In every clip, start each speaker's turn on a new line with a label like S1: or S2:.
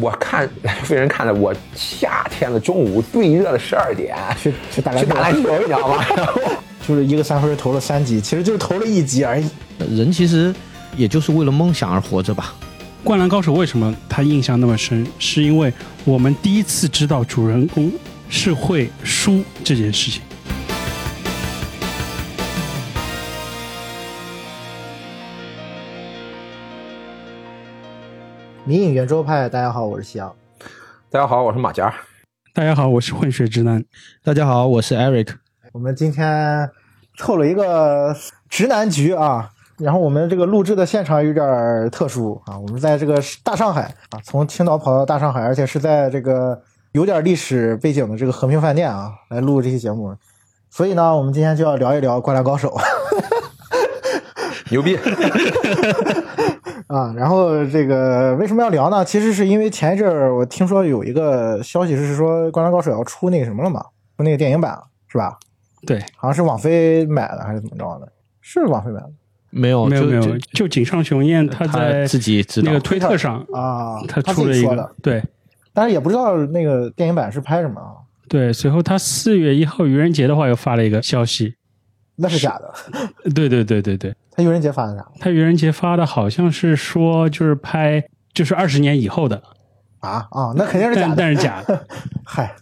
S1: 我看 被人看的我夏天的中午最热的十二 点
S2: 去去打篮
S1: 去打篮球，你知道吗？
S2: 就是一个三分投了三级，其实就是投了一级而已。
S3: 人其实也就是为了梦想而活着吧。
S4: 《灌篮高手》为什么他印象那么深？是因为我们第一次知道主人公是会输这件事情。
S2: 迷影圆桌派，大家好，我是西奥。
S1: 大家好，我是马甲。
S4: 大家好，我是混血直男。
S3: 大家好，我是 Eric。
S2: 我们今天凑了一个直男局啊，然后我们这个录制的现场有点儿特殊啊，我们在这个大上海啊，从青岛跑到大上海，而且是在这个有点历史背景的这个和平饭店啊来录这期节目，所以呢，我们今天就要聊一聊《灌篮高手》。
S1: 牛逼！
S2: 啊，然后这个为什么要聊呢？其实是因为前一阵儿我听说有一个消息是说《灌篮高手》要出那个什么了嘛，出那个电影版了，是吧？
S4: 对，
S2: 好像是网飞买的还是怎么着的？是网飞买的
S3: 没有，
S4: 没有
S3: 就
S4: 没有
S3: 就，
S4: 就井上雄彦他在
S3: 他自己知道
S4: 那个推特上，
S2: 啊，
S4: 他
S2: 他
S4: 出
S2: 自
S4: 了
S2: 己
S4: 一
S2: 说
S4: 个
S2: 的，
S4: 对
S2: 但是也不知道那个电影版是拍什么啊，
S4: 对。随后他四月一号愚人节的话又发了一个消息，
S2: 那是假的。
S4: 对对对对对，
S2: 他愚人节发的啥
S4: 他愚人节发的好像是说就是拍就是二十年以后的，
S2: 啊啊？那肯定是假
S4: 但
S2: 的。
S4: 但是假 的，
S2: 嗨，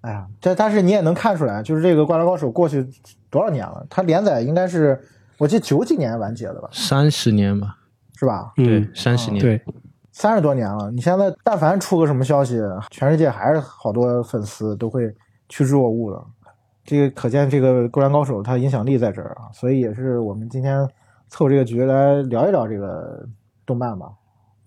S2: 哎呀，这但是你也能看出来，就是这个《灌篮高手》过去多少年了？它连载应该是我记得九几年完结的吧？
S3: 三十年吧，
S2: 是吧？
S3: 对
S4: 嗯，，
S3: 三十年。
S4: 对，
S2: 三十多年了，你现在但凡出个什么消息，全世界还是好多粉丝都会趋之若鹜的。这个可见这个《灌篮高手》它影响力在这儿啊，所以也是我们今天凑这个局来聊一聊这个动漫吧。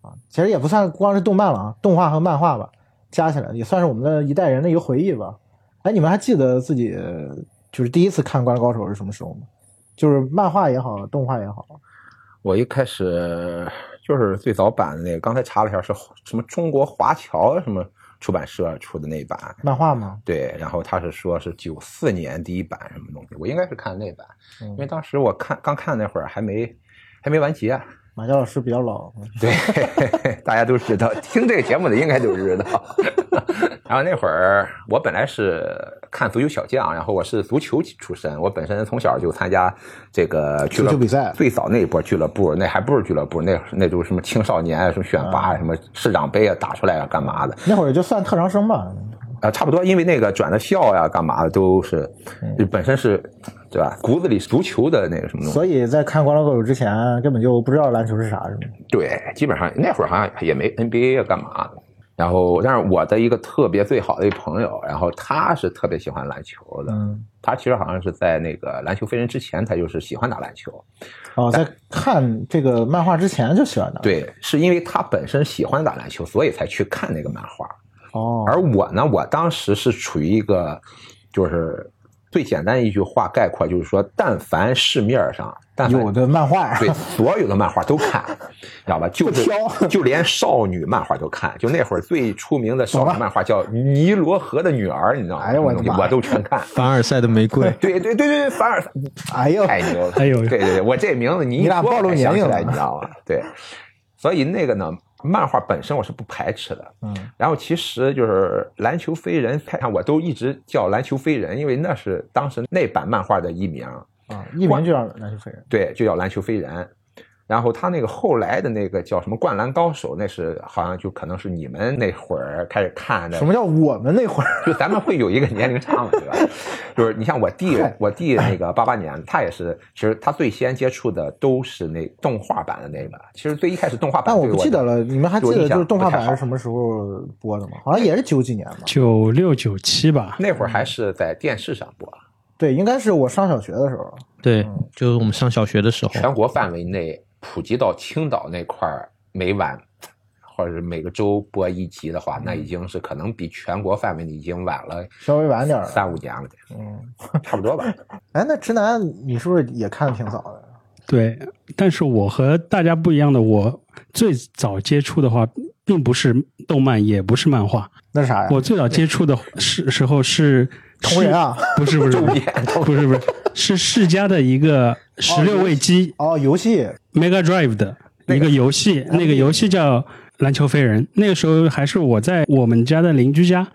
S2: 啊，其实也不算光是动漫了啊，动画和漫画吧，加起来也算是我们的一代人的一个回忆吧。哎，你们还记得自己就是第一次看《灌篮高手》是什么时候吗？就是漫画也好，动画也好，
S1: 我一开始就是最早版的那个，刚才查了一下是什么中国华侨什么出版社出的那版，
S2: 漫画吗？
S1: 对，然后他是说是九四年第一版什么东西，我应该是看那版，
S2: 嗯
S1: 因为当时我看刚看那会儿还没还没完结。啊
S2: 马佳老师比较老，
S1: 对， 大家都知道，听这个节目的应该都知道。 然后那会儿我本来是看足球小将，然后我是足球出身，我本身从小就参加这个俱乐
S2: 足球比赛
S1: 最早那一波俱乐部，那还不是俱乐部，那那都是什么青少年啊，什么选拔啊，什么市长杯啊，打出来啊，干嘛的。
S2: 那会儿就算特长生吧，
S1: 啊，差不多，因为那个转的校呀、干嘛的都是，就
S2: 嗯
S1: 本身是，对吧？骨子里是足球的那个什么东西，
S2: 所以在看《灌篮高手》之前，根本就不知道篮球是啥，是吗？
S1: 对，基本上那会儿好像也没 NBA 啊，干嘛的。然后，但是我的一个特别最好的一朋友，然后他是特别喜欢篮球的，
S2: 嗯，
S1: 他其实好像是在那个篮球飞人之前，他就是喜欢打篮球。
S2: 哦，在看这个漫画之前就喜欢的，，
S1: 对，是因为他本身喜欢打篮球，所以才去看那个漫画。
S2: 哦，
S1: 而我呢，我当时是处于一个，就是最简单一句话概括，就是说，但凡市面上，但凡
S2: 有的漫画，
S1: 对，所有的漫画都看，知道吧？就是
S2: 挑
S1: 就连少女漫画都看，就那会儿最出名的少
S2: 懂
S1: 女
S2: 了
S1: 漫画叫《尼罗河的女儿》，你知道吗？
S2: 哎呦我的妈
S1: 我都全 看。，
S3: 凡尔赛的玫瑰
S1: 对对对对对，凡尔赛
S2: 哎呦，
S1: 太牛了！
S4: 哎呦
S1: 对对对，我这名字你一
S2: 你俩
S1: 说
S2: 暴露
S1: 我才想
S2: 年龄
S1: 起来，
S2: 了
S1: 你知道吗？对，所以那个呢，漫画本身我是不排斥的，
S2: 嗯，
S1: 然后其实就是篮球飞人，看我都一直叫篮球飞人，因为那是当时那版漫画的译名，
S2: 啊，一名就让篮球飞人，
S1: 对，就叫篮球飞人。然后他那个后来的那个叫什么《灌篮高手》，那是好像就可能是你们那会儿开始看的
S2: 什，么叫我们那会儿？
S1: 就咱们会有一个年龄差嘛，对吧？ 就是你像我弟，我弟那个八八年，他也是，其实他最先接触的都是那动画版的那个。其实最一开始动画版，
S2: 但我不记得。了，你们还记
S1: 有
S2: 得
S1: 印象
S2: 就是动画
S1: 不
S2: 版
S1: 太好
S2: 是什么时候播的吗？好像也是九几年吧，
S4: 九六九七吧，
S1: 那会儿还是在电视上
S2: 哦
S1: 播，
S2: 对，应该是我上小学的时候，
S3: 对，就是我们上小学的时候，
S4: 嗯
S1: 全国范围内普及到青岛那块儿，每晚或者是每个周播一集的话，那
S2: 嗯
S1: 已经是可能比全国范围已经晚了
S2: 稍微晚点儿了，
S1: 三五年了，
S2: 嗯，
S1: 差不多吧。
S2: 哎，那直男你是不是也看的挺早的？
S4: 对。但是我和大家不一样的，我最早接触的话，并不是动漫，也不是漫画，
S2: 那是啥呀？
S4: 我最早接触的时时候是
S2: 同人啊，
S4: 不是不是
S1: 周边都
S4: 不是不是是世嘉的一个十六位机
S2: 哦，游戏
S4: Mega Drive 的一个游戏，那个游戏叫篮球飞人，那个时候还是我在我们家的邻居家，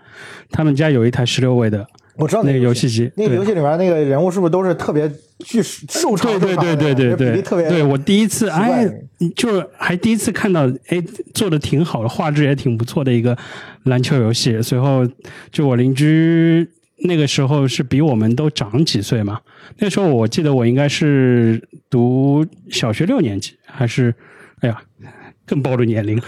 S4: 他们家有一台十六位的
S2: 我知道
S4: 那个
S2: 游
S4: 游戏机，
S2: 那个
S4: 对
S2: 游戏里面那个人物是不是都是特别巨瘦长瘦
S4: 对对
S2: 长的
S4: 对对对
S2: 人比
S4: 对，
S2: 例特别
S4: 对我第一次
S2: 奇怪
S4: 哎，就是还第一次看到哎做的挺好的，画质也挺不错的一个篮球游戏。随后就我邻居那个时候是比我们都长几岁嘛，那时候我记得我应该是读小学六年级，还是哎呀更暴露年龄。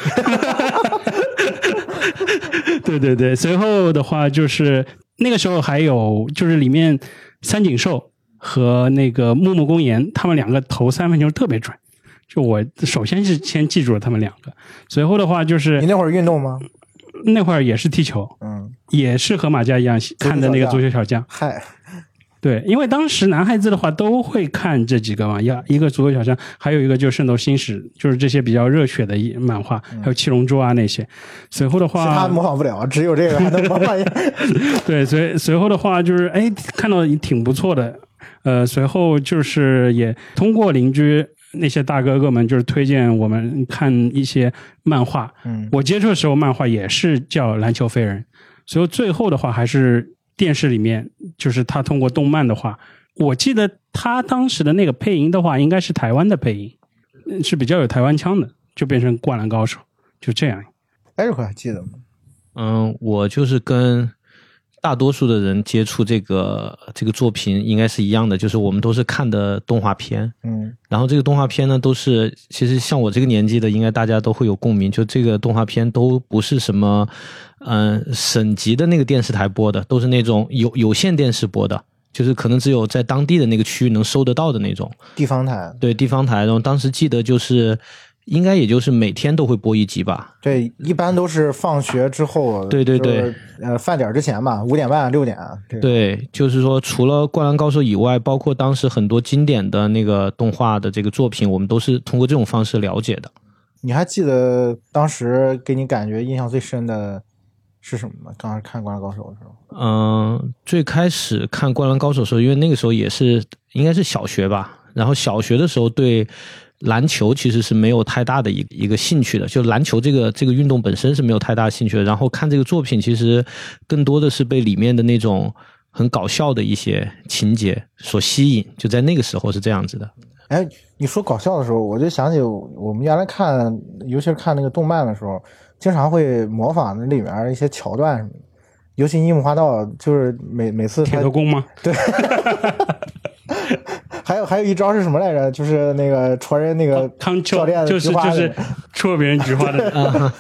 S4: 对对对，随后的话就是那个时候还有就是里面三井寿和那个木木公彦，他们两个投三分球特别准。就我首先是先记住了他们两个，随后的话就是
S2: 你那会儿运动吗？
S4: 那会儿也是踢球，
S2: 嗯，
S4: 也是和马家一样看的那个足球小将。
S2: 嗨，
S4: 对，因为当时男孩子的话都会看这几个嘛，要一个足球小将，还有一个就是《圣斗星矢》，就是这些比较热血的一漫画，还有《七龙珠》啊那些。随后的
S2: 其
S4: 话，
S2: 嗯他模仿不了，只有这个还能模 仿一下。
S4: 对，随随后的话就是，哎，看到挺不错的，呃，随后就是也通过邻居那些大哥哥们，就是推荐我们看一些漫画。
S2: 嗯，
S4: 我接触的时候，漫画也是叫《篮球飞人》，所以最后的话还是电视里面，就是他通过动漫的话，我记得他当时的那个配音的话，应该是台湾的配音，嗯是比较有台湾腔的，就变成《灌篮高手》，就这样。
S2: 艾瑞哎克还记得吗？
S3: 嗯，我就是跟大多数的人接触这个这个作品应该是一样的，就是我们都是看的动画片，
S2: 嗯，
S3: 然后这个动画片呢，都是其实像我这个年纪的，应该大家都会有共鸣。就这个动画片都不是什么，嗯、省级的那个电视台播的，都是那种有有线电视播的，就是可能只有在当地的那个区域能收得到的那种。
S2: 地方台，
S3: 对，地方台。然后当时记得就是，应该也就是每天都会播一集吧。
S2: 对，一般都是放学之后，
S3: 对对对
S2: 就是，呃，饭点儿之前吧，五点半、六点，啊这个
S3: 对，就是说除了《灌篮高手》以外，包括当时很多经典的那个动画的这个作品，我们都是通过这种方式了解的。
S2: 你还记得当时给你感觉印象最深的是什么吗？当时看《灌篮高手》的时候，
S3: 嗯，最开始看《灌篮高手》的时候，因为那个时候也是应该是小学吧，然后小学的时候对篮球其实是没有太大的一一个兴趣的，就篮球这个这个运动本身是没有太大兴趣的。然后看这个作品，其实更多的是被里面的那种很搞笑的一些情节所吸引，就在那个时候是这样子的。
S2: 哎，你说搞笑的时候，我就想起我们原来看，尤其是看那个动漫的时候，经常会模仿那里面一些桥段什么的。尤其樱木花道，就是每每次
S4: 铁
S2: 他
S4: 头功吗？
S2: 还有还有一招是什么来着？就是那个传人那个
S4: 康丘
S2: 教练的
S4: 就是
S2: 菊花
S4: 就
S2: 什么
S4: 是
S2: 的
S4: 戳别人菊花的，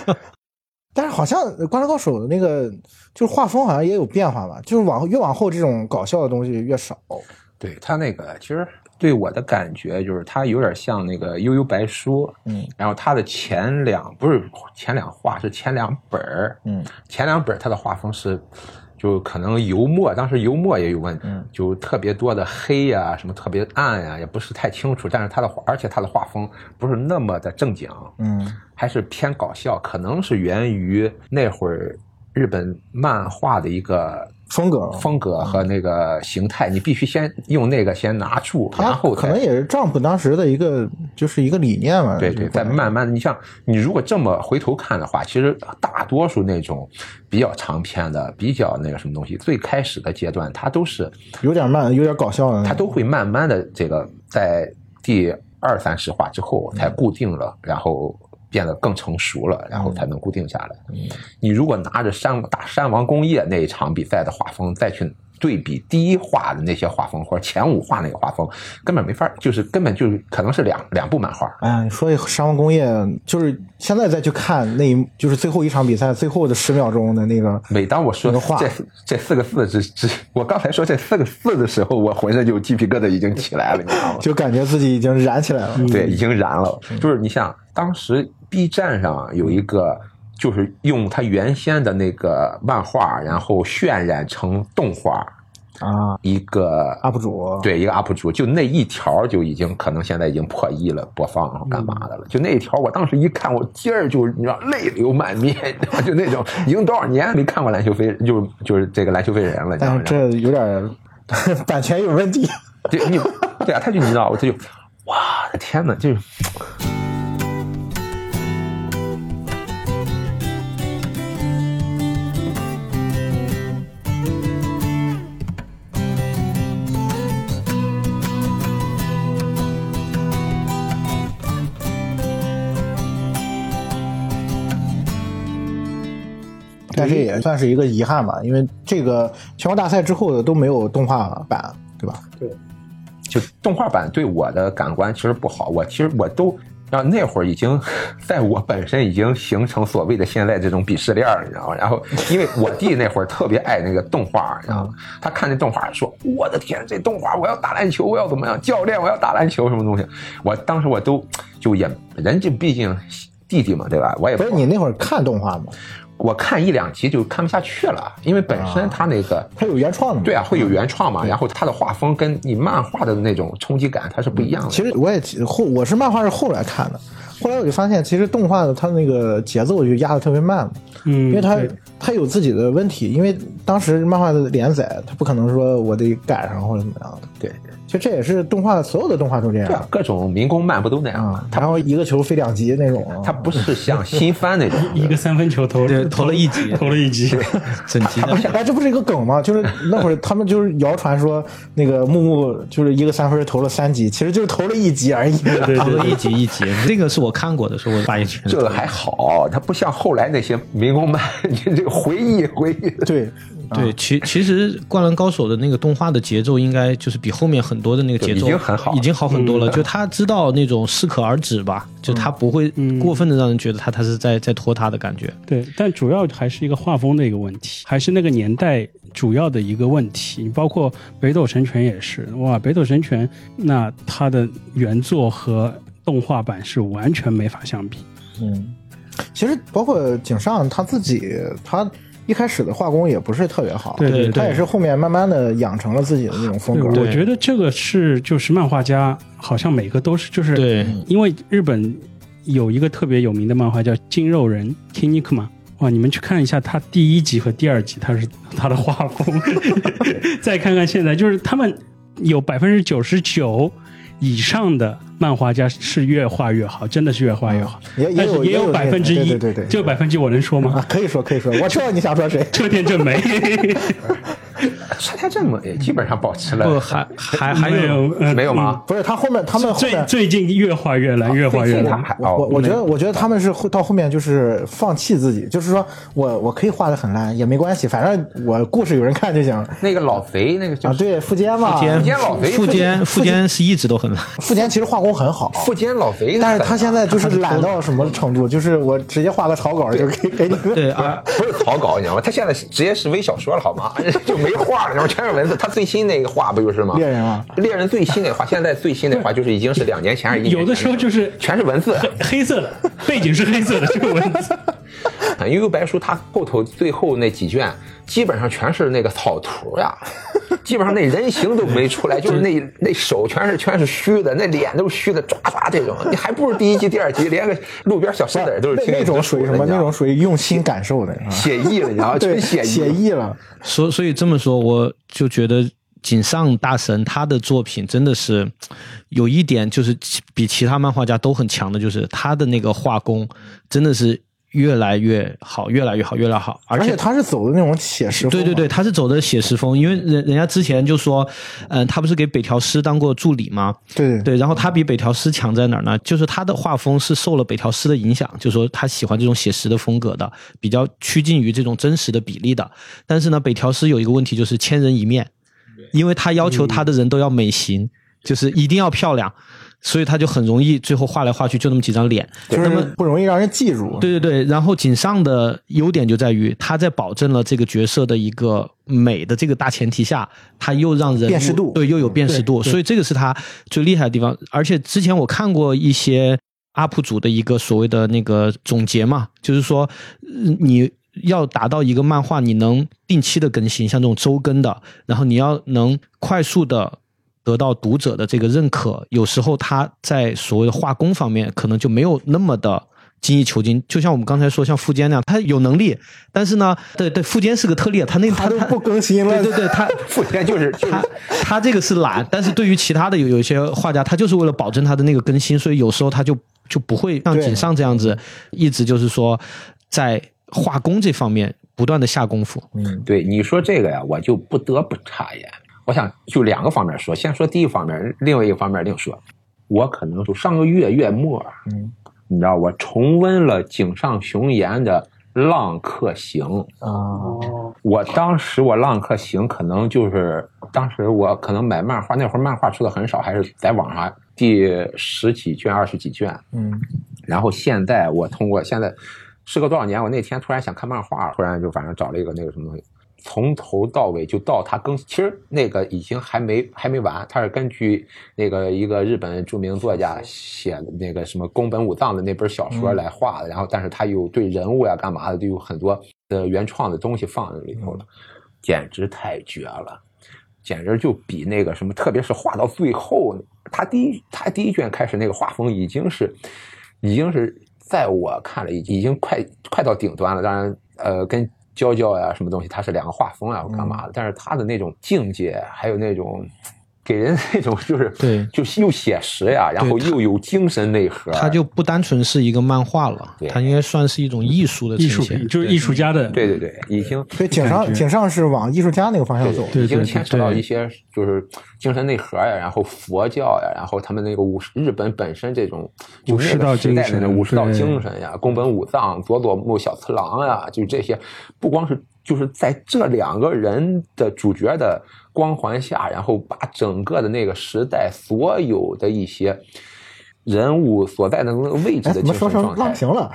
S2: 但是好像《灌篮高手》的那个就是画风好像也有变化吧，就是往越往后这种搞笑的东西越少。
S1: 对他那个，其实对我的感觉就是，他有点像那个悠悠白书，
S2: 嗯，
S1: 然后他的前两不是前两画是前两本儿，
S2: 嗯，
S1: 前两本儿他的画风是，就可能油墨，当时油墨也有问题，
S2: 嗯
S1: 就特别多的黑呀、什么特别暗呀、也不是太清楚，但是他的画，而且他的画风不是那么的正经，
S2: 嗯，
S1: 还是偏搞笑，可能是源于那会儿日本漫画的一个
S2: 风格
S1: 风格和那个形态，你必须先用那个先拿住，然
S2: 他
S1: 后
S2: 可能
S1: 再
S2: 也是 Jump 当时的一个就是一个理念嘛。
S1: 对
S2: 就是
S1: 对，再
S2: 灌篮
S1: 慢慢的，你像你如果这么回头看的话，其实大多数那种比较长篇的、比较那个什么东西，最开始的阶段，它都是
S2: 有点慢，有点搞笑的那
S1: 它
S2: 种。
S1: 都会慢慢的这个在第二三十话之
S2: 嗯
S1: 后才固定了，然后变得更成熟了，然
S2: 嗯
S1: 后才能固定下来。你如果拿着山打山王工业那一场比赛的画风再去对比第一画的那些画风或者前五画那个画风，根本没法，就是根本就是可能是两两部漫画。
S2: 哎呀，你说《山王工业》，就是现在再去看那一，就是最后一场比赛最后的十秒钟的那个，
S1: 每当我说
S2: 那个画
S1: 这这四个字之之，我刚才说这四个字的时候，我浑身就鸡皮疙瘩已经起来了，你知道吗？
S2: 就感觉自己已经燃起来了。
S1: 对，已经燃了。就是你想，当时 B 站上啊有一个，就是用它原先的那个漫画，然后渲染成动画，
S2: 啊
S1: 一个
S2: ，UP 主，
S1: 对一个 UP 主，就那一条就已经可能现在已经破亿了，播放啊干嘛的了？就那一条，我当时一看，我今儿就你知道泪流满面， 你知道就那种已经多少年没看过篮球飞，就就是这个篮球飞人了，你知道
S2: 但
S1: 吗
S2: 是？这有点儿 版权有问题。
S1: 对，你对啊，他就你知道，我他就，哇，天哪，就是。
S2: 但是也算是一个遗憾吧，因为这个全国大赛之后的都没有动画版，对吧？
S1: 就动画版对我的感官其实不好，我其实我都。然后那会儿已经， 在我本身已经形成所谓的现在这种鄙视链儿，你知道吗？然后因为我弟那会儿特别爱那个动画，你知道吗？他看那动画说：“我的天，这动画我要打篮球，我要怎么样？教练我要打篮球什么东西？”我当时我都就也人这毕竟弟弟嘛，对吧？我也
S2: 不是你那会儿看动画吗？
S1: 我看一两集就看不下去了，因为本身他那个。
S2: 它有原创的吗？
S1: 对啊，会有原创嘛？然后他的画风跟你漫画的那种冲击感，它是不一样的。
S2: 嗯其实我也后我是漫画是后来看的，后来我就发现，其实动画的它那个节奏就压得特别慢嘛，
S4: 嗯
S2: 因为它
S4: 对
S2: 它有自己的问题，因为当时漫画的连载，它不可能说我得赶上或者怎么样的。
S1: 对
S2: 其实这也是动画所有的动画都这
S1: 对
S2: 样
S1: 啊，各种民工漫不都那样吗
S2: 啊？，然后一个球飞两级那种啊，
S1: 它不是像新番 那种，
S4: 一个三分球 投
S3: 对投了一集
S4: 投了一集，
S3: 整 集的
S2: 哎，这不是一个梗吗？就是那 会儿他们就是谣传说，那个木木就是一个三分投了三级，其实就是投了一级而已。
S4: 对
S3: 差不
S4: 对
S3: 多一集一集，这个是我看过的，是我发言权。
S1: 这个还好，它不像后来那些民工漫， 你这个回忆回忆。
S2: 对，
S1: 啊
S3: 对，其其实《灌篮高手》的那个动画的节奏，应该就是比后面很多的那个节奏
S1: 对已经很好了嗯
S3: 已经好很多了。就他知道那种适可而止吧，就他不会过分的让人觉得他他是在在拖沓的感觉。
S4: 对，但主要还是一个画风的一个问题，还是那个年代主要的一个问题。包括北斗神拳也是，哇，北斗神拳那它的原作和动画版是完全没法相比。
S2: 嗯，其实包括井上他自己，他一开始的画工也不是特别好，
S4: 对
S3: 对
S2: 他
S3: 对
S2: 也是后面慢慢的养成了自己的那种风格。
S4: 我觉得这个是就是漫画家好像每个都是就是
S3: 对，
S1: 嗯
S4: 因为日本有一个特别有名的漫画叫《金肉人 Kinikuma》。哇，你们去看一下他第一集和第二集，他是他的画风， 再看看现在，就是他们有百分之九十九以上的漫画家是越画越好，真的是越画越好，
S2: 也啊也
S4: 但是
S2: 有
S4: 也
S2: 也有
S4: 百分之一，
S2: 对对对对
S4: 这百分之一我能说吗？
S2: 啊，可以说可以说，我知道你想说谁。
S4: 车田正美
S1: 沙田正美基本上保持
S3: 不
S1: 了，
S3: 还还还
S4: 没
S3: 有
S4: 有，呃
S1: 没有吗？
S2: 不是他后面，他们后
S4: 最
S2: 面，
S4: 最近越画越烂，越画越
S1: 最近他
S4: 烂。
S1: 还
S2: 我
S1: 哦，
S2: 我我
S1: 没
S2: 觉得
S1: 有
S2: 我觉得他们是后到后面就是放弃自己，就是说我我可以画的很烂也没关系，反正我故事有人看就行。
S1: 那个老贼那个叫
S2: 啊，对，富坚嘛，
S3: 富坚
S1: 啊坚老贼
S3: 富坚富坚是一直都很烂，
S2: 富坚其实画工很好，
S1: 富坚老贼，
S2: 但是他现在就是懒到什么程度，就是我直接画个草稿就可以给你。
S3: 对而
S1: 啊不是草稿，你知道吗？他现在是直接是微小说了，好吗？ 就没画了，然后全是文字。他最新那个画不就是吗？
S2: 猎人啊，
S1: 猎人最新那画，现在最新那画就是已经是两年前还是一年前
S4: 有的时候就是
S1: 全是文字。
S4: 黑黑色的背景是黑色的，这个文字。
S1: 啊悠悠白书它后头最后那几卷基本上全是那个草图呀，基本上那人形都没出来，就是那那手全是全是虚的，那脸都是虚的，抓抓这种，你还不如第一集、第二集连个路边小石子儿都是
S2: 那
S1: 清
S2: 那
S1: 清楚
S2: 种
S1: 楚
S2: 属
S1: 的
S2: 于什么？
S1: 你知
S2: 那
S1: 道吗
S2: 种属于用心感受的，啊
S1: 写意了，你知道吗？
S2: 对，
S1: 纯写
S2: 写
S1: 意。
S2: 意了。
S3: 所所以这么说，我就觉得井上大神他的作品真的是有一点，就是其比其他漫画家都很强的，就是他的那个画工真的是越来越好，越来越好，越来越好，而
S2: 而
S3: 且
S2: 且他是走的那种写实风
S3: 对
S2: 嘛，
S3: 对对，他是走的写实风，因为人人家之前就说，嗯、他不是给北条诗当过助理吗？
S2: 对对
S3: 对，然后他比北条诗强在哪儿呢？就是他的画风是受了北条诗的影响，就是说他喜欢这种写实的风格的，比较趋近于这种真实的比例的。但是呢，北条诗有一个问题就是千人一面，因为他要
S2: 嗯
S3: 求他的人都要美型，就是一定要漂亮，所以他就很容易最后画来画去就那么几张脸。
S2: 就是不容易让人记住。
S3: 对对对，然后井上的优点就在于他在保证了这个角色的一个美的这个大前提下，他又让人物
S2: 辨识度
S3: 对又有辨识度，
S4: 对对
S3: 所以这个是他最厉害的地方。而且之前我看过一些 UP 主的一个所谓的那个总结嘛，就是说嗯你。要达到一个漫画，你能定期的更新，像这种周更的，然后你要能快速的得到读者的这个认可，有时候他在所谓的画工方面可能就没有那么的精益求精。就像我们刚才说，像富坚那样，他有能力，但是呢，对对，富坚是个特例，他那
S2: 他都
S3: 他
S2: 不更新了
S3: 对对对，他。
S1: 富坚就是就是
S3: 他他这个是懒，但是对于其他的有有一些画家，他就是为了保证他的那个更新，所以有时候他就就不会像
S2: 对
S3: 井上这样子，一直就是说在画工这方面不断的下功夫。
S2: 嗯，
S1: 对你说这个呀，我就不得不插言。我想就两个方面说，先说第一方面，另外一个方面另说。我可能就上个月月末，
S2: 嗯，
S1: 你知道，我重温了井上雄彦的浪客行》。
S2: 啊，
S1: 我当时我《浪客行》可能就是当时我可能买漫画，那会儿漫画出的很少，还是在网上第十几卷、二十几卷。
S2: 嗯
S1: 然后现在我通过现在，时隔多少年，我那天突然想看漫画，突然就反正找了一个那个什么东西，从头到尾就到它更新，其实那个已经还没还没完，它是根据那个一个日本著名作家写的那个什么宫本武藏的那本小说来画的，然后但是他有对人物呀、干嘛的都有很多的原创的东西放在里头了，简直太绝了。简直就比那个什么，特别是画到最后，他第一他第一卷开始那个画风已经是，已经是在我看了已已经快快到顶端了。当然，呃，跟娇娇呀什么东西，它是两个画风啊，干
S3: 嗯
S1: 嘛的？但是他的那种境界，还有那种给人 那种就是
S3: 对
S1: 就是又写实呀，然后
S3: 对
S1: 又有精神内核，
S3: 它就不单纯是一个漫画了
S1: 对，
S3: 它应该算是一种艺术的
S4: 艺
S3: 呈
S4: 术
S3: 现。
S4: 就是
S3: 对
S4: 艺术家的，
S1: 对对对，已经
S2: 所以井上井上是往艺术家那个方向走。
S1: 已经
S4: 对
S1: 牵扯到一些就是精神内核呀，然后佛教呀，然后他们那个武士日本本身这种就
S4: 武士
S1: 那个时
S4: 道
S1: 代
S4: 精
S1: 的那
S4: 神
S1: 武士道
S4: 对
S1: 精神呀，宫本武藏、佐佐木小次郎呀，就这些，不光是就是在这两个人的主角的光环下，然后把整个的那个时代所有的一些。人物所在的那个位置
S2: 哎，
S1: 的
S2: 怎
S1: 精
S2: 么
S1: 神
S2: 说成
S1: 状态
S2: 浪，行了？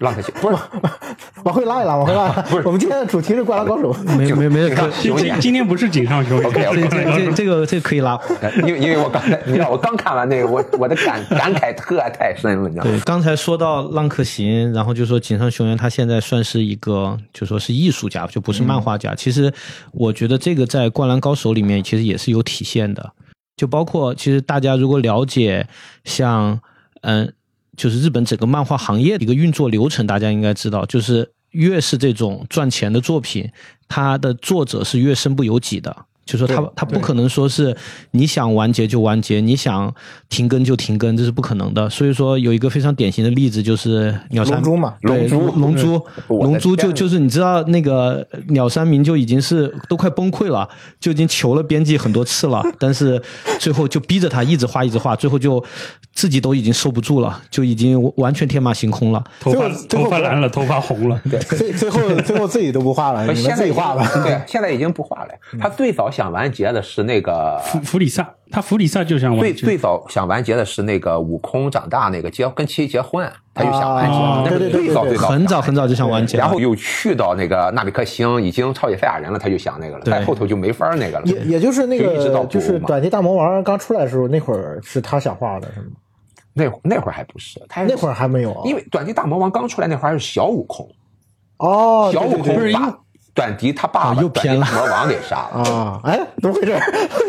S1: 浪客行不是
S2: 往回拉一拉，往回拉一
S1: 不
S2: 拉。
S1: 是
S2: 我们今天的主题是《灌篮高手》。
S3: 没没没，
S1: 浪
S3: 这
S1: 客
S4: 今
S1: 行
S4: 今今天不是井上雄
S1: ，OK
S4: 彦，
S3: 这
S1: OK，
S3: 这这个这个可以拉。
S1: 因为因为我刚才，你知道我刚看完那个，我我的感感慨特太深了，你知道吗？
S3: 对，刚才说到浪客行，然后就说井上雄彦他现在算是一个，就说是艺术家，就不是漫画家。其实我觉得这个在《灌篮高手》里面其实也是有体现的，就包括其实大家如果了解像嗯，就是日本整个漫画行业的一个运作流程，大家应该知道，就是越是这种赚钱的作品，它的作者是越身不由己的。就说他
S2: 对
S3: 他不可能说是你想完结就完结，你想停更就停更，这是不可能的。所以说有一个非常典型的例子就是鸟山
S2: 龙珠嘛
S1: 龙
S3: 对
S1: 珠
S3: 龙珠
S1: 我的
S3: 龙珠
S1: 天
S3: 就
S1: 哪
S3: 就是你知道那个鸟山明就已经是都快崩溃了，就已经求了编辑很多次了，但是最后就逼着他一直画一直画，最后就自己都已经受不住了，就已经完全天马行空了。
S4: 头发
S2: 最后最后
S4: 头发蓝了，头发红了，
S2: 最最后最后自己都不画了，
S1: 不
S2: 你
S1: 现
S2: 们
S1: 在
S2: 自己画吧。嗯
S1: 已经对，现在已经不画了。他最早想完结的是那个，
S4: 弗弗里萨，他弗里萨就想
S1: 最
S4: 完
S1: 最
S4: 结，
S1: 早想完结的是那个悟空长大那个结跟七七结婚，他就想完结
S2: 啊
S1: 了，那
S2: 对
S1: 是
S2: 对对
S1: 最早
S2: 对
S1: 最
S2: 对
S1: 早
S3: 很早很早就想完结了，
S1: 然后又去到那个纳米克星，已经超级赛亚人了，他就想那个了，
S3: 对
S1: 再后头就没法那个了。
S2: 也也就是那
S1: 就一直到
S2: 个，
S1: 古
S2: 就是
S1: 嘛
S2: 短期大魔王刚出来的时候，那会儿是他想画的，是吗？
S1: 那会那会儿还不是，他
S2: 那会儿还没有啊，
S1: 哎因为短笛大魔王刚出来那会儿还是小悟空，
S2: 哦，
S1: 小悟
S2: 对对对哦
S1: 空把短笛他爸
S3: 啊
S1: 爸
S3: 又
S1: 短
S3: 偏
S1: 笛
S3: 了
S1: 大魔王给杀了。
S2: 啊，哎，怎 么回事？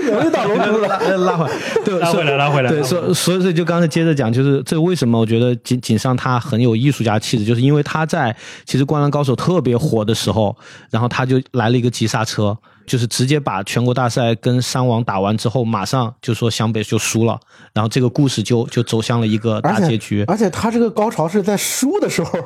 S2: 怎么又到龙珠
S3: 拉
S2: 了？
S3: 拉回来，对，
S4: 拉回来
S3: 所以
S4: 拉回来
S3: 对，所所以所以就刚才接着讲，就是这为什么我觉得井井上他很有艺术家气质，就是因为他在其实《灌篮高手》特别火的时候，然后他就来了一个急刹车，就是直接把全国大赛跟山王打完之后，马上就说湘北就输了，然后这个故事就就走向了一个
S2: 而
S3: 大结
S2: 且
S3: 局。
S2: 而且他这个高潮是在输的时候，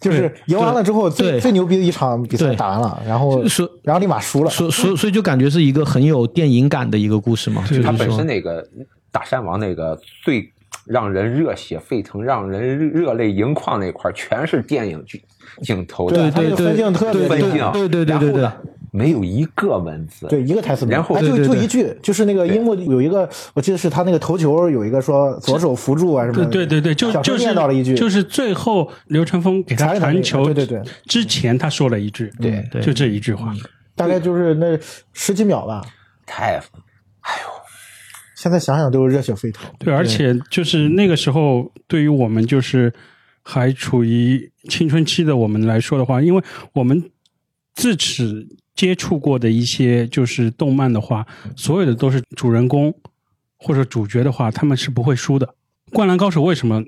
S2: 就是赢完了之后最
S3: 对
S2: 最牛逼的一场比赛
S3: 对
S2: 打完了，然后
S3: 是
S2: 然后立马输了。
S3: 所所所以就感觉是一个很有电影感的一个故事嘛，就是
S1: 他本身
S3: 说，
S1: 那个大山王那个最让人热血沸腾、让人热泪盈眶那块儿，全是电影剧镜头的
S2: 对
S3: 对对
S2: 他这个分镜特别
S3: 对
S1: 分镜
S2: 厉害，
S1: 啊，
S3: 对对对对对
S1: 然后呢没有一个文字，
S2: 对，一个台词没有，
S1: 然后
S2: 哎就
S3: 对对
S2: 就
S3: 对
S2: 一句，就是那个樱木有一个，我记得是他那个头球有一个说左手扶住啊什么
S4: 对
S2: 的，
S4: 对对对，就
S2: 小声
S4: 就是
S2: 念叨了一句，
S4: 就是最后刘成峰给
S2: 传
S4: 他
S2: 了他
S4: 传
S2: 那
S4: 球，
S2: 对对对，
S4: 之前他说了一句，嗯
S1: 对
S3: 对
S4: 就这一句话，
S2: 大概就是那十几秒吧。
S1: 太
S2: 现在想想都是热血沸腾。
S4: 对，而且就是那个时候，对于我们就是还处于青春期的我们来说的话，因为我们自此接触过的一些就是动漫的话，所有的都是主人公或者主角的话，他们是不会输的。《灌篮高手》为什么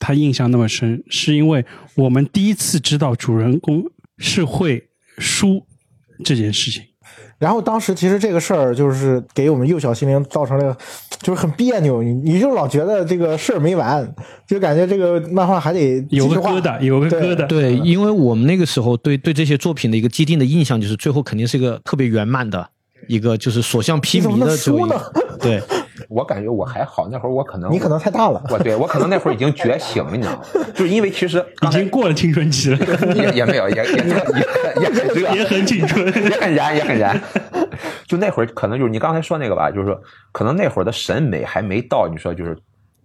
S4: 他印象那么深？是因为我们第一次知道主人公是会输这件事情。
S2: 然后当时其实这个事儿就是给我们幼小心灵造成了，就是很别扭，你你就老觉得这个事儿没完，就感觉这个漫画还得继
S4: 有
S2: 续
S4: 个
S2: 画
S4: 疙瘩，有个疙瘩，
S3: 对，
S2: 嗯
S3: 因为我们那个时候对对这些作品的一个既定的印象就是最后肯定是一个特别圆满的一个就是所向披
S2: 你怎么
S3: 靡
S2: 能
S3: 的这么一
S2: 输呢
S3: 个对。
S1: 我感觉我还好，那会儿我可能
S2: 你可能太大了，
S1: 我对我可能那会儿已经觉醒了，你知道吗？ 就是因为其实
S4: 已经过了青春期了，
S1: 也也没有，也也也也很热，
S4: 也很青春。
S1: 也 很燃，也很燃。就那会儿，可能就是你刚才说那个吧，就是说，可能那会儿的审美还没到，你说就是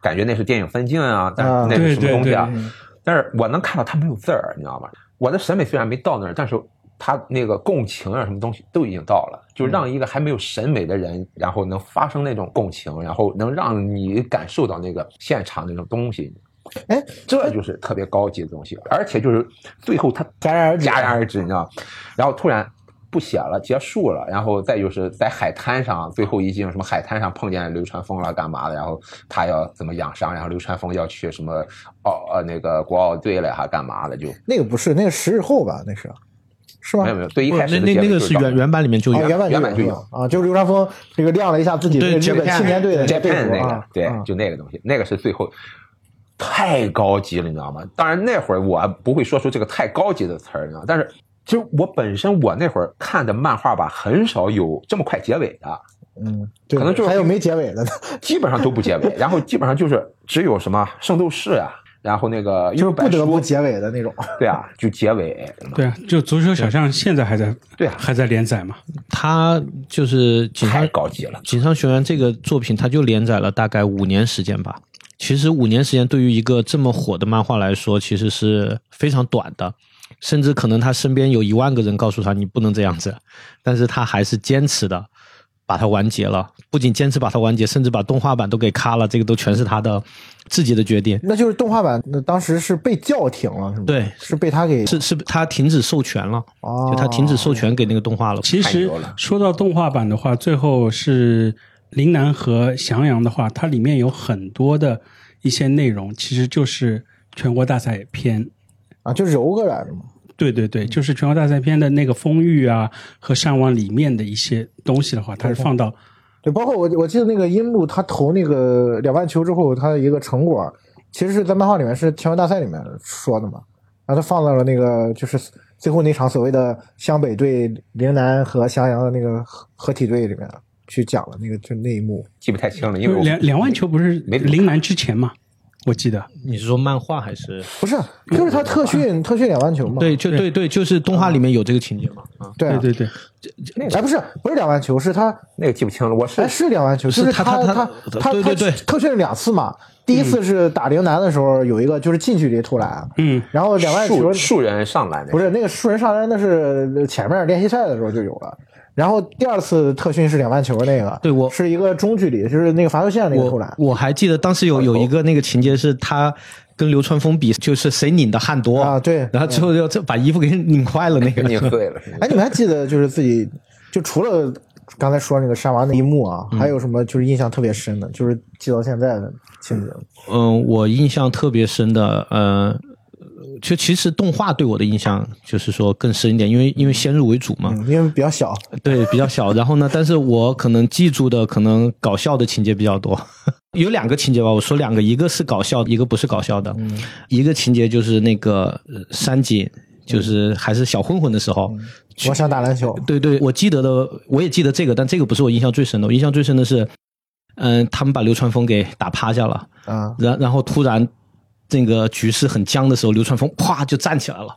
S1: 感觉那是电影分镜啊，但
S2: 啊
S1: 是那是什么
S4: 对对
S1: 东西啊？
S4: 对
S1: 但是我能看到它没有字儿，你知道吗？我的审美虽然没到那儿，但是他那个共情啊，什么东西都已经到了，就让
S2: 嗯
S1: 一个还没有审美的人，然后能发生那种共情，然后能让你感受到那个现场那种东西。
S2: 哎，
S1: 这就是特别高级的东西，而且就是最后他
S2: 戛然而止
S1: 戛然而止，你知道吗？然后突然不写了，结束了，然后再就是在海滩上，最后一集什么海滩上碰见流川枫了，干嘛的？然后他要怎么养伤？然后流川枫要去什么奥呃那个国奥队了，还干嘛的？就
S2: 那个不是，那个十日后吧，那是，是吗
S1: 没有？没有， 对一开
S3: 那
S1: 始的结
S3: 那那
S1: 尾
S3: 个
S1: 就是到
S3: 原原版里面就
S2: 哦，
S3: 有，
S2: 原版
S1: 原版就有
S2: 是吧啊，就是流川枫这个亮了一下自己对
S3: 对
S2: 日本
S3: Japan-
S2: 青年队的队
S1: Japan
S2: 服
S1: 那个
S2: 啊，，
S1: 对
S2: 啊，
S1: 就那个东西，那个是最后太高级了，你知道吗？当然那会儿我不会说出这个太高级的词儿，你知道吗，但是其实我本身我那会儿看的漫画吧，很少有这么快结尾的，
S2: 嗯，对，
S1: 可能就是
S2: 还有没结尾的呢，
S1: 基本上都不结 尾，然后基本上就是只有什么圣斗士啊，然后那个
S2: 就是不得
S1: 幽
S2: 不
S1: 白书
S2: 结尾的那种。
S1: 对啊，就结尾，嗯
S4: 对啊，就足球小将现在还在，
S1: 对啊
S4: 还在连载嘛。
S3: 他就是井
S1: 太
S3: 上
S1: 高级了。
S3: 井上雄彦这个作品，他就连载了大概五年时间吧。其实五年时间对于一个这么火的漫画来说，其实是非常短的，甚至可能他身边有一万个人告诉他你不能这样子，但是他还是坚持的把它完结了。不仅坚持把它完结，甚至把动画版都给咔了，这个都全是他的自己的决定。
S2: 那就是动画版，那当时是被叫停了，是吗？
S3: 对
S2: 是被他给
S3: 是是，他停止授权了，
S2: 哦
S3: 就他停止授权给那个动画了。
S4: 其
S1: 太
S4: 实
S1: 牛了
S4: 说到动画版的话，最后是林南和翔阳的话，它里面有很多的一些内容，其实就是全国大赛篇。
S2: 啊，就柔过来的嘛。
S4: 对对
S1: 嗯
S4: 对，就是全国大赛篇的那个风域啊和上网里面的一些东西的话，它
S1: 嗯
S4: 是放到
S2: 对，包括我我记得那个樱木他投那个两万球之后，他的一个成果，其实是在漫画里面是全国大赛里面说的嘛，然后他放到了那个就是最后那场所谓的湘北队陵南和襄阳的那个合合体队里面去讲了那个就那一幕。
S1: 记不太清了，因
S4: 就
S1: 为
S4: 是
S1: 我
S4: 两两万球不是
S1: 没怎么看
S4: 林南之前嘛，我记得。
S3: 你是说漫画还是？
S2: 不是，就是他特训特训两万球嘛。
S3: 对，就对对，就是动画里面有这个情节嘛。啊，
S2: 对啊
S4: 对对对，
S2: 哎，不是不是两万球，是他
S1: 那个记不清了，我是
S2: 哎是两万球，就是
S3: 他他
S2: 他
S3: 他
S2: 他他
S3: 对对对
S2: 特训了两次嘛。第一次是打陵南的时候，有一个就是近距离投篮，
S4: 嗯，
S2: 然后两万
S1: 树
S2: 球
S1: 树人上篮的
S2: 不，是那个树人上篮，那是前面练习赛的时候就有了。然后第二次特训是两万球那个，
S3: 对我
S2: 是一个中距离，就是那个罚球线那个投篮
S3: 我。我还记得当时有有一个那个情节是他跟流川枫比，就是谁拧的汗多
S2: 啊对
S3: 然后最后就这把衣服给拧坏了那个
S1: 给。拧碎了。
S2: 哎，你们还记得就是自己就除了刚才说那个山娃那一幕
S3: 嗯
S2: 啊，还有什么就是印象特别深的，就是记到现在的情节吗？
S3: 嗯，我印象特别深的，呃，就其实动画对我的印象就是说更深一点，因为因为先入为主嘛。
S2: 嗯，因为比较小，
S3: 对，比较小。然后呢， 但是我可能记住的可能搞笑的情节比较多， 有两个情节吧，我说两个，一个是搞笑，一个不是搞笑的。
S2: 嗯
S3: 一个情节就是那个呃山井，就是还是小混混的时候。
S2: 我想打篮 球。
S3: 对对，我记得的，我也记得这个，但这个不是我印象最深的。我印象最深的是，嗯、他们把流川枫给打趴下了，
S2: 啊，
S3: 然然后突然这个局势很僵的时候，流川枫啪就站起来了，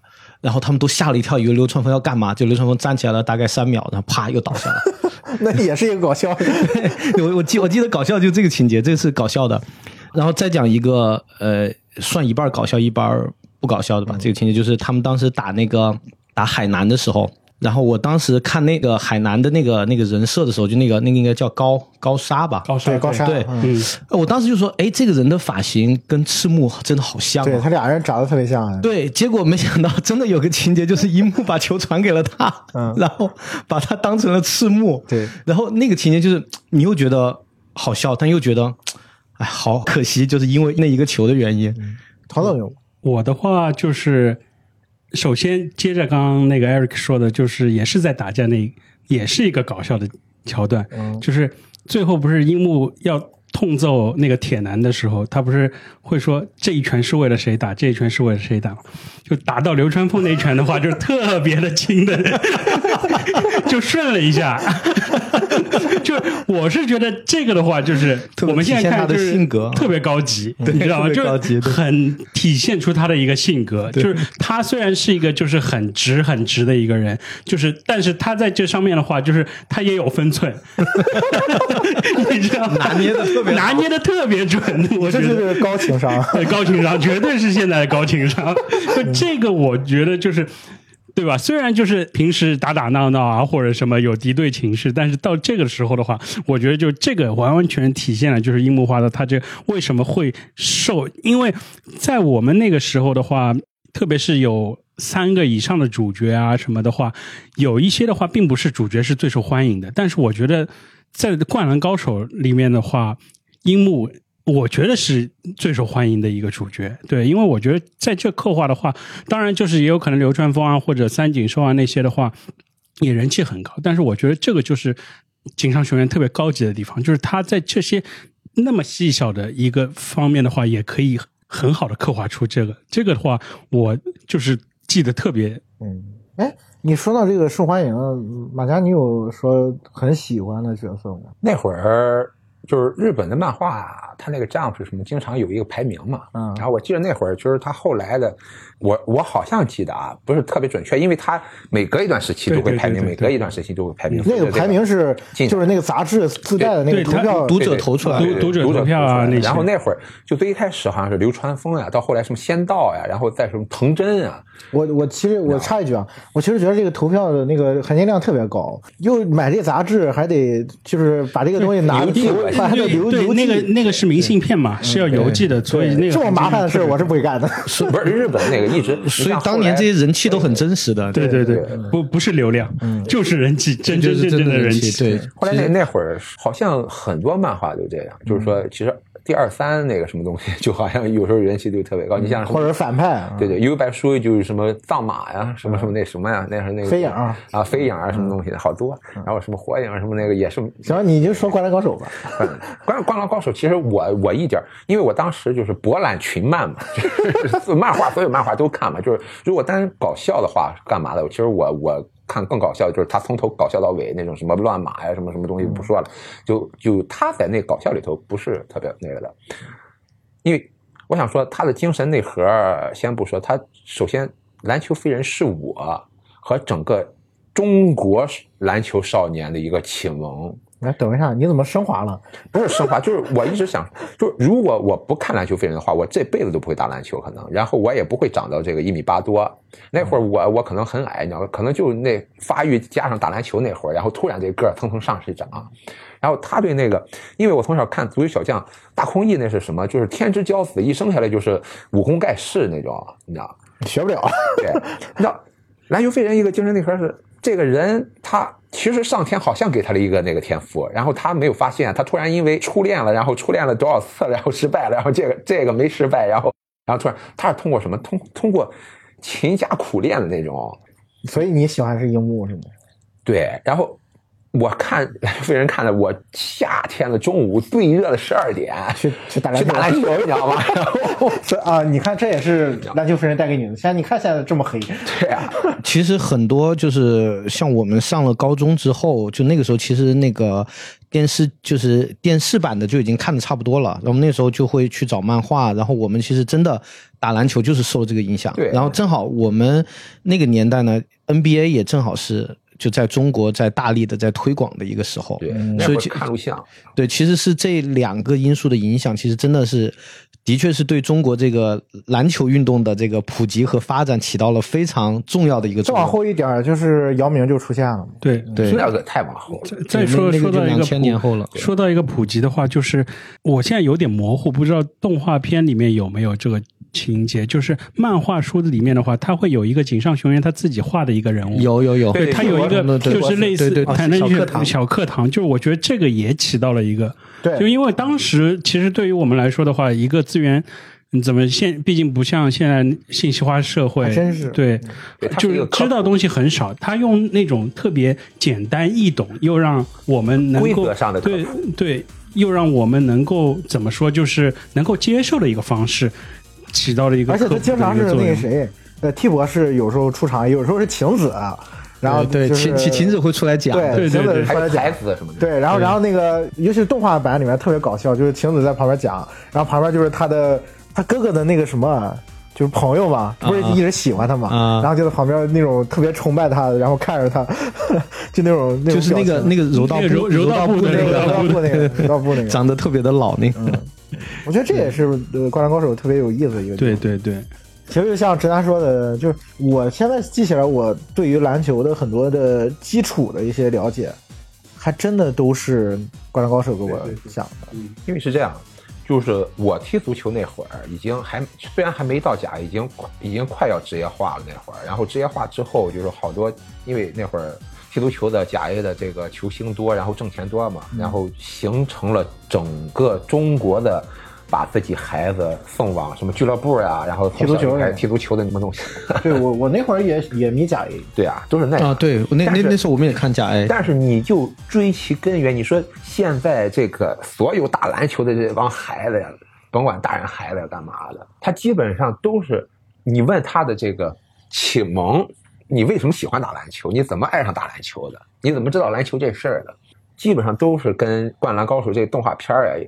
S3: 然后他们都吓了一跳，以为流川枫要干嘛，就流川枫站起来了大概三秒，然后啪又倒下了。
S2: 那也是一个搞笑的。
S3: 我我记我记得搞笑就这个情节，这是搞笑的，然后再讲一个呃，算一半搞笑一半不搞笑的吧。这个情节就是他们当时打那个打海南的时候，然后我当时看那个海南的那个那个人设的时候，就那个那个应该叫高高沙吧。
S4: 高
S2: 对
S4: 沙
S2: 高沙，
S3: 对
S2: 嗯
S4: 嗯，
S3: 呃我当时就说，哎，这个人的发型跟赤木真的好像、
S2: 对
S3: 啊。
S2: 他俩人长得特别像啊。
S3: 对，结果没想到真的有个情节，就是樱木把球传给了他，
S2: 嗯
S3: 然后把他当成了赤木。
S2: 对，
S3: 然后那个情节就是你又觉得好笑，但又觉得，哎，好可惜，就是因为那一个球的原因。
S2: 唐总有
S4: 我的话就是，首先接着刚刚那个 Eric 说的，就是也是在打架那，也是一个搞笑的桥段，
S5: 嗯
S4: 就是最后不是樱木要痛揍那个铁男的时候，他不是会说这一拳是为了谁打，这一拳是为了谁打吗，就打到流川枫那一拳的话， 就是特别的轻的，就顺了一下， 就我是觉得这个的话，就是
S5: 特别
S4: 我们现在看就是
S5: 体现他的性格
S4: 特别高 级，你知道吗？
S5: 特别
S4: 就
S5: 高级对
S4: 很体现出他的一个性格，就是他虽然是一个就是很直很直的一个人，就是但是他在这上面的话，就是他也有分 寸， 你知道吗？
S5: 拿捏得特别好
S4: 拿捏的特别准，我觉
S2: 这
S4: 得
S2: 是高情商。啊
S4: 对， 高情商绝对是现在的高情商。就这个，我觉得就是。对吧？虽然就是平时打打闹闹啊，或者什么有敌对情绪，但是到这个时候的话，我觉得就这个完完全体现了就是樱木花道他这为什么会受，因为在我们那个时候的话，特别是有三个以上的主角啊什么的话，有一些的话并不是主角是最受欢迎的，但是我觉得在《灌篮高手》里面的话，樱木我觉得是最受欢迎的一个主角，对，因为我觉得在这刻画的话，当然就是也有可能流川枫啊或者三井寿啊那些的话，也人气很高，但是我觉得这个就是井上雄彦特别高级的地方，就是他在这些那么细小的一个方面的话，也可以很好的刻画出这个，这个的话我就是记得特别
S2: 嗯，哎，你说到这个受欢迎，马佳，你有说很喜欢的角色吗？
S1: 那会儿就是日本的漫画，它那个 Jump 什么经常有一个排名嘛。
S2: 嗯
S1: 然后我记得那会儿就是它后来的，我我好像记得啊，不是特别准确，因为它每隔一段时期都会排名，
S4: 对对对对
S1: 每隔一段时期都会排名。
S2: 那个排名是
S1: 进
S2: 就是那个杂志自带的那个
S4: 对
S2: 图
S4: 它
S2: 票，
S3: 读
S1: 对
S3: 者
S1: 对
S3: 投出来
S1: 对
S3: 的，
S1: 对
S4: 读者
S1: 读者
S4: 投票啊
S1: 投出来
S4: 那
S1: 的
S4: 些
S1: 然后那会儿就最一开始好像是流川枫呀，到后来什么仙道呀，然后再什么藤真啊，
S2: 我我其实我插一句啊，我其实觉得这个投票的那个含金量特别高，又买这杂志还得就是把这个东西拿
S1: 邮寄过去
S2: 把它
S4: 对
S2: 留嗯
S4: 对
S2: 邮
S4: 那个
S2: 寄，
S4: 那个是明信片嘛，是要邮寄的，所以那个
S2: 这么麻烦的事
S4: 是
S2: 我是不会干的。
S1: 不是日本那个一直。你
S3: 所以
S1: 像后
S3: 当年
S1: 来
S3: 这些人气都很真实的，
S4: 对对对
S1: 对，
S4: 不不是流量，就是人气，真
S3: 嗯就
S4: 真
S3: 是真
S4: 正正
S3: 的
S4: 的人
S3: 气，对。
S1: 后来那那会儿好像很多漫画都这样，就是说其实第二三那个什么东西，就好像有时候人气就特别高。你像什么
S2: 或者反派啊，
S1: 对对，有一本书就是什么藏马呀，什么什么那什么呀，那是那个
S2: 飞影儿
S1: 啊，飞影啊，什么东西的好多，然后什么火影啊什么那个也是。
S2: 行，你就说《灌篮高手》吧。
S1: 灌灌篮高手，其实我我一点儿，因为我当时就是博览群漫嘛，就是漫画所有漫画都看嘛，就是如果单搞笑的话干嘛的，其实我我。看更搞笑的就是他从头搞笑到尾那种什么乱码呀什么什么东西不说了，就就他在那搞笑里头不是特别那个的，因为我想说他的精神内核，先不说他，首先篮球飞人是我和整个中国篮球少年的一个启蒙，
S2: 哎，等一下，你怎么升华了？
S1: 不是升华，就是我一直想，就是如果我不看篮球飞人的话，我这辈子都不会打篮球，可能，然后我也不会长到这个一米八多。那会儿我我可能很矮，你知道吗？可能就那发育加上打篮球那会儿，然后突然这个儿蹭蹭上去长。然后他对那个，因为我从小看《足球小将》，大空翼那是什么？就是天之骄子，一生下来就是武功盖世那种，你知道吗？
S2: 学不了。
S1: 对，那篮球飞人一个精神内核是，这个人他其实上天好像给他了一个那个天赋，然后他没有发现，他突然因为初恋了，然后初恋了多少次，然后失败了，然后这个这个没失败，然后然后突然他是通过什么通通过勤加苦练的那种，
S2: 所以你喜欢是樱木是吗？
S1: 对，然后。我看篮球飞人看的，我夏天的中午最热的十二点
S2: 去去打篮
S1: 去
S2: 球
S1: 打篮球，你知道吗？然后
S2: 这啊，你看这也是篮球飞人带给你的。现在你看现在这么黑，
S1: 对啊，
S3: 其实很多就是像我们上了高中之后，就那个时候其实那个电视就是电视版的就已经看的差不多了，然后那时候就会去找漫画，然后我们其实真的打篮球就是受这个影响，
S1: 对
S3: 然后正好我们那个年代呢，NBA 也正好是。就在中国，在大力的在推广的一个时候，
S1: 对，那
S3: 所
S1: 会
S3: 以
S1: 儿
S3: 其
S1: 看录像，
S3: 对，其实是这两个因素的影响，其实真的是，的确是对中国这个篮球运动的这个普及和发展起到了非常重要的一个
S2: 再
S3: 作
S2: 往
S3: 用。
S2: 后一点儿就是姚明就出现了嘛。
S4: 对
S3: 对
S1: 那个太往后了。
S4: 再
S3: 对那那
S4: 说
S3: 个
S4: 说
S3: 就
S4: 到一个
S3: 2000
S4: 普
S3: 年后了
S4: 说到一个普及的话，就是我现在有点模糊，不知道动画片里面有没有这个情节。就是漫画书里面的话，它会有一个井上雄彦他自己画的一个人物，
S3: 有有有，
S1: 对
S4: 嗯他
S1: 对
S4: 有一个
S3: 对
S4: 就是类似
S3: 对对
S4: 谈论
S3: 小
S4: 一些
S3: 课堂
S4: 小课堂，就是我觉得这个也起到了一个，
S2: 对
S4: 就因为当时其实对于我们来说的话，一个资源。嗯怎么现？毕竟不像现在信息化社会，
S2: 还真是
S4: 对
S1: 对，它是
S4: 就
S1: 一
S4: 是
S1: 个科
S4: 知道东西很少。他用那种特别简单易懂，又让我们能
S1: 规
S4: 够
S1: 则上的科
S4: 对
S1: 普
S4: 对，又让我们能够怎么说，就是能够接受的一个方式，起到了一个
S2: 而且
S4: 科
S2: 他
S4: 普的
S2: 经常
S4: 一
S2: 是
S4: 个作
S2: 那
S4: 用
S2: 个谁，呃，T 博士有时候出场，有时候是晴子，然后
S3: 对
S2: 就是
S3: 秦秦秦子会出来讲的，
S2: 对，
S4: 对
S2: 秦
S4: 对
S2: 子
S4: 对
S1: 还
S2: 出来
S1: 有
S2: 讲
S1: 台，词什么的。
S2: 对，然后然后那个，尤其是动画版里面特别搞笑，就是晴子在旁边讲，然后旁边就是他的他哥哥的那个什么。就是朋友嘛，不是
S3: 啊啊
S2: 一直喜欢他嘛，
S3: 啊
S2: 然后就在旁边那种特别崇拜他，然后看着他， 就那种那种
S3: 就是那个那
S2: 个
S3: 个柔道部
S4: 那个柔
S3: 柔
S4: 柔道
S3: 部
S4: 部
S3: 的
S2: 那
S3: 那
S4: 的
S3: 个
S2: 个 道部那个柔
S4: 柔道部
S2: 道部那个，嗯
S3: 长得特别的老那个，
S2: 我觉得这也是呃《灌篮高手》特别有意思的一个地方。
S4: 对对对，
S2: 其实就像直男说的，就是我现在记起来，我对于篮球的很多的基础的一些了解，还真的都是《灌篮高手》给我讲的。
S1: 因为是这样，就是我踢足球那会儿，已经还虽然还没到甲，已经已经快要职业化了那会儿。然后职业化之后，就是好多因为那会儿踢足球的甲 A 的这个球星多，然后挣钱多嘛，
S2: 嗯
S1: 然后形成了整个中国的。把自己孩子送往什么俱乐部呀、然后从小
S2: 踢足球
S1: 就开始
S2: 的
S1: 踢足球的那么东西，
S2: 对我，我那会儿也也迷甲 A，
S1: 对啊，都是那样
S3: 啊，对，那
S1: 但
S3: 那
S1: 是
S3: 那时候我们也看哎甲 A，
S1: 但是你就追其根源，你说现在这个所有打篮球的这帮孩子呀，甭管大人孩子呀干嘛的，他基本上都是你问他的这个启蒙，你为什么喜欢打篮球？你怎么爱上打篮球的？你怎么知道篮球这事儿的？基本上都是跟《灌篮高手》这动画片儿呀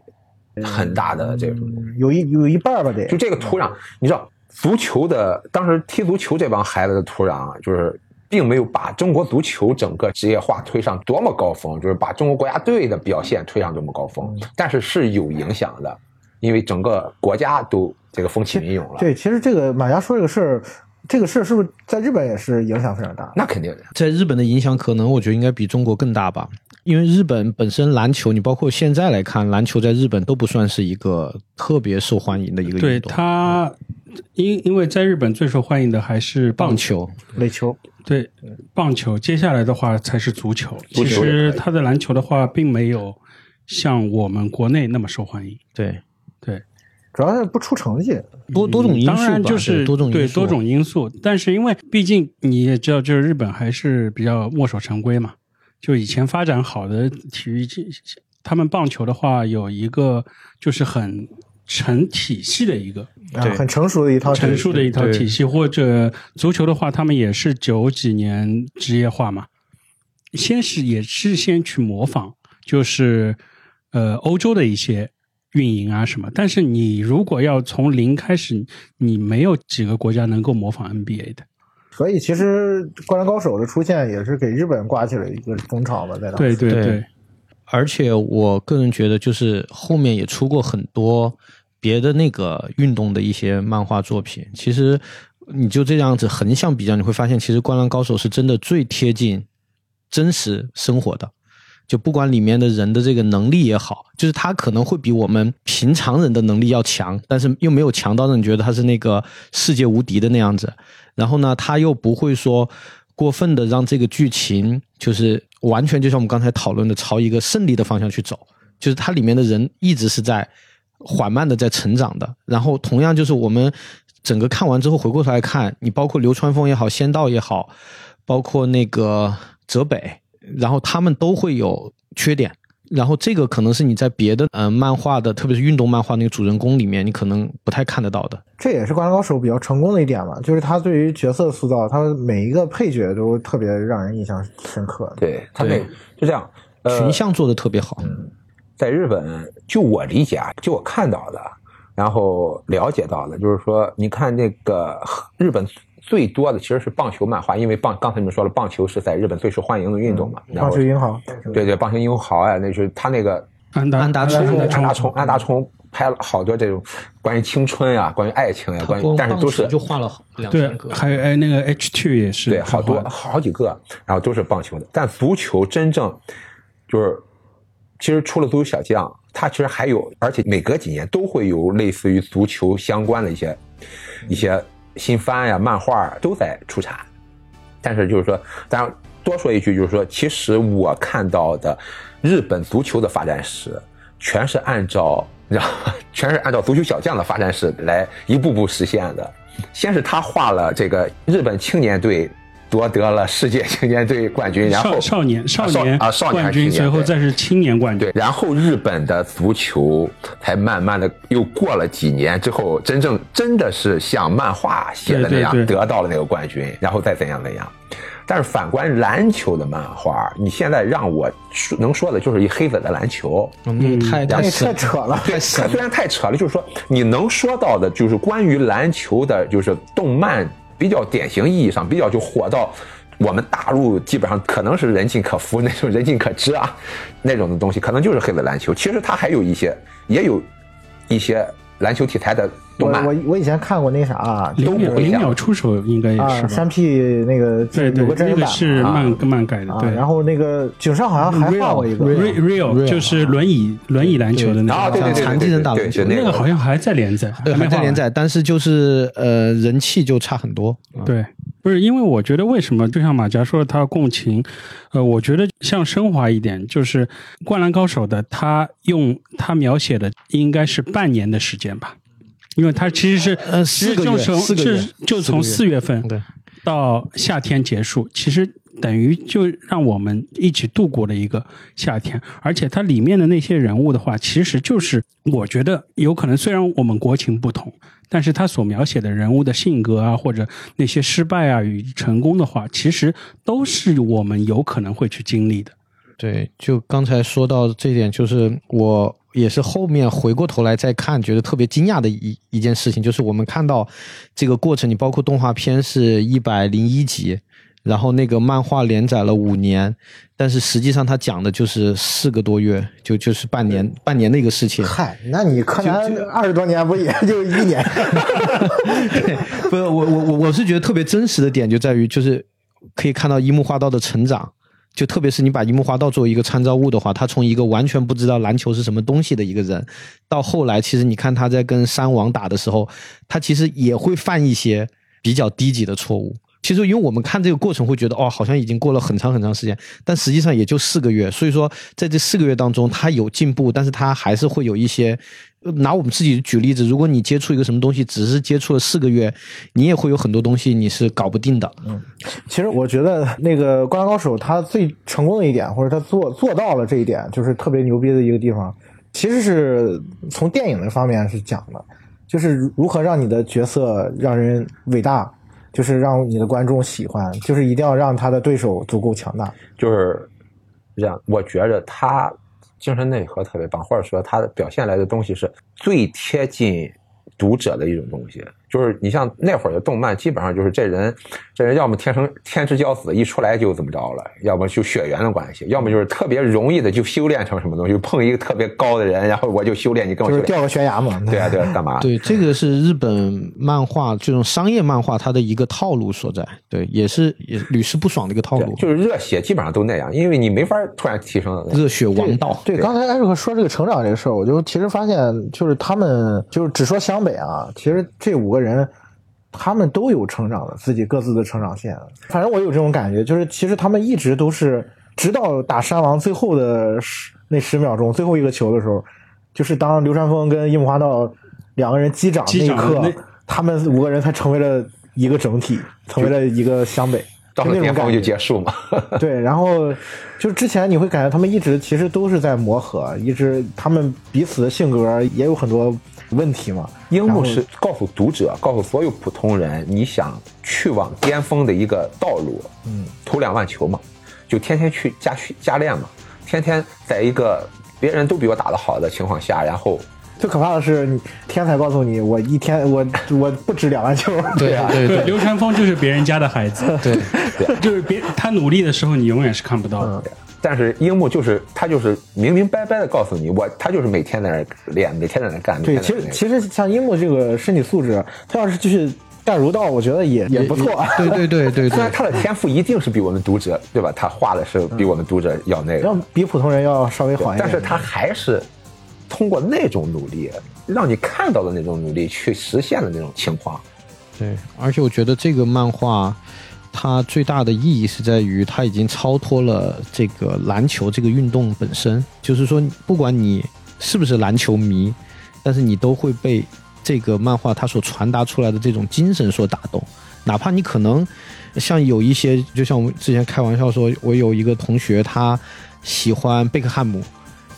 S1: 很大的这种
S2: 嗯有一有一半儿吧得
S1: 就。这个土壤，你知道，足球的当时踢足球这帮孩子的土壤啊，就是并没有把中国足球整个职业化推上多么高峰，就是把中国国家队的表现推上多么高峰，但是是有影响的，因为整个国家都这个风起云涌了。
S2: 对，其实这个马牙说这个事儿，这个事儿是不是在日本也是影响非常大？
S1: 那肯定的，
S3: 在日本的影响可能我觉得应该比中国更大吧，因为日本本身篮球，你包括现在来看，篮球在日本都不算是一个特别受欢迎的一个
S4: 对
S3: 运动。
S4: 他，因因为在日本最受欢迎的还是棒
S3: 棒
S4: 球，
S3: 球，
S2: 垒球，
S4: 对
S3: 嗯
S4: 棒球，接下来的话才是足球。
S1: 足球
S4: 其
S1: 也
S4: 实
S1: 可以
S4: 他的篮球的话，并没有像我们国内那么受欢迎。
S3: 对，
S4: 对，
S2: 主要是不出成绩。
S3: 多多种因素吧，
S4: 嗯当然就
S3: 对
S4: 是
S3: 多种因素啊
S4: 对多种因素，但是因为毕竟你也知道，就是日本还是比较墨守成规嘛。就以前发展好的体育，他们棒球的话有一个就是很成体系的一个
S2: 啊
S3: 对，
S2: 很成熟的一套
S4: 成熟的一套
S3: 对
S4: 体系，或者足球的话，他们也是九几年职业化嘛，先是也是先去模仿，就是呃欧洲的一些运营啊什么。但是你如果要从零开始，你没有几个国家能够模仿 NBA 的。
S2: 所以其实《灌篮高手》的出现也是给日本刮起了一个风潮吧，在那。
S4: 对对
S3: 对
S4: 对
S3: 而且我个人觉得，就是后面也出过很多别的那个运动的一些漫画作品。其实你就这样子横向比较，你会发现，其实《灌篮高手》是真的最贴近真实生活的。就不管里面的人的这个能力也好，就是他可能会比我们平常人的能力要强，但是又没有强到让你觉得他是那个世界无敌的那样子。然后呢，他又不会说过分的让这个剧情就是完全就像我们刚才讨论的，朝一个胜利的方向去走，就是它里面的人一直是在缓慢的在成长的。然后同样就是我们整个看完之后回过头来看，你包括流川枫也好，仙道也好，包括那个泽北，然后他们都会有缺点。然后这个可能是你在别的呃漫画的，特别是运动漫画那个主人公里面，你可能不太看得到的。
S2: 这也是《灌篮高手》比较成功的一点嘛，就是他对于角色塑造，他每一个配角都特别让人印象深刻。
S1: 对他那个就这样，呃
S3: 群像做的特别好，
S1: 在日本，就我理解啊，就我看到的，然后了解到的，就是说，你看那个日本最多的其实是棒球漫画，因为棒刚才你们说了，棒球是在日本最受欢迎的运动嘛。
S3: 嗯
S1: 然
S2: 棒
S1: 后
S2: 球银行，
S1: 对对，棒球英豪呀，那是他那个
S4: 安达
S3: 安达
S4: 充
S1: 安
S3: 充
S1: 达充，安达充拍了好多这种关于青春呀、关于爱情呀、
S3: 他
S1: 关于
S3: 光，
S1: 但是
S3: 棒
S1: 都
S3: 球
S1: 是
S3: 就画了两
S4: 对
S3: 三个，。
S4: 还有哎那个 H two 也是
S1: 对，好多
S4: 他画的
S1: 好几个，然后都是棒球的。但足球真正就是，其实除了足球小将，它其实还有，而且每隔几年都会有类似于足球相关的一些一些新番呀、漫画啊儿都在出产。但是就是说，当然多说一句，就是说，其实我看到的日本足球的发展史，全是按照 你知道，全是按照足球小将的发展史来一步步实现的。先是他画了这个日本青年队夺得了世界青年队冠军，然后
S4: 少少年
S1: 啊
S4: 年
S1: 啊少年还
S4: 冠
S1: 是青年
S4: 军，随后
S1: 对
S4: 再是青年冠军
S1: 对，。然后日本的足球才慢慢的又过了几年之后，真正真的是像漫画写的那样
S4: 对对对
S1: 得到了那个冠军，然后再怎样怎样。但是反观篮球的漫画，你现在让我说能说的就是一黑粉的篮球，
S3: 嗯，太
S2: 那
S3: 太
S2: 也
S3: 神
S2: 哎太扯了。
S1: 对，它虽然太扯了，就是说你能说到的，就是关于篮球的，就是动漫比较典型意义上比较就火到我们大陆基本上可能是人尽可夫那种人尽可知啊那种的东西，可能就是黑子篮球。其实它还有一些，也有一些篮球题材的动
S2: 我
S1: 漫
S2: 我。我以前看过那啥啊，
S1: 都
S4: 零秒
S1: 不一
S4: 零
S1: 样
S4: 秒出手应该也
S2: 啊，
S4: 是吧？
S2: 三 P 那个
S4: 对对
S2: 有个，真
S4: 那
S2: 人
S4: 个
S2: 版
S4: 是
S1: 啊
S4: 漫漫改的
S2: 啊，，
S4: 对。
S2: 然后那个井上好像还画过一个啊
S4: Real Real 就是轮椅轮椅篮球的
S1: 啊，
S4: 那
S1: 对
S4: 个，
S1: 对对，
S3: 残疾人打篮球
S1: 那
S4: 那个好像还在连载，
S3: 对，
S4: 没
S3: 还在
S4: 画
S3: 连
S4: 完
S3: 载，但是就是呃，人气就差很多。
S4: 对，不是因为我觉得为什么就像马甲说的他共情，呃，我觉得像升华一点，就是《灌篮高手》的他用他描写的应该是半年的时间吧，因为他其实是
S3: 呃四个月
S4: 就从
S3: 四个月
S4: 是就从
S3: 四
S4: 四月份
S3: 对，
S4: 到夏天结束，其实等于就让我们一起度过了一个夏天。而且它里面的那些人物的话，其实就是我觉得有可能，虽然我们国情不同，但是他所描写的人物的性格啊，或者那些失败啊与成功的话，其实都是我们有可能会去经历的。
S3: 对，就刚才说到这一点，就是我也是后面回过头来再看，觉得特别惊讶的一一件事情，就是我们看到这个过程，你包括动画片是一百零一集，然后那个漫画连载了五年，但是实际上它讲的就是四个多月，就就是半年半年的一个事情。
S2: 嗨，那你柯南二十多年不也 就一年？
S3: 对， 不是我我我我是觉得特别真实的点就在于，就是可以看到樱木花道的成长，就特别是你把樱木花道作为一个参照物的话，他从一个完全不知道篮球是什么东西的一个人，到后来其实你看他在跟山王打的时候，他其实也会犯一些比较低级的错误。其实，因为我们看这个过程会觉得，哦，好像已经过了很长很长时间，但实际上也就四个月。所以说，在这四个月当中，他有进步，但是他还是会有一些。呃拿我们自己举例子，如果你接触一个什么东西，只是接触了四个月，你也会有很多东西你是搞不定的。
S2: 其实我觉得那个《灌篮高手》他最成功的一点，或者他做做到了这一点，就是特别牛逼的一个地方，其实是从电影的方面是讲的，就是如何让你的角色让人伟大，就是让你的观众喜欢，就是一定要让他的对手足够强大。
S1: 就是这样。我觉着他精神内核特别棒，或者说他表现来的东西是最贴近读者的一种东西。就是你像那会儿的动漫，基本上就是这人，这人要么天生天之骄子，一出来就怎么着了，要么就血缘的关系，要么就是特别容易的就修炼成什么东西，就碰一个特别高的人，然后我就修炼，你跟我
S2: 就是
S1: 修炼。
S2: 掉个悬崖嘛。
S1: 对啊，对啊，干嘛？
S3: 对，这个是日本漫画这种商业漫画它的一个套路所在，对，也是也屡试不爽的一个套
S1: 对啊
S3: 路，
S1: 就是热血基本上都那样，因为你没法突然提升的。
S3: 热血王道。
S2: 对，刚才艾瑞克说这个成长这个事儿，我就其实发现，就是他们就是只说湘北啊，其实这五个人，他们都有成长的，自己各自的成长线。反正我有这种感觉，就是其实他们一直都是，直到打山王最后的十那十秒钟，最后一个球的时候，就是当流川枫跟樱木花道两个人击掌那
S4: 击
S2: 一
S4: 掌
S2: 刻
S4: 那，
S2: 他们五个人才成为了一个整体，成为了一个湘北。
S1: 到
S2: 就
S1: 了
S2: 那种
S1: 巅
S2: 感
S1: 峰
S2: 觉
S1: 就结束嘛。
S2: 对，然后就是之前你会感觉他们一直其实都是在磨合，一直他们彼此的性格也有很多问题嘛。
S1: 樱木是告诉读者，告诉所有普通人，你想去往巅峰的一个道路，嗯，投两万球嘛，就天天去加训加练嘛，天天在一个别人都比我打得好的情况下，然后
S2: 最可怕的是，你天才告诉你，我一天 我我不止两万球。
S3: 对啊对
S4: 对，
S3: 对
S4: 流川枫就是别人家的孩子，
S3: 对，
S4: 就是别他努力的时候，你永远是看不到的。
S1: 但是樱木就是他就是明明白白的告诉你，我他就是每天在那儿练，每天在那儿干，
S2: 对，啊
S1: 每
S2: 其
S1: 天在
S2: 实
S1: 那儿
S2: 其实像樱木这个身体素质，他要是继续干柔道，我觉得也也不错。
S3: 对对对 对
S1: 虽然
S3: 对，
S1: 他的天赋一定是比我们读者对吧？他画的是比我们读者要那个，
S2: 要比普通人要稍微好一点，
S1: 但是他还是通过那种努力，让你看到的那种努力去实现的那种情况。
S3: 对，而且我觉得这个漫画，它最大的意义是在于它已经超脱了这个篮球这个运动本身，就是说，不管你是不是篮球迷，但是你都会被这个漫画它所传达出来的这种精神所打动，哪怕你可能像有一些，就像我们之前开玩笑说，我有一个同学他喜欢贝克汉姆，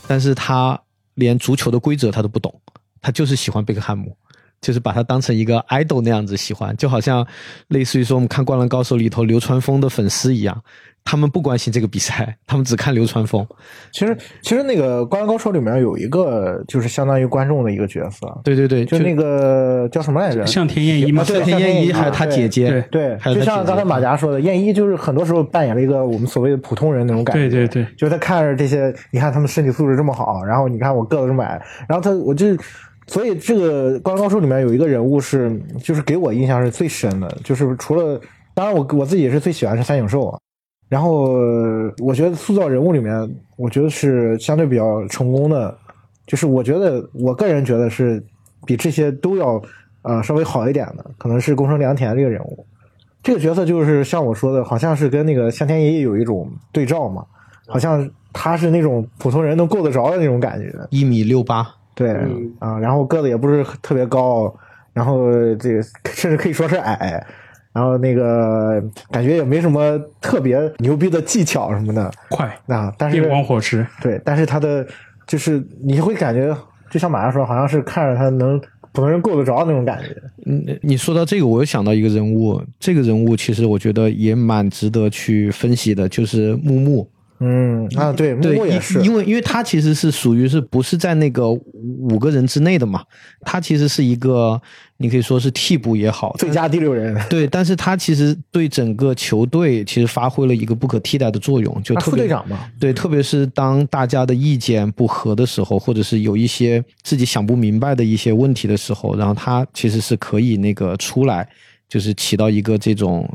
S3: 但是他连足球的规则他都不懂，他就是喜欢贝克汉姆。就是把它当成一个 idol 那样子喜欢，就好像类似于说我们看《灌篮高手》里头流川枫的粉丝一样，他们不关心这个比赛，他们只看流 川枫。
S2: 其实其实那个《灌篮高手》里面有一个就是相当于观众的一个角色，
S3: 对对对，
S2: 就那个叫什么来着？
S4: 像田燕一嘛
S2: 啊，对
S3: 天燕一
S2: 像
S3: 还有他姐姐，
S4: 对
S2: 对，
S3: 还有
S2: 就
S3: 他
S2: 像
S3: 姐
S2: 刚才
S3: 姐
S2: 马甲说的，燕一就是很多时候扮演了一个我们所谓的普通人那种感觉。
S4: 对对对，
S2: 就是他看着这些，你看他们身体素质这么好，然后你看我个子这么矮，然后他我就，所以这个《灌篮高手》里面有一个人物是，就是给我印象是最深的，就是除了当然我我自己也是最喜欢是三井寿啊，然后呃我觉得塑造人物里面，我觉得是相对比较成功的，就是我觉得我个人觉得是比这些都要呃稍微好一点的，可能是宫城良田这个人物。这个角色就是像我说的，好像是跟那个向天一有一种对照嘛，好像他是那种普通人能够得着的那种感觉，
S3: 一米六八，
S2: 对啊、然后个子也不是特别高，然后这个甚至可以说是矮，然后那个感觉也没什么特别牛逼的技巧什么的
S4: 快
S2: 啊，但是
S4: 电光火石，
S2: 对，但是他的就是你会感觉，就像马上说，好像是看着他能普通人够得着的那种感觉，
S3: 嗯，你说到这个，我又想到一个人物，这个人物其实我觉得也蛮值得去分析的，就是木木。
S2: 嗯啊，对，木
S3: 对，
S2: 木也
S3: 因
S2: 是，
S3: 因为因为他其实是属于是不是在那个五五个人之内的嘛？他其实是一个，你可以说是替补也好，
S2: 最佳第六人，
S3: 对，但是他其实对整个球队其实发挥了一个不可替代的作用，就
S2: 啊
S3: 特
S2: 副
S3: 别
S2: 队长嘛，
S3: 对，特别是当大家的意见不合的时候，或者是有一些自己想不明白的一些问题的时候，然后他其实是可以那个出来，就是起到一个这种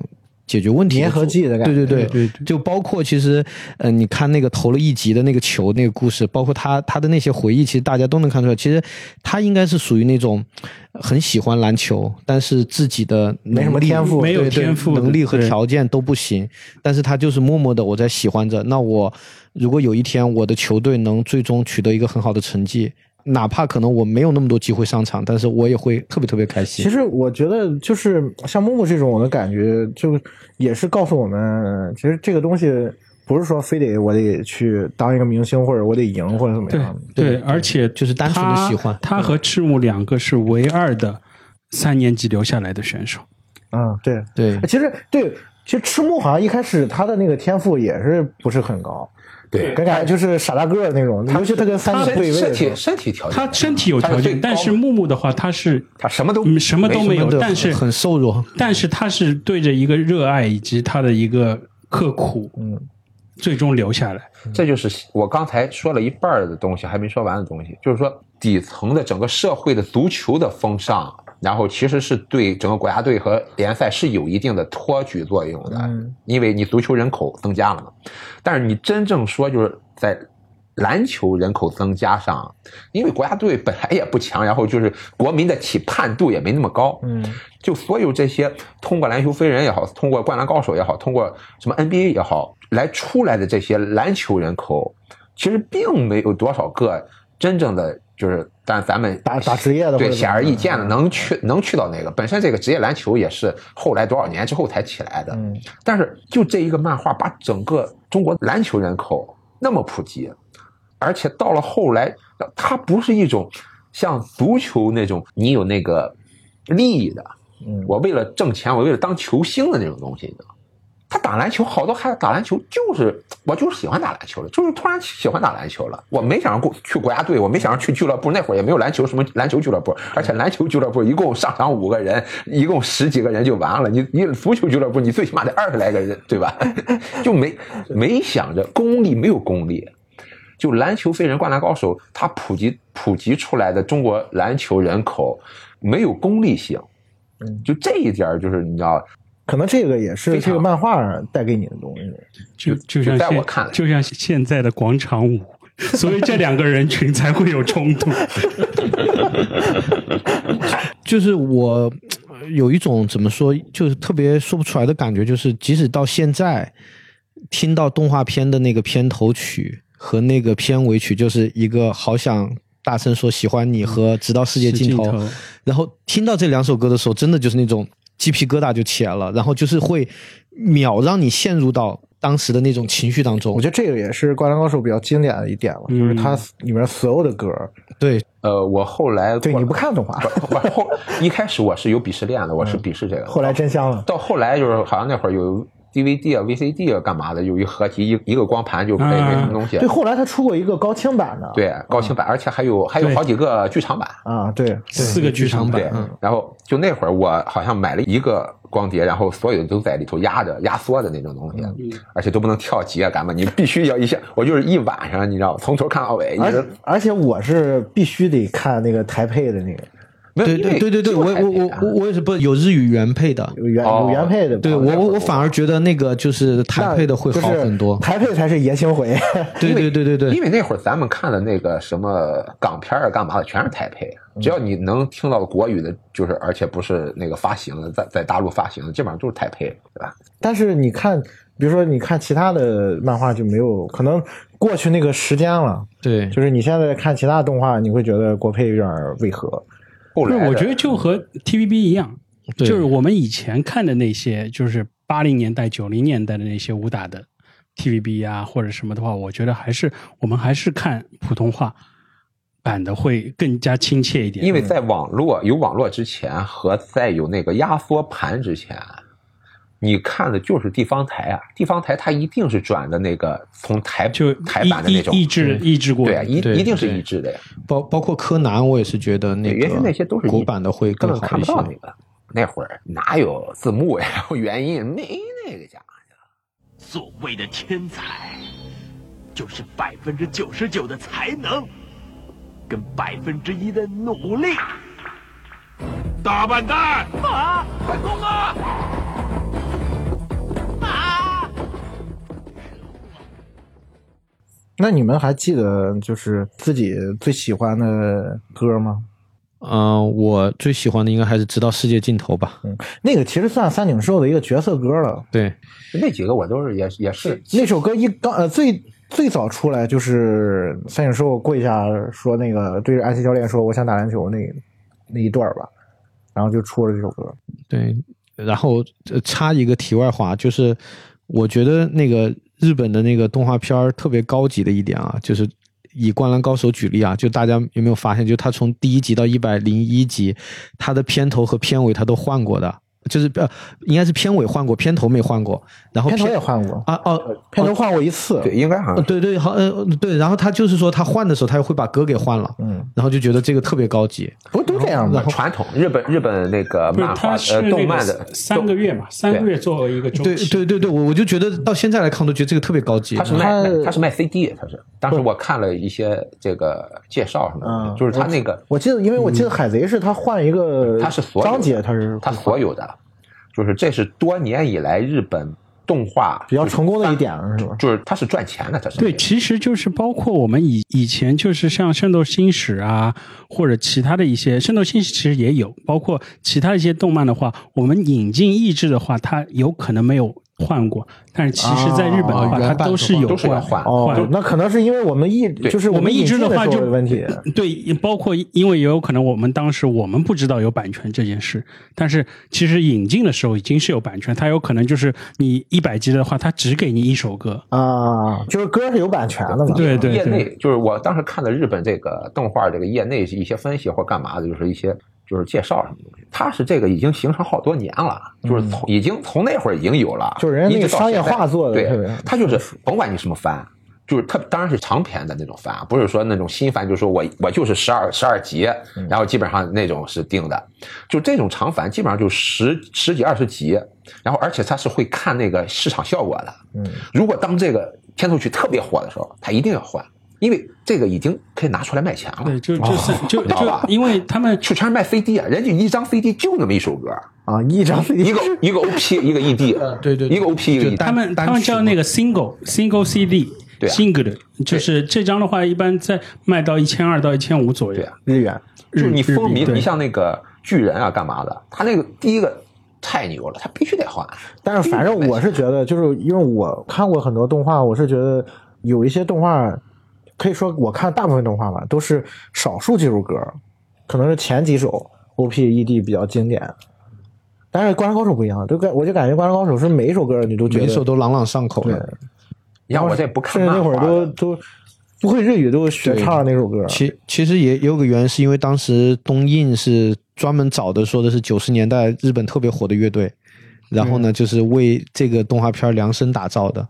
S3: 解决问题的
S2: 粘合
S3: 作
S2: 剂的感觉，
S3: 对对对
S4: 对对
S3: 就包括其实，呃，你看那个投了一集的那个球那个故事，包括他他的那些回忆，其实大家都能看出来，其实他应该是属于那种呃很喜欢篮球，但是自己的
S2: 没什么
S3: 能力
S2: 天赋
S4: 没有
S3: 对对
S4: 天赋的
S3: 能力和
S4: 对
S3: 条件都不行，但是他就是默默的我在喜欢着。那我如果有一天我的球队能最终取得一个很好的成绩。哪怕可能我没有那么多机会上场，但是我也会特别特别开心。
S2: 其实我觉得，就是像木木这种，我的感觉就也是告诉我们，其实这个东西不是说非得我得去当一个明星，或者我得赢，或者怎么样。
S4: 对，而且
S3: 就是单纯的
S4: 他
S3: 喜欢
S4: 他和赤木两个是唯二的三年级留下来的选手，
S2: 嗯，对。
S3: 对，
S2: 其实对，其实赤木好像一开始他的那个天赋也是不是很高，
S1: 对，
S2: 感觉就是傻大个儿那种，尤其他跟三井对位
S1: 身
S2: 的时
S1: 体
S2: 候，
S1: 身体条件，
S4: 他身体有条
S1: 呃他是最
S4: 件，
S1: 高
S4: 但是
S1: 的
S4: 木木的话，他是
S1: 他什么都
S4: 嗯什么都没
S3: 真
S4: 有，
S3: 的
S4: 但
S3: 很
S4: 是
S3: 很瘦弱，
S4: 但是他是对着一个热爱以及他的一个刻苦，嗯，最终留下来。
S1: 这就是我刚才说了一半儿的东西，还没说完的东西，就是说底层的整个社会的足球的风尚，然后其实是对整个国家队和联赛是有一定的托举作用的，因为你足球人口增加了嘛。但是你真正说就是在篮球人口增加上，因为国家队本来也不强，然后就是国民的期盼度也没那么高，
S2: 嗯，
S1: 就所有这些通过篮球飞人也好，通过灌篮高手也好，通过什么 NBA 也好，来出来的这些篮球人口，其实并没有多少个真正的就是，但咱们
S2: 打打职业的或者
S1: 对
S2: 嗯怎么
S1: 显
S2: 样
S1: 而易见的能去能去到那个。本身这个职业篮球也是后来多少年之后才起来的，
S2: 嗯
S1: 但是就这一个漫画把整个中国篮球人口那么普及，而且到了后来，它不是一种像足球那种你有那个利益的，
S2: 嗯
S1: 我为了挣钱，我为了当球星的那种东西呢。他打篮球，好多孩子打篮球就是我就是喜欢打篮球了，就是突然喜欢打篮球了。我没想过去国家队，我没想着去俱乐部，那会儿也没有篮球什么篮球俱乐部，而且篮球俱乐部一共上场五个人，一共十几个人就完了。你你足球俱乐部你最起码得二十来个人，对吧？ 就没没想着功利，没有功利。就篮球飞人、灌篮高手，它普及普及出来的中国篮球人口没有功利性，就这一点儿就是你知道，
S2: 可能这个也是
S1: 非常
S2: 这个漫画带给你的东西。
S4: 就就像
S1: 在
S4: 现
S1: 我看来
S4: 就像现在的广场舞，所以这两个人群才会有冲突。
S3: 就是我呃有一种怎么说，就是特别说不出来的感觉，就是即使到现在，听到动画片的那个片头曲和那个片尾曲，就是一个好想。大声说喜欢你和直到世界尽头，
S4: 是镜头
S3: 然后听到这两首歌的时候，真的就是那种鸡皮疙瘩就起来了，然后就是会秒让你陷入到当时的那种情绪当中
S2: 我。觉得这个也是《灌篮高手》比较经典的一点
S1: 嗯
S2: 了，就是它里面所有的歌，
S3: 对，
S1: 呃，我后来
S2: 对
S1: 过了
S2: 你不看动画，
S1: 不不后一开始我是有鄙视链的，我是鄙视这个的。
S2: 后来真香了。
S1: 到后来就是好像那会儿有 DVD 啊、VCD 啊干嘛的，有一合集一一个光盘就没没什么东西
S2: 嗯对，。嗯后来他出过一个高清版的，
S1: 对，高清版，而且还有还有
S4: 对
S1: 好几个剧场版。
S2: 啊，对，
S4: 四个剧场
S1: 对
S4: 版，，
S3: 嗯
S1: 然后就那会儿我好像买了一个光碟，然后所有的都在里头压着压缩的那种东
S3: 嗯
S1: 西，而且都不能跳级啊，干嘛？你必须要一下，我就是一晚上，你知道，从头看到尾，一
S3: 哎
S2: 而
S1: 直
S2: 且而且我是必须得看那个台配的那个
S1: 没有
S3: 对
S1: 因
S3: 对
S1: 为
S3: 对对对，
S1: 就
S3: 我
S1: 是
S3: 我我
S1: 海
S3: 我
S1: 淀
S3: 我也是不有日语原配的，
S2: 有原
S1: 哦
S2: 有原配的版本，
S3: 对我我我反而觉得那个就是
S2: 那
S3: 台配的会好很多
S2: 就是。台配才是爷青回，
S3: 对对对对对
S1: 因为那会儿咱们看的那个什么港片儿啊干嘛的，全是台配，
S3: 嗯
S1: 只要你能听到国语的，就是而且不是那个发行的，在在大陆发行的，基本上都是台配，对吧？
S2: 但是你看，比如说你看其他的漫画就没有，可能过去那个时间了，
S3: 对，
S2: 就是你现在看其他动画，你会觉得国配有点违和，
S1: 后
S4: 不
S1: 来
S4: 是，
S1: 的
S4: 我觉得就和 TVB 一样，
S3: 对
S4: 就是我们以前看的那些，就是八零年代、九零年代的那些武打的 TVB 啊或者什么的话，我觉得还是我们还是看普通话版的会更加亲切一点，
S1: 因
S4: 为
S1: 为在网络有网络之前和在有那个压缩盘之前，你看的就是地方台啊，地方台它一定是转的那个从台
S4: 就
S1: 台版的
S4: 抑
S1: 那种
S4: 抑，制抑制过
S1: 对啊，一
S3: 对
S1: 一定是
S3: 对
S1: 一致的呀。
S3: 包包括柯南，我也是觉得那
S1: 对
S3: 个
S1: 原先那些都是
S3: 国
S1: 一
S3: 版的会
S1: 根本
S3: 更好
S1: 看
S3: 一
S1: 不
S3: 些
S1: 到。那个。那会儿哪有字幕呀？然后原因没那个家伙。
S5: 所谓的天才，就是百分之九十九的才能，跟百分之一的努力。大笨蛋！啊！快攻啊！啊！
S2: 那你们还记得就是自己最喜欢的歌吗？
S3: 嗯、我最喜欢的应该还是《直到世界尽头》吧。
S1: 嗯
S2: 那个其实算三井寿的一个角色歌了。
S3: 对，
S1: 那几个我都是也也是
S2: 那首歌一刚呃最最早出来就是三井寿跪下说那个对着安西教练说我想打篮球那那一段吧，然后就出了这首歌。
S3: 对，然后呃插一个题外话，就是我觉得那个日本的那个动画片儿特别高级的一点啊，就是以《灌篮高手》举例啊，就大家有没有发现，就它从第一集到一百零一集，它的片头和片尾它都换过的，就是呃，应该是片尾换过，片头没换过，然后
S2: 片头也换过，
S3: 啊哦。
S2: 片头换过一次。
S1: 对，应该好
S3: 呃
S4: 嗯
S1: 像
S3: 对对，好，呃，对，然后他就是说，他换的时候，他又会把歌给换了，
S2: 嗯，
S3: 然后就觉得这个特别高级，
S2: 不是都这样吗？
S1: 传统日本日本那个
S4: 不是
S1: 漫画
S4: 它是
S1: 呃
S4: 那个
S1: 动漫的
S4: 三个，月嘛，三个月作为一个周
S3: 对
S4: 期，
S3: 对对对，我我就觉得到现在来看，我都觉得这个特别高级。
S1: 他是卖
S2: 它
S1: 他是卖 CD，他是当时我看了一些这个介绍什么
S2: 嗯
S1: 的，就是他那个
S2: 我记得，因为我记得海贼是他换一个
S1: 嗯他是所有的
S2: 章节，他是
S1: 他所有的，就是这是多年以来日本动画
S2: 比较成功的一点是吧？
S1: 就是他是赚钱的，他是
S4: 对，其实就是包括我们以以前就是像《圣斗士星矢》啊，或者其他的一些《圣斗士星矢》其实也有，包括其他一些动漫的话，我们引进译制的话，它有可能没有换过，但是其实在日本的话，
S2: 啊
S4: 它都是有
S1: 都是要换
S2: 哦，那可能是因为我们一就是
S4: 我
S2: 们
S4: 们
S2: 一
S4: 一
S2: 直
S4: 直
S2: 的
S4: 话
S2: 时候
S4: 就
S2: 有 问题。
S4: 对，包括因为也有可能我们当时我们不知道有版权这件事，但是其实引进的时候已经是有版权，它有可能就是你一百集的话，它只给你一首歌。
S2: 啊，就是歌是有版权的嘛？
S4: 对对
S1: 业
S4: 对，
S1: 内就是我当时看的日本这个动画这个业内一些分析或干嘛的，就是一些就是介绍什么东西。它是这个已经形成好多年了，就是从已经从那会儿已经有了，
S2: 嗯就是人家那个
S1: 一直到
S2: 商业
S1: 现在
S2: 化做的特别
S1: 对，它就是甭管你什么番。就是特当然是长篇的那种番，啊不是说那种新番，就是说我我就是十二十二集，
S3: 嗯
S1: 然后基本上那种是定的，就这种长番基本上就十十几二十集，然后而且它是会看那个市场效果的，
S3: 嗯
S1: 如果当这个片头曲特别火的时候，他一定要换，因为这个已经可以拿出来卖钱了。
S4: 对，就就三就
S1: 你知道啊吧
S4: 就，因为他们
S1: 就全是卖 CD 啊，人家一张 CD 就那么一首歌，
S2: 啊，一张
S1: 一个一个 OP 一个 ED，
S3: 呃对对对
S1: 一个 OP 一个 E
S3: 就
S1: ED，
S3: 单
S4: 他们
S3: 单
S4: 他们
S3: 曲嘛
S4: 叫那个 single single CD。
S1: 对啊
S4: single 就是这张的话，一般在卖到一千二到一千五左右
S1: 对啊。
S2: 日元，
S1: 就是你风
S4: 日币
S1: 靡，
S4: 对
S1: 你像那个巨人啊干嘛的，他那个第一个太牛了，他必须得换。
S2: 但是反正我是觉得，就是因为我看过很多动画，我是觉得有一些动画，可以说我看大部分动画吧，都是少数几首歌，可能是前几首 O P E D 比较经典，但是《灌篮高手》不一样，就感我就感觉《灌篮高手》是每一首歌你都觉得
S3: 每一首都朗朗上口的。
S1: 你看我这不看
S2: 甚至
S1: 漫
S2: 那会儿
S1: 画
S2: 都
S1: 的
S2: 都不会日语都学唱那首歌。
S3: 其其实也也有个原因，是因为当时东映是专门找的，说的是九十年代日本特别火的乐队，然后呢，就是为这个动画片量身打造的，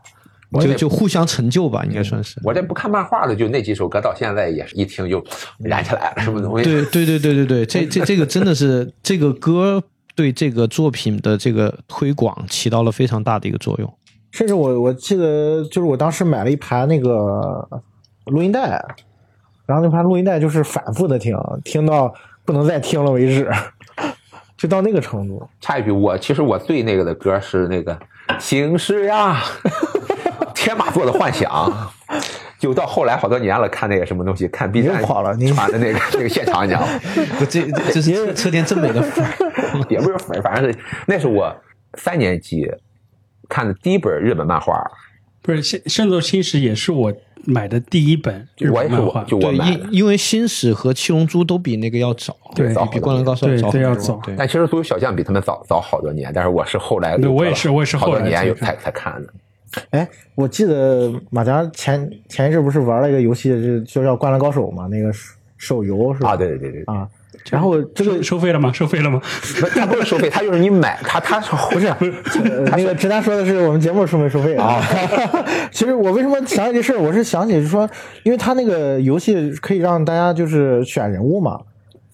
S1: 我
S3: 就
S1: 得
S3: 就互相成就吧，应该算是。
S1: 我这不看漫画的，就那几首歌到现在也是一听就燃起来了，什么东西？
S3: 对对对对对对，这这这个真的是这个歌对这个作品的这个推广起到了非常大的一个作用。
S2: 甚至我我记得，就是我当时买了一盘那个录音带，然后那盘录音带就是反复的听，听到不能再听了为止，就到那个程度。
S1: 插一句，我其实我最那个的歌是那个《情诗啊》， 天马座的幻想。就到后来好多年了，看那个什么东西，看 B
S2: 经
S1: 站
S2: 垮了您
S1: 传的那个那个现场，你知道吗？
S3: 不，这这是车田正美的粉儿。
S1: 也不是粉儿，反正是那是我三年级看的第一本日本漫画，
S4: 不是《圣圣斗星矢》也是我买的第一本日
S1: 我也
S4: 本
S1: 是
S4: 漫
S1: 我
S4: 画，
S1: 就我
S3: 对，
S1: 买的
S3: 因。因为新史和七龙珠都比那个要早，
S4: 对
S3: 比比灌篮高手
S4: 对
S3: 早
S4: 这
S3: 很
S4: 要
S3: 多
S4: 早
S3: 对，
S1: 但其实足球小将比他们早早好多年，但是我是后来
S4: 对我
S1: 隔
S4: 也
S1: 了
S4: 是我也是
S1: 好
S4: 后
S1: 多
S4: 来
S1: 年
S4: 才
S1: 有
S4: 看
S1: 才才看的。
S2: 哎，我记得马甲前前一阵不是玩了一个游戏，就就叫《灌篮高手》嘛，那个手手游是吧？
S1: 啊，对对对对，
S2: 啊，然后这个
S4: 收收费了吗？收费了吗？
S1: 不他不是收费，他就是你买，他他是不 是
S2: 呃，那个直男说的是我们节目收没收费啊？ 其实我为什么想起这事儿，我是想起说，因为他那个游戏可以让大家就是选人物嘛。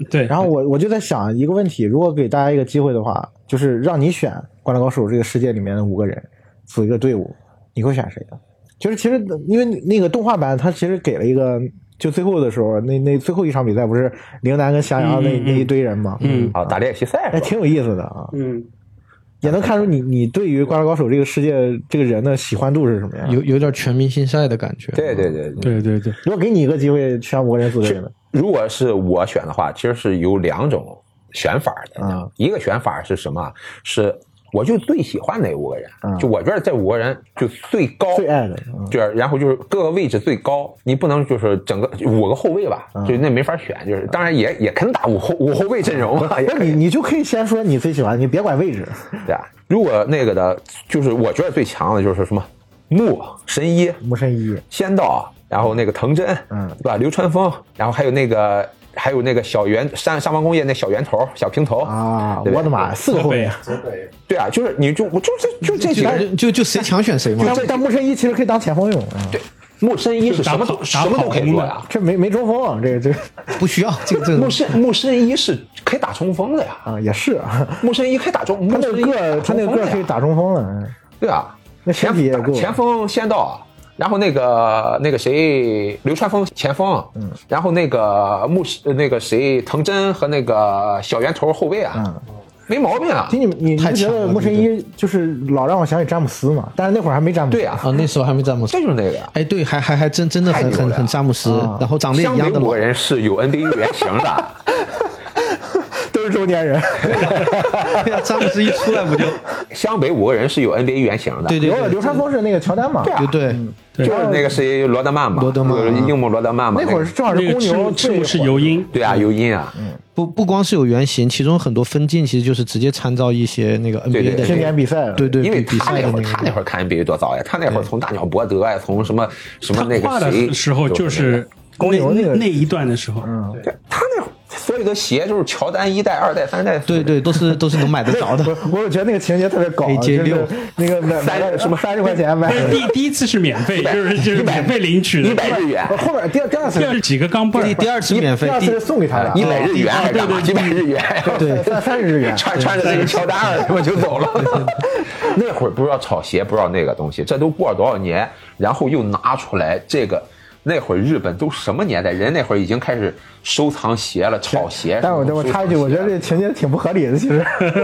S4: 对，
S2: 然后我我就在想一个问题，如果给大家一个机会的话，就是让你选《灌篮高手》这个世界里面的五个人组一个队伍，你会选谁呢？就是其实因为那个动画版，它其实给了一个，就最后的时候，那那最后一场比赛不是陵南跟翔阳那、
S4: 嗯嗯嗯
S2: 那一堆人嘛，
S4: 嗯
S1: 啊打练习赛
S2: 哎，
S1: 是吧？
S2: 挺有意思的啊。
S4: 嗯，
S2: 也能看出你你对于《灌篮高手》这个世界这个人的喜欢度是什么样。
S3: 有有点全明星赛的感觉。
S1: 对对对对。
S4: 对对对，
S2: 如果给你一个机会选五个人组队呢？
S1: 如果是我选的话，其实是有两种选法的。
S2: 嗯
S1: 一个选法是什么？是我就最喜欢哪五个人，
S2: 嗯
S1: 就我觉得这五个人就最高
S2: 最爱的，嗯
S1: 对，然后就是各个位置最高，你不能就是整个五个后卫吧，
S2: 嗯
S1: 就那没法选，就是当然也也肯打五后五后卫阵容
S4: 哎
S1: 啊，也
S2: 那
S1: 可
S2: 你
S1: 以
S2: 你就可以先说你最喜欢，你别管位置。
S1: 对啊。如果那个的，就是我觉得最强的就是什么木神医、
S2: 木神一，
S1: 仙道，然后那个藤真，
S2: 嗯
S1: 对吧？流川枫，然后还有那个还有那个小圆山上方工业那小圆头小平头
S2: 啊，
S1: 对
S2: 我的妈，四个后卫。
S1: 对啊，就是你就我就这就这几个人
S3: 就就就谁强选谁嘛。
S2: 但但木神一其实可以当前锋用，啊，
S1: 对。木神医是
S4: 就打
S1: 什么
S4: 跑
S1: 都
S4: 打
S1: 什么都可以
S4: 跑
S1: 做
S4: 轰
S1: 呀，
S2: 这没没中锋啊，这这
S3: 不需要这个这个
S1: 木神木神医是可以打冲锋的呀，
S2: 啊也是啊，
S1: 木神一可以打中，
S2: 他
S1: 木
S2: 那
S1: 神
S2: 个
S1: 一
S2: 个儿
S1: 打
S2: 他
S1: 中
S2: 那
S1: 锋的
S2: 个个儿
S1: 呀
S2: 可以打中锋了。嗯
S1: 对啊，
S2: 那身
S1: 前
S2: 体也够
S1: 前锋先到，然后那个那个谁流川枫前锋，嗯，然后那个木呃那个谁藤真和那个小圆头后卫啊，没毛病啊
S2: 其，实你你你
S3: 太
S2: 不觉
S3: 强
S2: 得
S3: 了
S2: 木神一就是老让我想起詹姆斯嘛？但是那会儿还没詹姆斯。
S1: 对啊，
S3: 啊，那时候还没詹姆斯
S1: 这。就是那个呀。
S3: 哎，对，还还还真真的
S1: 太
S3: 很
S1: 牛
S3: 很
S1: 了
S3: 很詹姆斯，然后长得也一
S1: 湘
S3: 样
S1: 北
S3: 的
S1: 五
S3: 老
S1: 个，人是有 NBA 原型的，
S2: 都是中年人。
S3: 对呀，詹姆斯一出来不就
S1: 湘北五个人是有 NBA 原型的，
S3: 对对
S2: 刘
S3: 对
S2: 流川枫是那个乔丹嘛？
S1: 对啊
S3: 对对，
S1: 就是那个谁罗德曼嘛，
S3: 罗德曼
S1: 就是樱木罗德曼嘛，
S2: 那会儿
S1: 个
S2: 是正好
S4: 那
S2: 是
S4: 个
S2: 公
S4: 赤
S2: 牛
S4: 木赤
S2: 最
S4: 木是
S2: 火
S4: 尤因，
S1: 对啊，尤因啊，
S3: 不不光是有原型，其中很多分镜其实就是直接参照一些那个
S1: 对
S3: NBA 的
S2: 经典比赛，
S3: 对对，
S1: 因为
S3: 比比
S1: 他
S3: 赛
S1: 那
S3: 的
S1: 会儿
S3: 那
S1: 他
S3: 个
S1: 那会儿看 NBA 多早呀，他那会儿从大鸟伯德呀，从什么什么
S4: 他
S1: 那
S4: 画
S1: 个谁
S4: 的时候就是
S2: 公牛那
S4: 那
S2: 个嗯
S4: 那一段的时候，
S1: 对他那会儿所有的鞋就是乔丹一代、二代、三代，
S3: 对对，都是都是能买得 着的。
S2: 我我觉得那个情节特别搞，啊
S3: AJ
S2: 就是
S3: 六
S2: 那个买
S1: 三
S2: 买
S1: 什么
S2: 三十块钱买
S4: 但，是第第一次是免费，就是就是免费领取
S1: 一
S4: 的，
S1: 百日元，
S2: 后边第二第二次
S4: 第二几个钢镚
S3: 第
S4: 儿，
S3: 第二次免费
S2: 第二，次
S3: 第
S2: 是送给他的，
S1: 啊一百日元还是干嘛？
S4: 哦对
S1: 一百日元，
S2: 对三三十日元，
S1: 穿穿着那个乔丹二他妈就走了。那会儿不知道炒鞋，不知道那个东西，这都过了多少年，然后又拿出来这个。那会儿日本都什么年代？人那会儿已经开始收藏鞋了，炒鞋。
S2: 但我
S1: 什
S2: 我
S1: 么收藏
S2: 插一句，我觉
S1: 鞋
S2: 得这情节挺不合理的，其实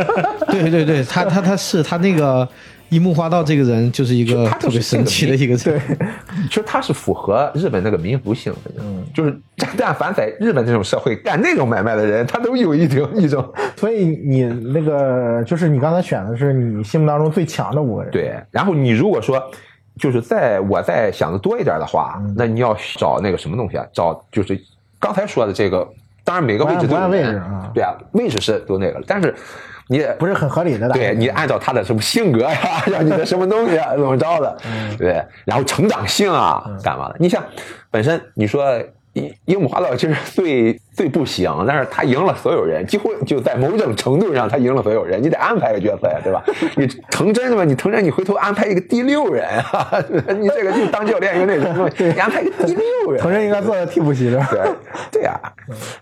S3: 对对对，他他他是他那个樱木花道这个人就是一个
S1: 就他就是
S3: 特别神奇的一个人，
S1: 其实它是符合日本那个民族性的，
S2: 嗯
S1: 就是但凡在日本这种社会干那种买卖的人，他都有一种一种
S2: 所以你那个就是你刚才选的是你心目当中最强的五个人，
S1: 对。然后你如果说，就是在我再
S2: 嗯
S1: 想的多一点的话，那你要找那个什么东西啊？找就是刚才说的这个当然每个位置都
S2: 不按
S1: 有
S2: 位
S1: 人
S2: 置啊
S1: 对啊，位置是都那个了，但是你也
S2: 不是很合理的打法。
S1: 对你按照他的什么性格呀，让你的什么东西啊，怎么着的，
S2: 嗯
S1: 对，然后成长性啊，干嘛的？你像本身你说樱樱木花道其实最最不行，但是他赢了所有人，几乎就在某种程度上他赢了所有人。你得安排个角色呀，对吧？你成真的嘛，你成真你回头安排一个第六人啊， 你这个就当教练有那什么， 你安排一个第六人，
S2: 同仁应该坐在替补席上。
S1: 对对呀、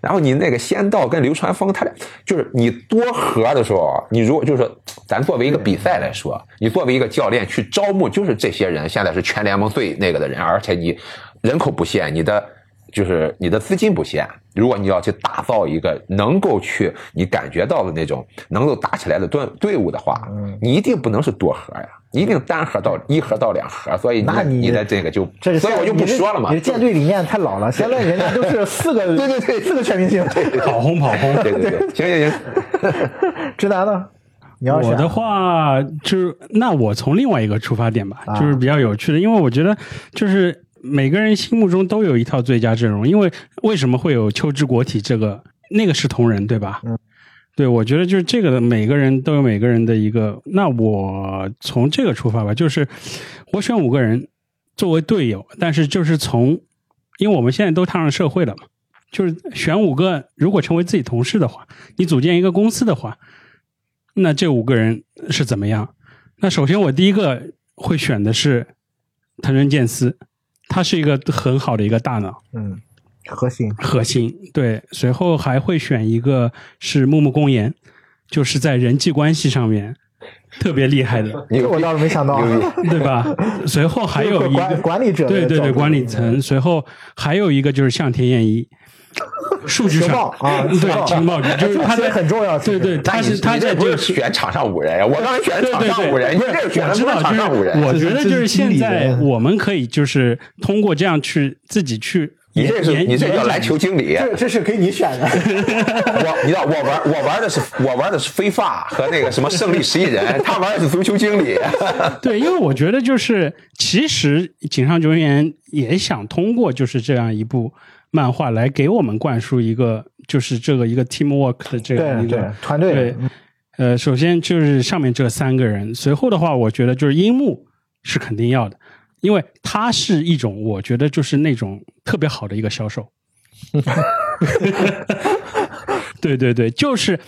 S1: 然后你那个仙道跟流川枫，他俩就是你多核的时候，你如果就是说咱作为一个比赛来说，你作为一个教练去招募，就是这些人现在是全联盟最那个的人，而且你人口不限，你的就是你的资金不限。如果你要去打造一个能够去你感觉到的那种能够打起来的队队伍的话，
S2: 嗯
S1: 你一定不能是多核呀，你一定单核到一核到两核，所以你
S2: 那你
S1: 你的这个就，
S2: 这是
S1: 所以我就不说了嘛
S2: 你，这舰队理念太老了，现在人家都是四个，
S1: 对对对
S2: 四个全明星。
S4: 跑轰跑轰。
S1: 对对对，行行行。
S2: 直男呢？你要
S4: 我
S2: 选
S4: 的话，就是那我从另外一个出发点吧，
S2: 啊
S4: 就是比较有趣的，因为我觉得就是每个人心目中都有一套最佳阵容，因为为什么会有秋之国体这个那个是同人对吧？嗯，对，我觉得就是这个的，每个人都有每个人的一个。那我从这个出发吧，就是我选五个人作为队友，但是就是从，因为我们现在都踏上社会了嘛。就是选五个，如果成为自己同事的话，你组建一个公司的话，那这五个人是怎么样？那首先我第一个会选的是藤原健司，他是一个很好的一个大脑
S2: 嗯，核心
S4: 核心，对。随后还会选一个是木木公言，就是在人际关系上面特别厉害的，
S2: 这我倒是没想到，
S1: 牛逼
S4: 对吧？随后还有一个
S2: 管管理者的
S4: 对对
S2: 角
S4: 对，
S2: 度嗯
S4: 管理层。随后还有一个就是向田彦一，数据
S2: 情
S4: 上
S2: 报啊情报
S4: 对情报局，就是他
S2: 这
S4: 在
S2: 个很重要其
S4: 对
S2: 实
S4: 对， 他
S1: 那你
S4: 是他
S1: 你
S4: 在
S1: 这不
S4: 这
S1: 是
S4: 个
S1: 选场上五人呀？我刚才选
S4: 对
S1: 场
S4: 对
S1: 上五人，
S4: 对，
S1: 你
S4: 不是
S1: 这选
S4: 我
S1: 的
S4: 知
S1: 不
S4: 道，
S1: 场
S4: 就是
S1: 上五人，
S4: 我觉得就是现在
S2: 这是
S4: 我们可以就是通过这样去自己去
S1: 你
S4: 研
S1: 这是
S4: 研
S1: 你这
S4: 研
S1: 叫
S4: 究
S1: 篮球经理。
S2: 这这是给你选 的，
S1: 我你知道我玩我玩的是我玩的是非法和那个什么胜利十一人，他玩的是足球经 理。
S4: 对，因为我觉得就是，其实井上雄彦也想通过就是这样一部漫画来给我们灌输一个就是这个一个 teamwork 的这样
S2: 对
S4: 一个
S2: 对团队
S4: 对，呃，首先就是上面这三个人，随后的话，我觉得就是樱木是肯定要的，因为他是一种我觉得就是那种特别好的一个销售。 对对对，就是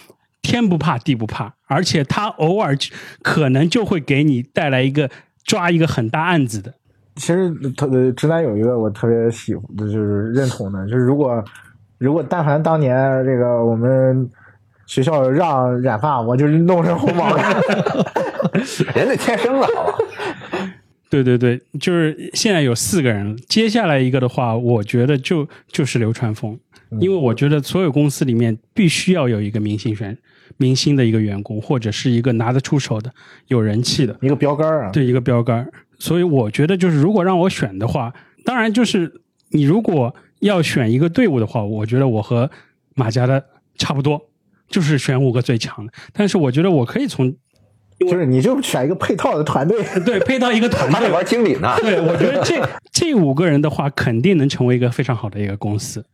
S4: 天不怕地不怕，而且他偶尔就可能就会给你带来一个抓一个很大案子的。
S2: 其实特呃直男有一个我特别喜欢的，就是认同的，就是如果如果但凡当年这个我们学校让染发，我就弄成红毛人。
S1: 人家天生的，好吧？
S4: 对对对，就是现在有四个人，接下来一个的话，我觉得就就是流川枫，因为我觉得所有公司里面必须要有一个明星选明星的一个员工，或者是一个拿得出手的、有人气的，
S2: 一个标杆啊，
S4: 对一个标杆儿。所以我觉得，就是如果让我选的话，当然就是你如果要选一个队伍的话，我觉得我和马加的差不多，就是选五个最强的。但是我觉得我可以从
S2: 就是你就选一个配套的团队，
S4: 对配到一个团
S1: 他
S4: 队
S1: 在，玩经理呢。
S4: 对，我觉得这这五个人的话，肯定能成为一个非常好的一个公司。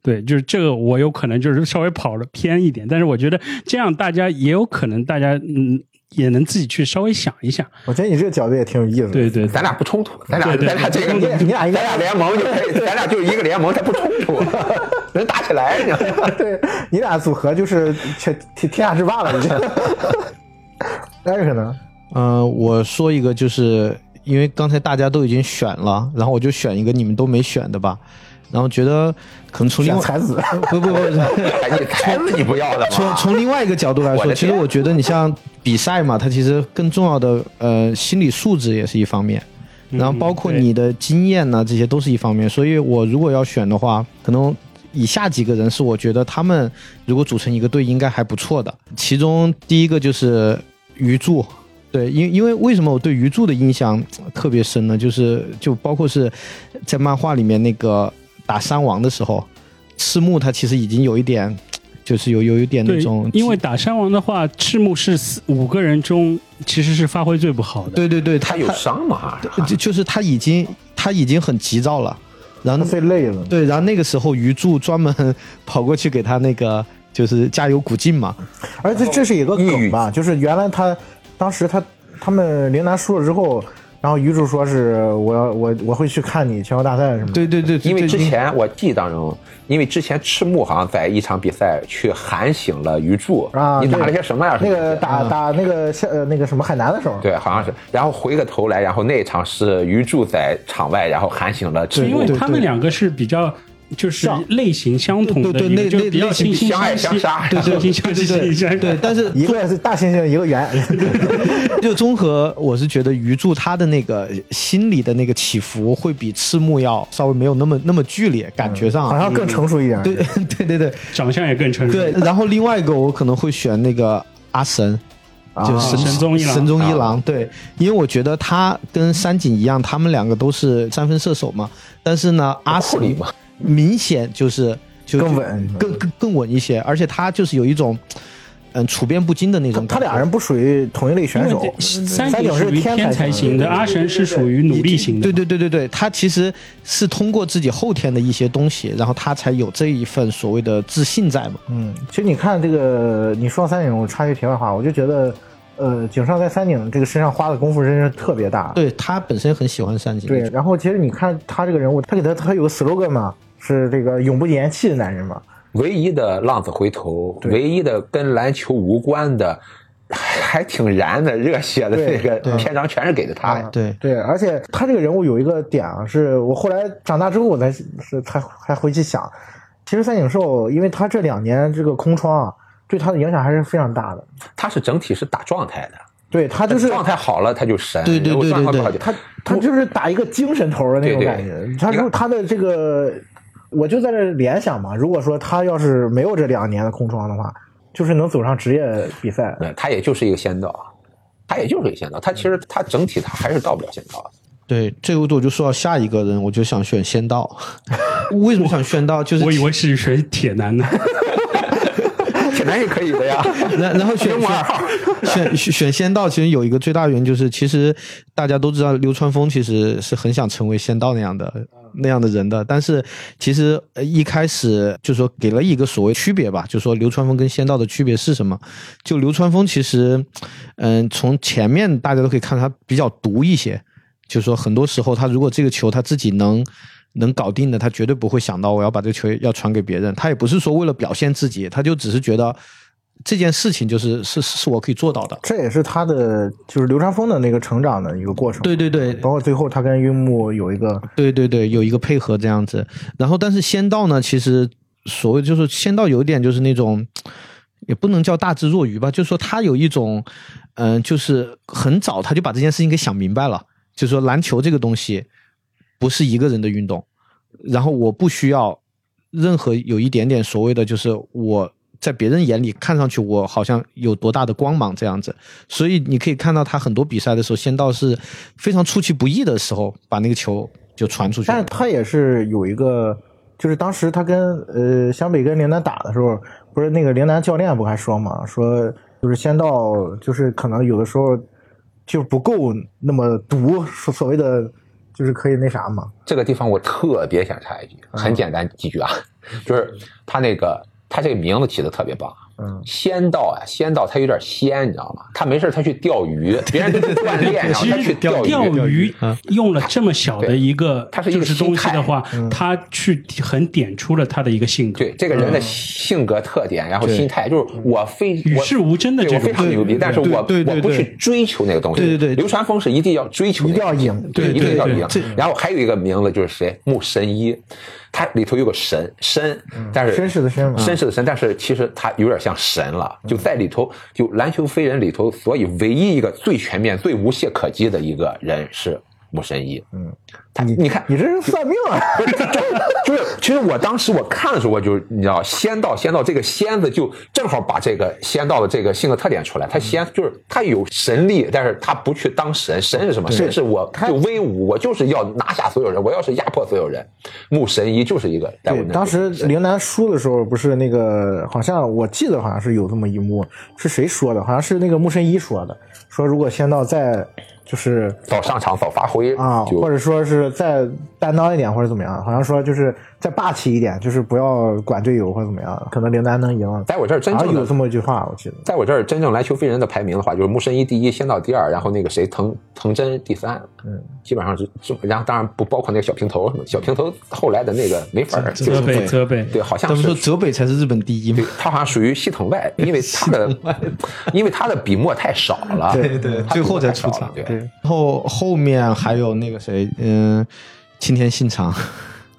S4: 对，就是这个，我有可能就是稍微跑了偏一点，但是我觉得这样大家也有可能，大家嗯也能自己去稍微想一想。
S2: 我觉得你这个角度也挺有意思的。
S4: 对对对
S1: 咱俩不冲突，咱俩
S4: 对对
S1: 咱俩这个
S2: 你俩你俩应
S1: 咱俩
S2: 该
S1: 联盟就可以，咱俩就是一个联盟，它不冲突， 能打起来。你知道吗
S2: 对你俩组合就是全天天下之霸了，已经。 那有可能，
S3: 呃，我说一个，就是因为刚才大家都已经选了，然后我就选一个你们都没选的吧。然后觉得可能从另
S2: 选
S3: 外
S2: 才子
S3: 不不不，
S1: 哎你孩子你不要 的
S3: 从
S1: 吗？
S3: 从另外一个角度来
S1: 我
S3: 说，
S1: 的
S3: 其实
S1: 天
S3: 我觉得你像比赛嘛，它其实更重要的呃心理素质也是一方面，
S1: 嗯
S3: 然后包括
S4: 对
S3: 你的经验呐、这些都是一方面。所以我如果要选的话，可能以下几个人是我觉得他们如果组成一个队应该还不错的。其中第一个就是鱼柱。对，因因为为什么我对鱼柱的印象呃特别深呢？就是就包括是在漫画里面那个打三王的时候，赤木他其实已经有一点，就是有有一点那
S4: 对
S3: 种，，
S4: 因为打山王的话，赤木是四五个人中其实是发挥最不好的。
S3: 对对对，
S1: 他
S3: 他
S1: 有伤嘛？
S3: 就就是他已经他已经很急躁了，然后
S2: 费累了。
S3: 对，然后那个时候鱼柱专门跑过去给他那个就是加油鼓劲嘛，
S2: 而且这是一个梗吧，就是原来他当时他他们陵南输了之后，然后女主说是我要我我会去看你全国大赛什么的。
S3: 对对对，
S1: 因为
S3: 对
S1: 之前我记忆当中，因为之前赤木好像在一场比赛去喊醒了鱼柱
S2: 啊，
S1: 你打
S2: 对
S1: 了些什么呀？
S2: 那
S1: 什么
S2: 个
S1: 的
S2: 打打那个夏呃那个什么海南的时候，
S1: 对，好像是，然后回个头来，然后那一场是鱼柱在场外，然后喊醒了赤
S4: 因
S1: 木
S4: 为，他们两个是比较就是类型相同的，
S3: 对对
S4: 一个
S3: 类
S4: 就
S3: 类
S4: 比较
S3: 类型
S4: 惺惺
S1: 相爱
S4: 相惜
S1: 相杀
S4: 对惺惺
S3: 对
S4: 相惜，
S3: 对
S4: 惺惺相
S3: 对
S4: 惜
S3: 对，但是
S2: 一个是大猩猩，一个圆。
S3: 就综合，我是觉得鱼柱他的那个心理的那个起伏会比赤木要稍微没有那么那么剧烈，感觉上
S2: 好像更成熟一点。
S3: 对 对对对
S4: 长相也更成熟。
S3: 对。然后另外一个我可能会选那个阿神，
S2: 啊，
S3: 就神
S4: 神宗一郎
S3: 神宗一郎，对，因为我觉得他跟山井一样，他们两个都是三分射手嘛，但是呢，
S2: 哦
S3: 阿
S1: 库
S3: 神
S1: 里嘛
S3: 明显就是就
S2: 更稳
S3: 就更更更稳一些，而且他就是有一种嗯处变不惊的那种
S2: 他
S3: 感觉。
S2: 俩人不属于同一类选手，
S4: 三
S2: 哦三
S4: 井
S2: 井
S4: 属
S2: 是
S4: 于天才
S2: 才
S4: 型的，啊阿神是属于努力型的。
S3: 对对对对对，他其实是通过自己后天的一些东西，然后他才有这一份所谓的自信在嘛。
S2: 嗯，其实你看这个，你说到三井，我插句题外话，我就觉得，呃，井上在三井这个身上花的功夫真是特别大。
S3: 对他本身很喜欢山井，
S2: 对，然后其实你看他这个人物，他给他他有个 slogan 嘛，是这个永不言弃的男人嘛。
S1: 唯一的浪子回头，
S2: 对
S1: 唯一的跟篮球无关的，还还挺燃的、热血的
S2: 对啊
S1: 那个篇章，全是给的他呀。
S3: 对
S2: 对，而且他这个人物有一个点啊，是我后来长大之后我才是才还回去想，其实三井寿，因为他这两年这个空窗啊，对他的影响还是非常大的。
S1: 他是整体是打状态的，
S2: 对他就是
S1: 状态好了他就神，
S3: 对对对
S1: 如果状态
S3: 对对
S1: 不好就
S2: 他他就是打一个精神头儿的那种
S1: 对对
S2: 感觉。他
S1: 你
S2: 说
S1: 看
S2: 他的这个，我就在这联想嘛，如果说他要是没有这两年的空窗的话，就是能走上职业比赛。
S1: 嗯，他也就是一个仙道，他也就是一个仙道，他其实他整体他还是到不了仙道的。
S3: 对，这个我就说到下一个人，我就想选仙 道。为什么想仙道？就是
S4: 我以为是选铁男呢，
S1: 挺难也可以的 呀。
S3: 然然后 选选选选仙道，其实有一个最大原因就是，其实大家都知道流川枫其实是很想成为仙道那样的那样的人的，但是其实呃一开始就说给了一个所谓区别吧，就说流川枫跟仙道的区别是什么？就流川枫其实，嗯，从前面大家都可以看他比较毒一些，就是说很多时候他如果这个球他自己能能搞定的，他绝对不会想到我要把这个球要传给别人。他也不是说为了表现自己，他就只是觉得这件事情就是是是是我可以做到的。
S2: 这也是他的就是流川枫的那个成长的一个过程。
S3: 对对对
S2: 包括最后他跟樱木有一个
S3: 对对对，有一个配合这样子。然后但是仙道呢，其实所谓就是仙道有一点就是那种。也不能叫大智若愚吧，就是说他有一种，嗯、就是很早他就把这件事情给想明白了，就是说篮球这个东西不是一个人的运动，然后我不需要任何有一点点所谓的，就是我在别人眼里看上去我好像有多大的光芒这样子，所以你可以看到他很多比赛的时候，仙道是非常出其不意的时候把那个球就传出去
S2: 但是
S3: 了。
S2: 他也是有一个，就是当时他跟呃湘北跟陵南打的时候，不是那个陵南教练不还说嘛，说就是仙道就是可能有的时候就不够那么毒，所所谓的就是可以那啥嘛，
S1: 这个地方我特别想插一句，很简单几句啊，就是他那个他这个名字起的特别棒。
S2: 嗯，
S1: 仙道啊，仙道他有点仙，你知道吗？他没事他去钓鱼，别人都去锻 炼，然后
S4: 其
S1: 啊他去
S4: 实
S1: 钓
S4: 钓
S1: 鱼。
S4: 鱼用了这么小的一个
S1: 它是一
S4: 就
S1: 个
S4: 是东西的话
S2: 态嗯，
S4: 他去很点出了他的一个性格
S1: 对。这个人的
S2: 嗯
S1: 性格特点，然后
S3: 对
S1: 心态，就是我非
S4: 与
S1: 我
S4: 世无争的
S1: 对
S4: 这
S1: 我非
S4: 种，
S1: 常牛逼，但是我
S3: 对对
S1: 我不
S3: 对
S1: 去追求那个东西。
S3: 对对对
S1: 流川枫是一定要追求那个
S2: 一定
S1: 东西，
S2: 要赢。
S1: 对，
S4: 对
S1: 一定要
S4: 对
S1: 赢。然后还有一个名字就是谁，木神一，他里头有个神神，但是
S2: 嗯绅士的绅嘛嗯
S1: 绅士的绅，但是其实他有点像神了，就在里头，就篮球飞人里头，所以唯一一个最全面、最无懈可击的一个人是木神一。嗯，他你看
S2: 你这是算命啊！
S1: 就是，其实我当时我看的时候，我就你知道，仙道仙道这个仙字就正好把这个仙道的这个性格特点出来。他仙就是他有神力，但是他不去当神。神是什么？神是我就威武，我就是要拿下所有人，我要是压迫所有人。木神一就是一个在我
S2: 对
S1: 那，里
S2: 当时陵南输的时候，不是那个，好像我记得好像是有这么一幕，是谁说的？好像是那个木神一说的，说如果仙道再就是
S1: 早上场早发挥，稍微
S2: 啊，
S1: 就
S2: 或者说是再担当一点，或者怎么样？好像说就是再霸气一点，就是不要管队友或者怎么样，可能林丹能赢。
S1: 在我这儿真
S2: 好
S1: 正
S2: 像啊有这
S1: 的，
S2: 么一句话，我记得。
S1: 在我这儿真正篮球飞人的排名的话，就是木申一第一，仙道第二，然后那个谁藤藤真第三，
S2: 嗯，
S1: 基本上是这，然后当然不包括那个小平头什么的，小平头后来的那个没法儿，就
S4: 责
S1: 是
S4: 备责备，
S1: 对，好
S3: 他
S1: 像
S3: 们说
S1: 是
S3: 泽北才是日本第一
S1: 对
S3: 嘛，，
S1: 他好像属于系统外，因为他的因为他的笔墨太少了，
S3: 对对，最后才出场。
S1: 对
S3: 然后后面还有那个谁，嗯，青田信长。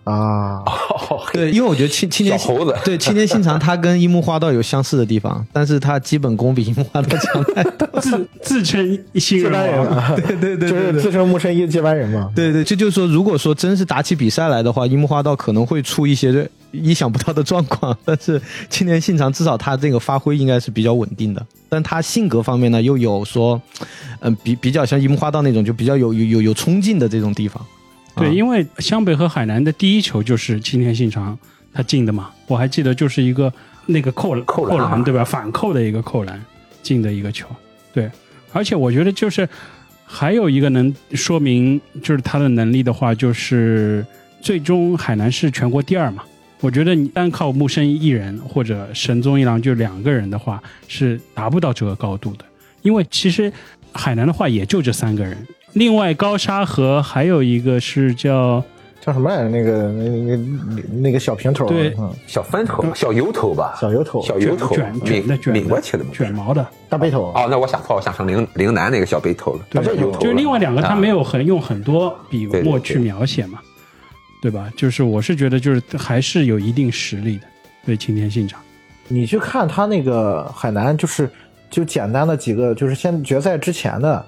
S2: 啊，
S1: 哦
S3: 对，因为我觉得青青年
S1: 小猴子
S3: 对青年信长，他跟樱木花道有相似的地方，但是他基本功比樱木花道强太多。
S4: 自自称新
S2: 接
S4: 人
S2: 班人
S4: 王，
S2: 啊，
S3: 对 对 对
S2: 就
S3: 对
S2: 是
S3: 对
S2: 自称木申一接班人嘛。
S3: 对对，这就是说，如果说真是打起比赛来的话，樱木花道可能会出一些意想不到的状况，但是青年信长至少他这个发挥应该是比较稳定的。但他性格方面呢，又有说，嗯、比比较像樱木花道那种，就比较有有有有冲劲的这种地方。啊
S4: 对，因为湘北和海南的第一球就是青田信长他进的嘛，我还记得就是一个那个扣
S1: 扣篮
S4: 篮
S1: 啊
S4: 对吧？反扣的一个扣篮进的一个球，对，而且我觉得就是还有一个能说明就是他的能力的话，就是最终海南是全国第二嘛。我觉得你单靠木生一人或者神宗一郎就两个人的话，是达不到这个高度的。因为其实海南的话也就这三个人，另外高沙和还有一个是叫
S2: 叫什么来着？那个那那那那个小平头，
S4: 对
S2: 嗯
S1: 小分头、小油头吧，
S2: 小油头
S1: 小油头
S4: 卷，卷的
S1: 抿
S4: 卷的
S1: 抿过去的嘛。
S4: 卷毛的，
S2: 大背头，
S1: 哦，那我想错，我想成陵陵南那个小背头了，
S4: 对
S1: 这油头了
S4: 就是另外两个他没有很用很多笔
S1: 对对
S4: 墨
S1: 对
S4: 去描写嘛，对吧？就是我是觉得就是还是有一定实力的，对青田信长，
S2: 你去看他那个海南，就是就简单的几个，就是先决赛之前的，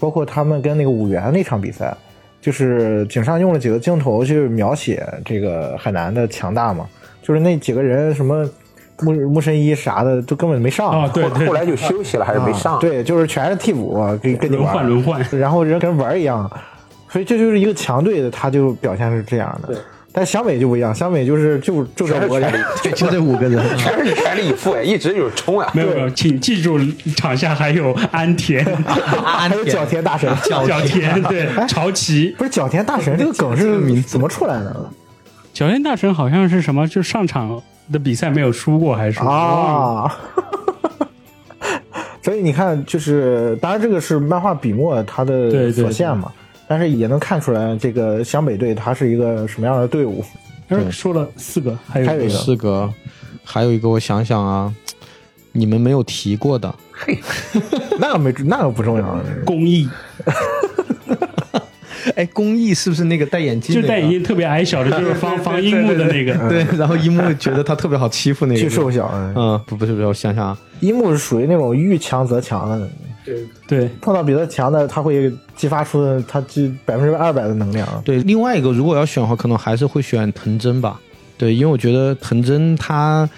S2: 包括他们跟那个五原那场比赛，就是井上用了几个镜头去描写这个海南的强大嘛，就是那几个人什么木木神一啥的，就根本没上
S4: 啊对
S1: 后后来就休息了，还是没上。
S2: 啊，对，就是全是替补跟跟你
S4: 轮
S2: 玩
S4: 换轮换，
S2: 然后人跟玩儿一样，所以这就是一个强队的，他就表现是这样的。但湘北就不一样，湘北就是就就这
S1: 全是
S2: 五个人
S1: 全，力，
S3: 就这五个人，
S1: 全是全力以赴呀，一直就是冲啊
S4: 没。有没有，请记住场下还有安田、
S3: 还
S2: 还有角田大神，
S4: 角田，对，朝崎，
S2: 不是角田大神 这个梗
S3: 这
S2: 是
S3: 个名字
S2: 怎么出来的
S4: 角田大神好像是什么，就上场的比赛没有输过还是什么忘了
S2: 啊？ 所以你看，就是当然这个是漫画笔墨它
S4: 对
S2: 的
S4: 对
S2: 所限嘛，但是也能看出来这个湘北队它是一个什么样的队伍。
S4: 哎说了四个，还有
S2: 还有
S4: 一
S2: 一
S4: 个
S2: 个
S3: 四个，还有一个我想想啊，你们没有提过的，
S2: 那个没那个不重 要，
S4: 公益，
S3: 哎，公益是不是那个戴眼镜、
S4: 就
S3: 那个？
S4: 戴眼镜特别矮小的，就是防防樱木的那个，
S3: 啊 对，然后樱木觉得他特别好欺负那个
S2: 巨
S3: 人，
S2: 瘦小。嗯
S3: 嗯，不不是不是，我想想啊，
S2: 樱木是属于那种遇强则强的，
S4: 对，
S2: 碰到比他强的，他会激发出他这百分之二百的能量。
S3: 对，另外一个如果要选的话，可能还是会选藤真吧。对，因为我觉得藤真他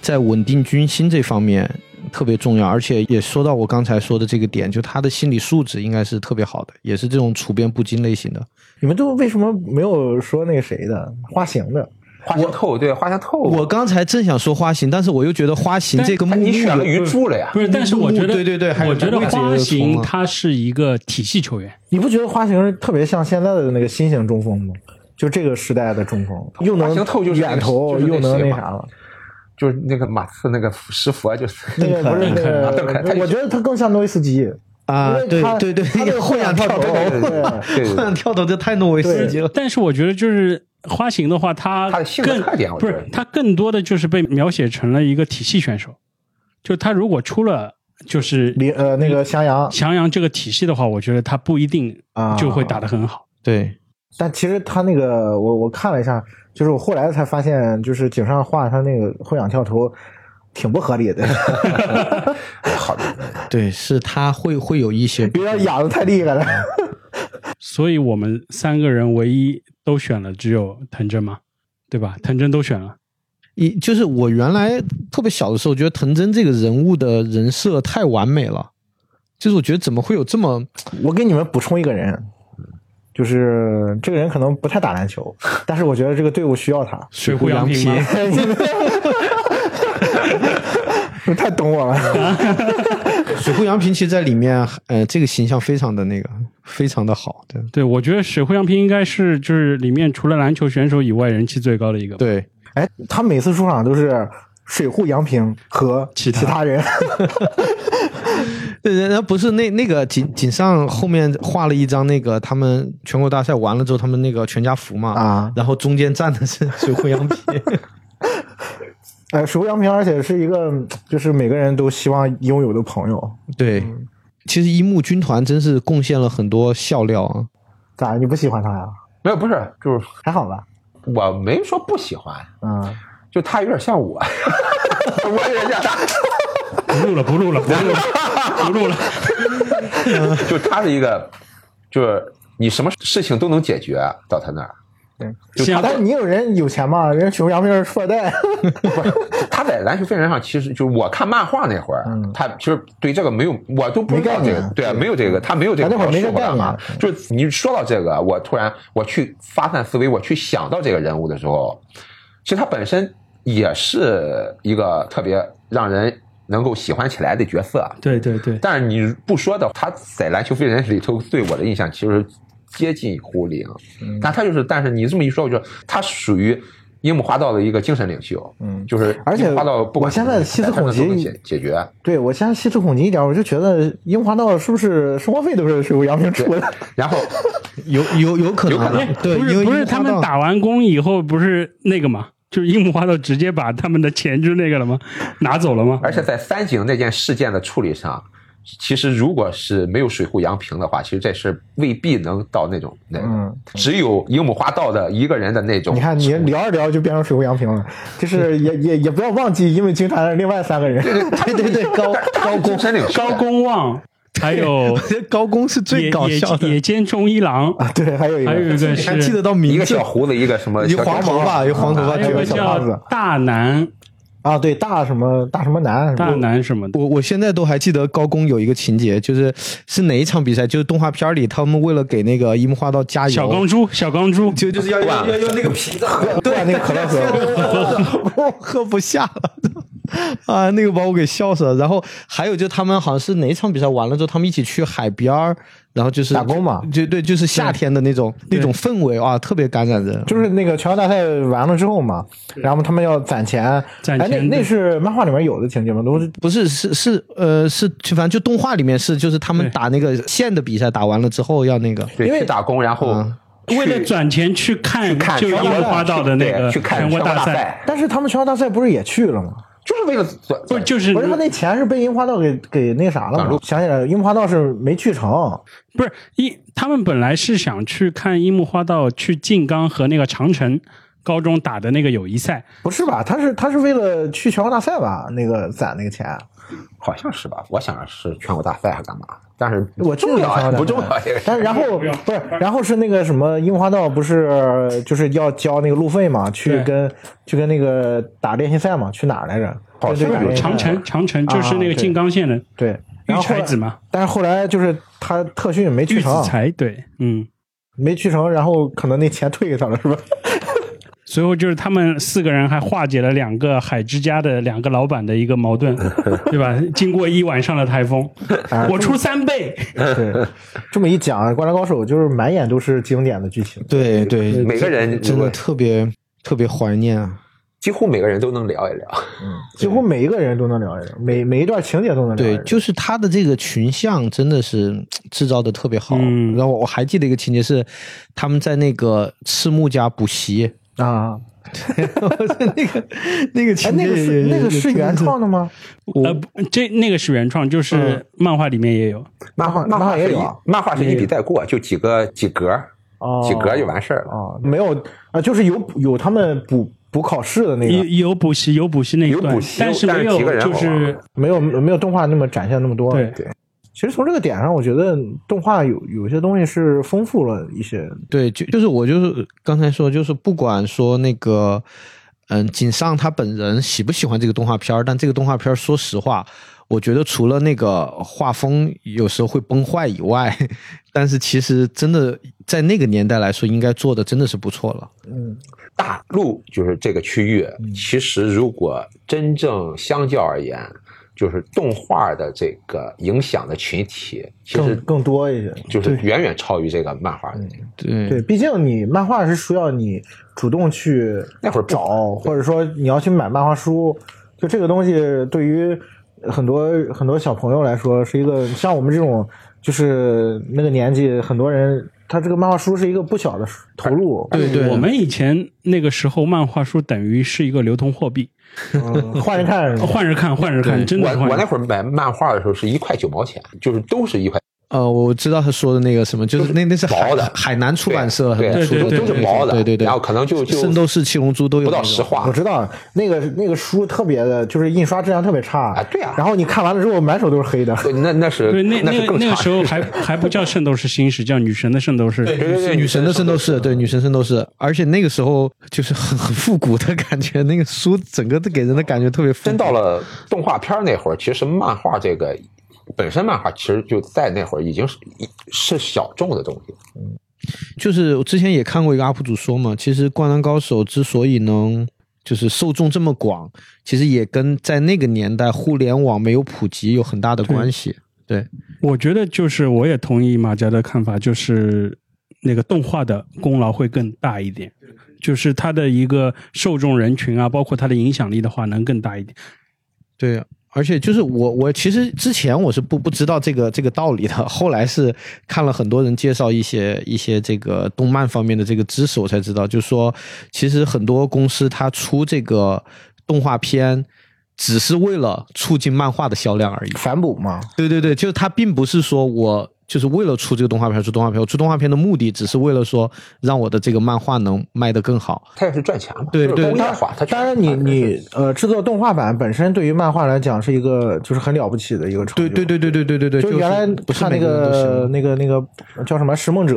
S3: 在稳定军心这方面特别重要，而且也说到我刚才说的这个点，就他的心理素质应该是特别好的，也是这种处变不惊类型的。
S2: 你们都为什么没有说那个谁的花形的？
S1: 花香透，对花香透，
S3: 我刚才正想说花形，但是我又觉得花形
S4: 但
S3: 这个
S1: 他
S3: 目录
S1: 你选了鱼柱了呀
S4: 不？是，但是我觉得，
S3: 对对对还有
S4: 我觉得
S3: 位置也
S4: 花
S3: 有
S4: 形
S3: 冲啊
S4: 他是一个体系球员，
S2: 你不觉得花形特别像现在的那个新型中锋吗？就这个时代的中锋，又能
S1: 花形透就是那个
S2: 远投，
S1: 就是那
S2: 又能
S1: 谁
S2: 那
S1: 嘛
S2: 啥了。
S1: 就是那个马刺那个石佛，啊就是
S2: 那个不是那
S1: 啊邓肯他
S2: 个，
S1: 就
S2: 我觉得他更像诺维斯基
S3: 啊，
S2: 因为
S3: 对
S2: 他
S3: 对对，
S2: 他那个
S3: 后仰跳投，
S2: 后仰 跳投对
S1: 对对
S3: 后仰跳投这太诺维斯基了。
S4: 但是我觉得就是。花形的话，他
S1: 他的性格
S4: 更
S1: 特点我
S4: 不
S1: 觉得
S4: 是他更多的就是被描写成了一个体系选手，就他如果出了就是
S3: 啊
S2: 里呃那个翔阳，
S4: 翔阳这个体系的话，我觉得他不一定
S2: 啊
S4: 就会打得很好。
S3: 对，
S2: 但其实他那个，我我看了一下，就是我后来才发现，就是井上画他那个后仰跳投，挺不合理的，
S1: 好的，
S3: 对，是他会会有一些
S2: 有点仰的太厉害了。
S1: 嗯
S4: 所以我们三个人唯一都选了只有藤真嘛，对吧？藤真都选了，
S3: 一就是我原来特别小的时候，觉得藤真这个人物的人设太完美了，就是我觉得怎么会有这么
S2: 我给你们补充一个人，就是这个人可能不太打篮球，但是我觉得这个队伍 需要他。
S3: 水
S4: 户洋平吗
S3: 平
S2: 你们太懂我了，
S3: 水户洋平其实在里面，呃，这个形象非常的那个，非常的好，对
S4: 对，我觉得水户洋平应该是就是里面除了篮球选手以外人气最高的一个。，
S3: 对，
S2: 哎，他每次出场都是水户洋平和
S4: 其他
S2: 其他 人，
S3: 对，然后不是那那个井井上后面画了一张那个他们全国大赛完了之后他们那个全家福嘛，
S2: 啊
S3: 然后中间站的是水 户洋平，
S2: 哎，水户洋平，而且是一个嗯就是每个人都希望拥有的朋友。
S3: 对，
S1: 嗯
S3: 其实樱木军团真是贡献了很多笑料啊，
S2: 咋你不喜欢他呀？
S1: 没有，不是，就是
S2: 还好吧？
S1: 我没说不喜欢，
S2: 嗯，
S1: 就他有点像我， 我有点像他，
S4: 不录了，不录了，不录了，不录了。
S1: 就他是一个，就是你什么事情都能解决到他那儿。
S4: 先
S2: 啊但是你有人有钱吗？人家水户洋平是富二 代，
S1: 不是，他在篮球飞人上，其实就是我看漫画那会儿，
S2: 嗯
S1: 他其实对这个没有，我都不知道
S2: 没概
S1: 这
S2: 念嗯
S1: 个，对啊，没有这个，他没有这个
S2: 他那会儿没
S1: 描述
S2: 这概念啊嗯
S1: 嘛。就是你说到这个，我突然我去发散思维，我去想到这个人物的时候，其实他本身也是一个特别让人能够喜欢起来的角色，啊
S4: 对对对，
S1: 但是你不说的，他在篮球飞人里头对我的印象其实接近胡林，但他就是，但是你这么一说，我觉得他属于樱木花道的一个精神领袖，
S2: 嗯
S1: 就是
S2: 而且
S1: 樱木花道不管
S2: 我现在
S1: 西
S2: 细思恐极
S1: 解解决，
S2: 对我现在细思恐极一点，我就觉得樱花道是不是生活费都是水户洋平出的？
S1: 然 后
S3: 有有有可能
S1: 有可
S3: 啊，
S1: 能
S3: 对，
S4: 不
S3: 因
S4: 是
S3: 为
S4: 不是
S3: 樱木
S4: 他
S3: 花
S4: 们
S3: 道
S4: 打完工以后不是那个嘛，就是樱木花道直接把他们的钱就那个了吗？拿走了吗？
S1: 而且在三井那件事件的处理上。其实，如果是没有水户洋平的话，其实这事儿未必能到那种那个，
S2: 嗯
S1: 只有樱木花道的一个人的那种。
S2: 你看，你聊着聊就变成水户洋平了，就是也也也不要忘记，因为军团的另外三个人，
S3: 对对对 高高
S1: 精
S3: 工
S1: 神领袖
S4: 高宫望，还有
S3: 高工是最
S4: 野
S3: 搞笑
S4: 野
S3: 的，
S4: 野间忠一郎，
S2: 啊 对，还有一
S4: 还有一
S2: 个
S4: 个
S3: 还记
S4: 是
S3: 得到
S1: 一
S3: 名
S1: 个
S3: 字
S1: 小，胡子，一个什么
S3: 有
S1: 小啊
S3: 黄
S1: 卷
S3: 头发，有黄头
S1: 哎
S3: 发，
S4: 还有
S3: 这
S4: 一
S3: 个
S4: 个
S3: 小
S2: 小胖
S4: 叫
S2: 子
S4: 大南
S2: 啊，对大什么大什么男，
S4: 大南什么的。
S3: 我我现在都还记得高工有一个情节，就是是哪一场比赛？就是动画片里，他们为了给那个樱木花道加油，
S4: 小钢珠，小钢珠，
S3: 就就是要要要要那个皮子，
S2: 对那个可乐盒，
S3: 我喝不下了。啊，那个把我给笑死了。然后还有就他们好像是哪一场比赛完了之后，他们一起去海边儿，然后就是
S2: 打工嘛
S3: 就对，就是夏天的那种那种氛围啊，特别感染人。
S2: 就是那个全国大赛完了之后嘛，然后他们要攒钱，
S4: 攒
S2: 哎，那
S4: 钱
S2: 那是漫画里面有的情节吗？都是
S3: 不是是是呃是，就反正就动画里面是，就是他们
S4: 对
S3: 打那个县的比赛打完了之后要那个，
S1: 对，
S2: 因为
S1: 去打工，然后
S3: 嗯
S1: 去
S4: 为了赚钱去看
S1: 看
S4: 就樱
S1: 全国
S4: 木
S1: 大
S4: 花道的那个
S1: 对去看
S4: 全国
S1: 全国
S4: 大
S1: 大
S4: 赛，
S1: 赛，
S2: 但是他们全国大赛不是也去了吗？
S1: 就是为了转
S4: 不
S1: 转
S4: 就是
S2: 不是他那钱是被樱花道给给那啥了
S1: 挡
S2: 吗
S1: 住？
S2: 想起来了，樱花道是没去成，
S4: 不是一，他们本来是想去看樱木花道去静冈和那个长城高中打的那个友谊赛，
S2: 不是吧？他是他是为了去全国大赛吧？那个攒那个钱，
S1: 好像是吧？我想着是全国大赛还干嘛？但是
S2: 我记得
S1: 重
S2: 是全
S1: 要
S2: 国
S1: 啊
S2: 大赛
S1: 不重要这个事
S2: 但是然后
S4: 不要
S2: 不是，然后是那个什么樱花道不是就是要交那个路费嘛？去
S4: 对
S2: 跟去跟那个打练习赛嘛？去哪儿来着？
S1: 好
S2: 对
S1: 像
S2: 对，
S1: 是
S4: 长城长城就是那个
S2: 啊对
S4: 静冈县的
S2: 对。
S4: 育
S2: 然后后
S4: 才
S2: 来
S4: 子嘛，
S2: 但是后来就是他特训没
S4: 育
S2: 去
S4: 子
S2: 成，
S4: 才对，嗯，
S2: 没去成，然后可能那钱退给他了， 是吧？
S4: 随后就是他们四个人还化解了两个海之家的两个老板的一个矛 盾，对吧？经过一晚上的台风，
S2: 啊
S4: 我出三倍，
S2: 哎对，这么一讲，《灌篮高手》就是满眼都是经典的剧情。
S3: 对对，
S1: 每个人
S3: 真
S1: 如
S3: 的
S1: 果
S3: 特别特别怀念啊。
S1: 几乎每个人都能聊一聊。
S3: 嗯
S2: 嗯几乎每一个人都能聊一聊，每每一段情节都能聊一
S3: 对
S2: 聊。，
S3: 就是他的这个群像真的是嗯制造的特别好。
S4: 嗯
S3: 然后我我还记得一个情节是，他们在那个赤木家补习，
S2: 啊，
S3: 那个那个
S2: 哎，
S3: 情节
S2: 那个是
S3: 也
S2: 那个是原，创的吗？
S3: 也
S4: 呃，
S3: 也
S4: 不这那个是原创，
S2: 嗯
S4: 就是漫画里面也有，
S1: 漫画
S2: 漫画
S1: 画
S2: 也
S1: 是
S2: 有
S1: 一
S2: 啊
S1: 漫画是一笔带过，就几个几格
S2: 哦，
S1: 几格就完事儿了。
S2: 啊，没有啊，就是有有他们补补考试的那
S4: 有
S2: 个，
S4: 有补习有补习那一
S1: 有
S4: 段
S1: 补，习
S4: 但是
S1: 但
S4: 没
S1: 是
S4: 有
S1: 几个人
S4: 就
S1: 好
S4: 是
S2: 没有没有动画那么展现那么多。
S4: 对，
S2: 其实从这个点上，我觉得动画有有些东西是丰富了一些。
S3: 对，就就是我就是刚才说，就是不管说那个，嗯，井上他本人喜不喜欢这个动画片儿，但这个动画片儿，说实话，我觉得除了那个画风有时候会崩坏以外，但是其实真的在那个年代来说，应该做的真的是不错了。
S1: 大
S2: 嗯
S1: 陆就是这个区域，其实如果真正相较而言，就是动画的这个影响的群体，其
S2: 更嗯
S1: 实
S2: 更多一些。
S1: 就是远远超于这个漫画的那个。
S3: 对
S2: 对，毕竟你漫画是需要你主动去
S1: 那会儿不
S2: 找，或者说你要去买漫画书，就这个东西对于很多很多小朋友来说是一个像我们这种就是那个年纪，很多人他这个漫画书是一个不小的投入，
S4: 对对，我们以前那个时候，漫画书等于是一个流通货币，
S2: 嗯换着看
S4: 换着看，换着看，真的换
S1: 我我
S4: 着
S1: 那
S4: 看。
S1: 会儿买漫画的时候是一块九毛钱，就是都是一块
S3: 呃，我知道他说的那个什么，就是那那是海
S1: 薄的
S3: 海南出版社，
S1: 对，
S4: 对
S1: 对
S4: 对
S1: 都是
S4: 对
S1: 薄的，
S3: 对对对
S1: 然后可能就就
S3: 圣斗士、七龙珠都有
S1: 不
S3: 那
S1: 到
S3: 种
S1: 十话
S2: 我，知道那个那个书特别的，就是印刷质量特别差
S1: 啊对啊
S2: 然后你看完了之后，满手都是黑的。
S1: 对那那是
S4: 对，那
S1: 那
S4: 那
S1: 是
S4: 个
S1: 更
S4: 那个
S1: 差。
S4: 时候还还不叫圣斗士星矢，叫女神的圣斗士。
S1: 对对对，
S3: 女神的圣斗士，对女神圣斗士，而且那个时候就是很很复古的感觉， 那个书整个都给人的感觉特别复古。
S1: 真到了动画片儿那会儿，其实漫画这个本身漫画其实就在那会儿已经是是小众的东西。
S3: 就是我之前也看过一个 UP 主说嘛，其实《灌篮高手》之所以能就是受众这么广，其实也跟在那个年代互联网没有普及有很大的关系。对，
S4: 我觉得就是我也同意马甲的看法，就是那个动画的功劳会更大一点，就是它的一个受众人群啊，包括它的影响力的话，能更大一点。
S3: 对，而且就是我我其实之前我是不不知道这个这个道理的， 后来是看了很多人介绍一些一些这个动漫方面的这个知识，我才知道，就是说其实很多公司它出这个动画片。只是为了促进漫画的销量而已，
S2: 反哺嘛，
S3: 对对对，就是它并不是说我就是为了出这个动画片出动画片，我出动画片的目的只是为了说让我的这个漫画能卖得更好。
S1: 它也是赚钱嘛，
S3: 对
S1: 就是
S3: 对
S1: 工业化。它
S2: 当然你，你呃制作动画版本身对于漫画来讲是一个就是很了不起的一个成就。
S3: 对对对对对对对对，
S2: 就是原来
S3: 不是
S2: 看那
S3: 每个人都
S2: 个
S3: 行
S2: 那个那个叫什么《拾梦者》，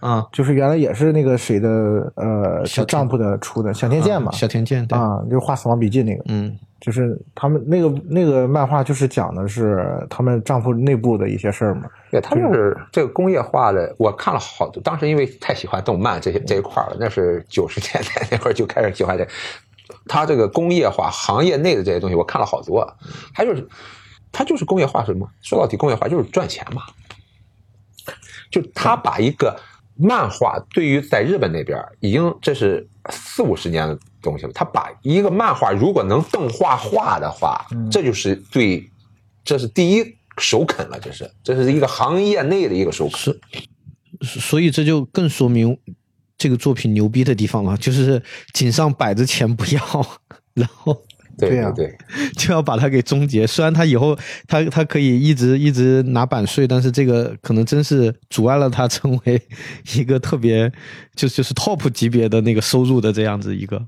S3: 啊，
S2: 就是原来也是那个谁的呃小
S3: 小啊
S2: 丈夫的出的《小天剑》嘛，
S3: 小田健对，
S2: 啊，就是画死亡笔记那个，
S3: 嗯，
S2: 就是他们那个那个漫画就是讲的是他们丈夫内部的一些事儿嘛。
S1: 对，它就是这个工业化的。我看了好多，当时因为太喜欢动漫这些这一块儿了，那是九十年代那会儿就开始喜欢这。它这个工业化行业内的这些东西，我看了好多。它就是，它就是工业化什么？说到底，工业化就是赚钱嘛。就他把一个漫画，对于在日本那边儿已经这是四五十年的东西了，他把一个漫画如果能动画化的话，这就是对，这是第一首肯了，这是这是一个行业内的一个首肯。
S3: 是，所以这就更说明这个作品牛逼的地方了，就是井上摆着钱不要， 然后
S1: 对
S2: 对啊
S1: 对对，
S3: 就要把它给终结。虽然他以后他他可以一直一直拿版税，但是这个可能真是阻碍了他成为一个特别就就是 top 级别的那个收入的这样子一个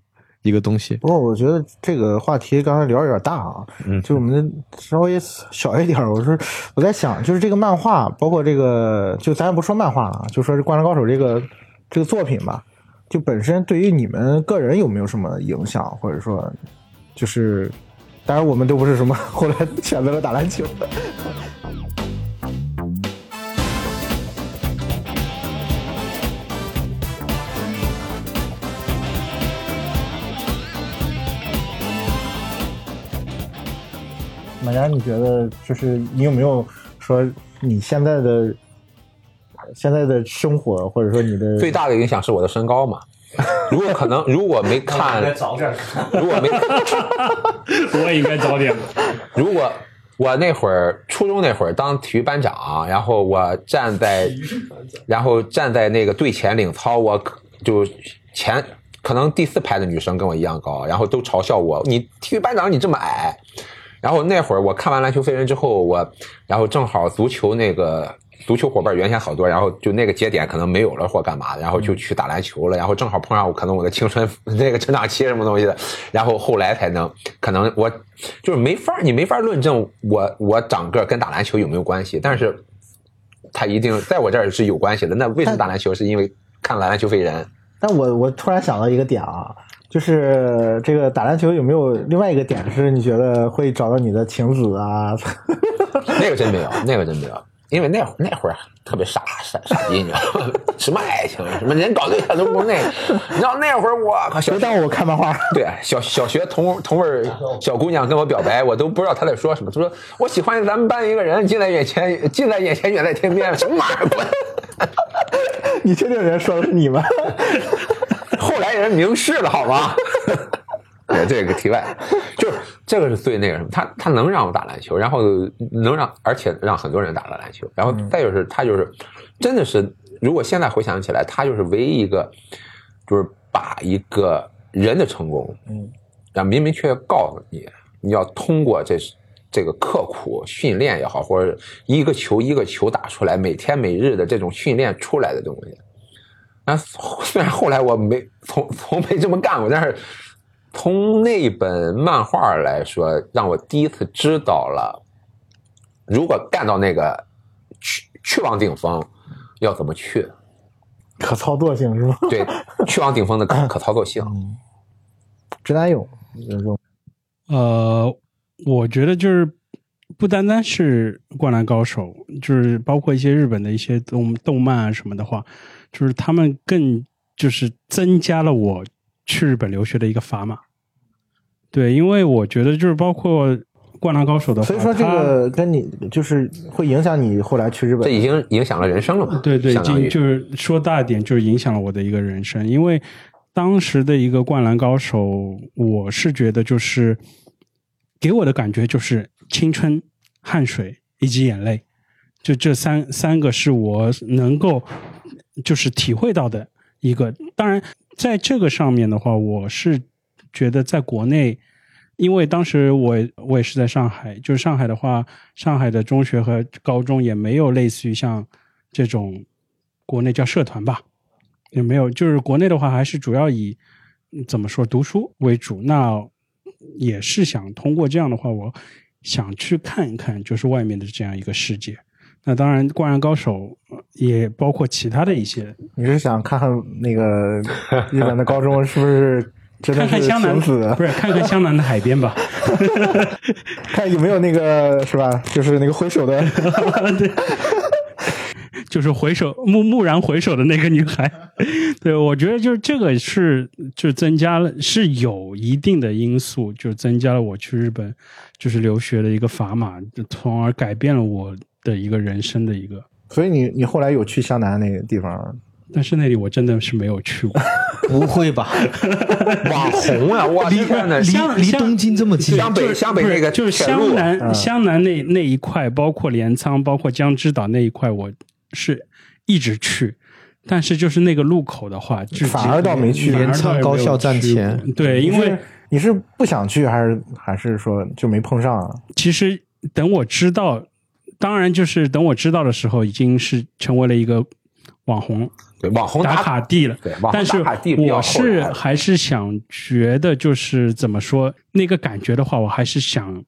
S3: 一个东西。
S2: 不过我觉得这个话题刚才聊有点大啊，嗯，就我们稍微小一点儿。我是我在想，就是这个漫画，包括这个，就咱也不说漫画了啊，就说这《灌篮高手》这个这个作品吧，就本身对于你们个人有没有什么影响，或者说就是，当然我们都不是什么 后来选择了打篮球的。马佳，你觉得就是你有没有说你现在的现在的生活，或者说你的
S1: 最大的影响是我的身高嘛。如果可能，如果没看，
S6: 早点看。
S1: 如果没，
S4: 我也应该早点了。
S1: 如果我那会儿初中那会儿当体育班长，然后我站在，然后站在那个队前领操，我可就前可能第四排的女生跟我一样高，然后都嘲笑我，你体育班长你这么矮。然后那会儿我看完篮球飞人之后，我然后正好足球那个足球伙伴原先好多，然后就那个节点可能没有了或干嘛的，然后就去打篮球了，然后正好碰上我可能我的青春 那个成长期什么东西的，然后后来才能可能我就是没法儿你没法儿论证我我长个儿跟打篮球有没有关系，但是他一定在我这儿是有关系的。那为什么打篮球？是因为看了篮球飞人。
S2: 但我我突然想到一个点啊，就是这个打篮球有没有另外一个点是你觉得会找到你的情子啊？
S1: 那个真没有，那个真没有。因为那会儿那会儿特别傻傻傻逼，你知道吗？什么爱情，什么人搞对象都不是那个。你知道那会儿我靠，小
S2: 别耽误我看漫画。
S1: 对小小学同同位小姑娘跟我表白，我都不知道她在说什么。她说我喜欢咱们班一个人，近在眼前，近在眼前，远在天边，什么玩意儿？滚！
S2: 你确定人说的是你吗？
S1: 后来人明示了，好吗？ 对，这个题外，就是这个是最那个什么，他他能让我打篮球，然后能让，而且让很多人打了篮球，然后再就是他就是，真的是，如果现在回想起来，他就是唯一一个，就是把一个人的成功，
S2: 嗯，
S1: 让明明确确告诉你，你要通过这这个刻苦训练也好，或者一个球一个球打出来，每天每日的这种训练出来的东西，啊，虽然后 来我没从从没这么干过，但是从那本漫画来说，让我第一次知道了，如果干到那个去去往顶峰，要怎么去？
S2: 可操作性是吧？
S1: 对，去往顶峰的可可操作性。
S4: 嗯
S2: 直男勇，有种
S4: 呃，我觉得就是不单单是《灌篮高手》，就是包括一些日本的一些动动漫啊什么的话，就是他们更就是增加了我去日本留学的一个砝码。对，因为我觉得就是包括《灌篮高手》的话，
S2: 所以说这
S4: 它
S2: 个跟你就是会影响你后来去日
S1: 这
S2: 本。
S1: 已经影响了人生了嘛？
S4: 对对，
S1: 相当于
S4: 就就是说大一点，就是影响了我的一个人生，因为当时的一个灌篮高手，我是觉得就是给我的感觉就是青春、汗水以及眼泪，就这三三个是我能够就是体会到的一个。当然，在这个上面的话，我是觉得在国内。因为当时我我也是在上海，就是上海的话，上海的中学和高中也没有类似于像这种国内叫社团吧，也没有，就是国内的话还是主要以嗯怎么说读书为主。那也是想通过这样的话，我想去看一看，就是外面的这样一个世界。那当然，《灌篮高手》呃也包括其他的一些，
S2: 你是想看看那个日本的高中是不是真的
S4: 看看
S2: 是
S4: 湘南
S2: 晴子，
S4: 不是看看湘南的海边吧。
S2: 看有没有那个是吧？就是那个挥手的，
S4: 对，就是回首蓦蓦然回首的那个女孩。对，我觉得就是这个是就增加了是有一定的因素，就增加了我去日本就是留学的一个砝码，就从而改变了我的一个人生的一个。
S2: 所以你你后来有去湘南那个地方？
S4: 但是那里我真的是没有去过，
S3: 不会 吧？
S1: 网红啊！我的天哪！
S3: 离
S4: 像
S3: 离
S4: 像
S3: 东京这么近，
S1: 湘北
S4: 就是
S1: 湘北
S4: 不是
S1: 那个
S4: 就是
S1: 铁路
S4: 湘南湘南那那一块，包括镰仓，包括江之岛那一块，我是一直去。但是就是那个路口的话，至今
S2: 反而倒没去
S4: 反而倒
S3: 镰仓
S4: 没有
S3: 高校站
S4: 去过
S3: 前
S4: 对，因为
S2: 你嗯是不想去，还是还是说就没碰上啊？
S4: 其实等我知道，当然就是等我知道的时候，已经是成为了一个网红
S1: 对网红
S4: 打卡地了。
S1: 对网红
S4: 但是
S1: 打卡地比较
S4: 我
S1: 后
S4: 是
S1: 来
S4: 还是想觉得，就是怎么说那个感觉的话，我还是想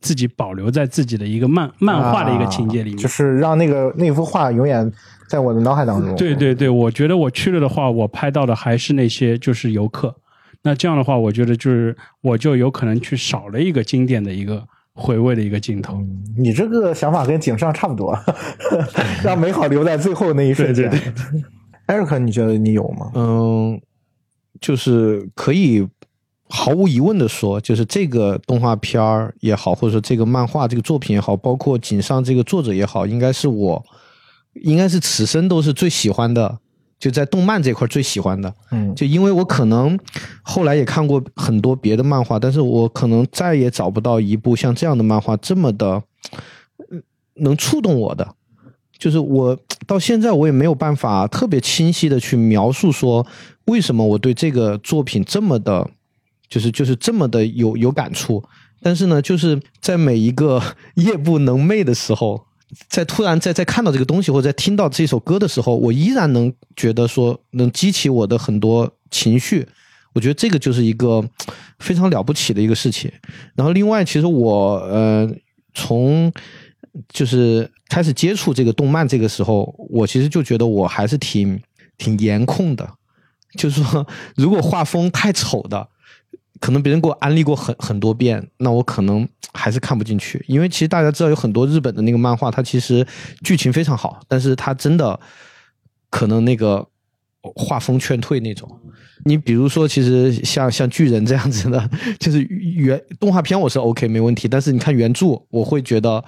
S4: 自己保留在自己的一个漫漫画的一个情节里面。
S2: 啊就是让那个那幅画永远在我的脑海当中。
S4: 对，对对，我觉得我去了的话，我拍到的还是那些就是游客。那这样的话，我觉得就是我就有可能去少了一个经典的一个回味的一个镜
S1: 嗯
S4: 头。
S2: 你这个想法跟井上差不多， 让美好留在最后那一瞬间。
S4: 对
S2: 艾瑞克，你觉得你有吗？
S3: 嗯，就是可以毫无疑问的说，就是这个动画片儿也好，或者说这个漫画这个作品也好，包括井上这个作者也好，应该是我，应该是此生都是最喜欢的，就在动漫这块儿最喜欢的。
S2: 嗯，
S3: 就因为我可能后来也看过很多别的漫画，但是我可能再也找不到一部像这样的漫画这么的，呃能触动我的。就是我到现在我也没有办法特别清晰的去描述说为什么我对这个作品这么的，就是就是这么的有有感触。但是呢，就是在每一个 夜不能寐的时候，在突然在在看到这个东西或者在听到这首歌的时候，我依然能觉得说能激起我的很多情绪。我觉得这个就是一个非常了不起的一个事情。然后另外，其实我呃从就是开始接触这个动漫这个时候，我其实就觉得我还是挺挺颜控的，就是说如果画风太丑的。可能别人给我安利过很很多遍，那我可能还是看不进去，因为其实大家知道有很多日本的那个漫画，它其实剧情非常好，但是它真的可能那个画风劝退那种。你比如说，其实像像巨人这样子的， 就是原动画片我是 OK 没问题，但是你看原著，我会觉得，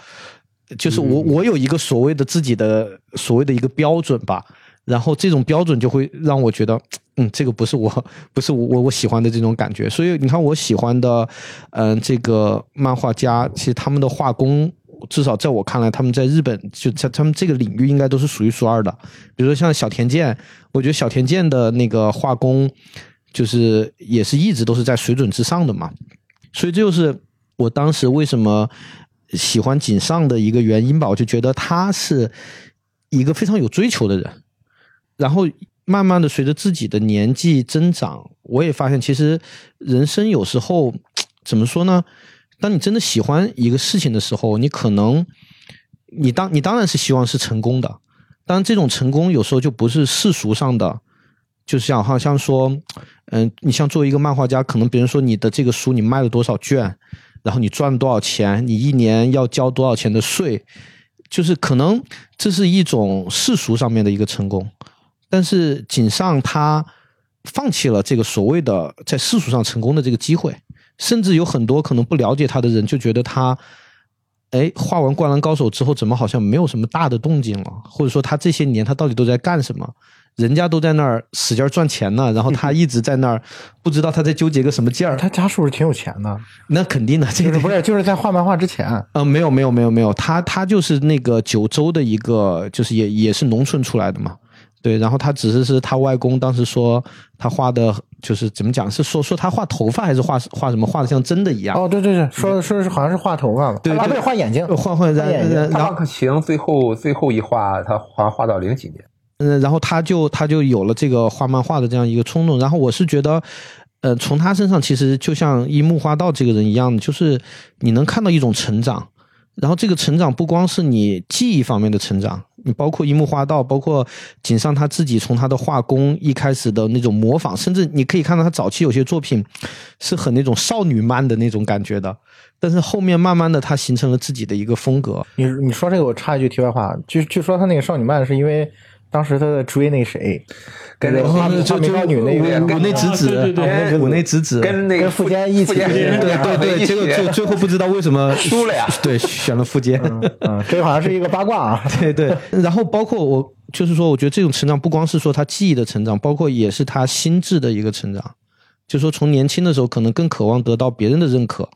S3: 就是我我有一个所谓的自己的所谓的一个标准吧，然后这种标准就会让我觉得，嗯，这个不是我不是我我我喜欢的这种感觉。所以你看，我喜欢的，嗯、这个漫画家，其实他们的画工。至少在我看来，他们在日本就在他们这个领域应该都是数一数二的。比如说像小田健，我觉得小田健的那个画工，就是也是一直都是在水准之上的嘛。所以这就是我当时为什么喜欢井上的一个原因吧。我就觉得他是一个非常有追求的人。然后慢慢的随着自己的年纪增长，我也发现其实人生有时候怎么说呢？当你真的喜欢一个事情的时候，你可能，你当你当然是希望是成功的，当然这种成功有时候就不是世俗上的，就是像好像说，嗯、你像作为一个漫画家，可能别人说你的这个书你卖了多少卷，然后你赚了多少钱，你一年要交多少钱的税，就是可能这是一种世俗上面的一个成功，但是井上他放弃了这个所谓的在世俗上成功的这个机会，甚至有很多可能不了解他的人就觉得他，哎，画完《灌篮高手》之后，怎么好像没有什么大的动静了？或者说他这些年他到底都在干什么？人家都在那儿使劲儿赚钱呢，然后他一直在那儿不知道他在纠结个什么劲儿。
S2: 他家是不是挺有钱的？
S3: 那肯定的，这
S2: 就
S3: 个
S2: 是不是就是在画漫画之
S4: 啊
S2: 前，
S3: 呃，没有没有没有没有，他他就是那个九州的一个，就是也也是农村出来的嘛，对。然后他只是是他外公当时说他画的，就是怎么讲，是说说他画头发还是画画什么，画的像真的一样。
S2: 哦，对对对，说说是好像是画头发嘛，
S3: 对对
S2: 啊不是画眼睛，
S3: 呃换换然
S2: 他演员
S3: 然
S1: 大
S3: 然
S1: 浪
S3: 后
S1: 客行最后最后一画，他画画到零几年，
S3: 嗯，然后他就他就有了这个画漫画的这样一个冲动。然后我是觉得，呃，从他身上其实就像樱木花道这个人一样，就是你能看到一种成长。然后这个成长不光是你记忆方面的成长，你包括樱木花道，包括井上他自己从他的画工一开始的那种模仿，甚至你可以看到他早期有些作品是很那种少女漫的那种感觉的，但是后面慢慢的他形成了自己的一个风格。
S2: 你你说这个，我插一句题外话，据据说他那个少女漫是因为当时他在追那谁，
S1: 跟
S2: 那
S1: 那
S2: 个
S1: 个
S4: 呃
S2: 花
S3: 就
S2: 花美少女那
S1: 对
S2: 个
S1: 跟
S3: 我内直子，
S4: 啊对对对
S2: 跟
S3: 我内直子，
S1: 跟那个
S2: 跟富坚一起
S1: 富坚
S2: 对
S1: 对
S3: 对对对，结果最最后不知道为什么
S1: 输了呀
S3: 对，选了副监。
S2: 嗯，这好像是一个八卦 啊，
S3: 对对，然后包括我，就是说，我觉得这种成长不光是说他记忆的成长，包括也是他心智的一个成长。就说从年轻的时候，可能更渴望得到别人的认可，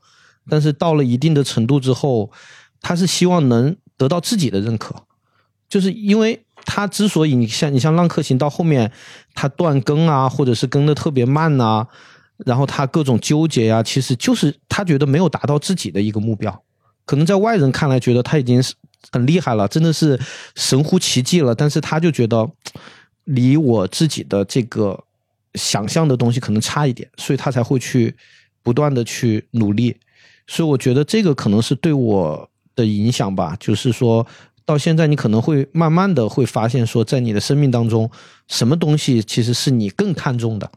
S3: 但是到了一定的程度之后，他是希望能得到自己的认可，就是因为他之所以你像你像浪客行到后面，他断更啊，或者是更的特别慢呐、然后他各种纠结呀、其实就是他觉得没有达到自己的一个目标。可能在外人看来觉得他已经是很厉害了，真的是神乎其技了，但是他就觉得离我自己的这个想象的东西可能差一点，所以他才会去不断的去努力。所以我觉得这个可能是对我的影响吧，就是说到现在，你可能会慢慢的会发现，说在你的生命当中，什么东西其实是你更看重的。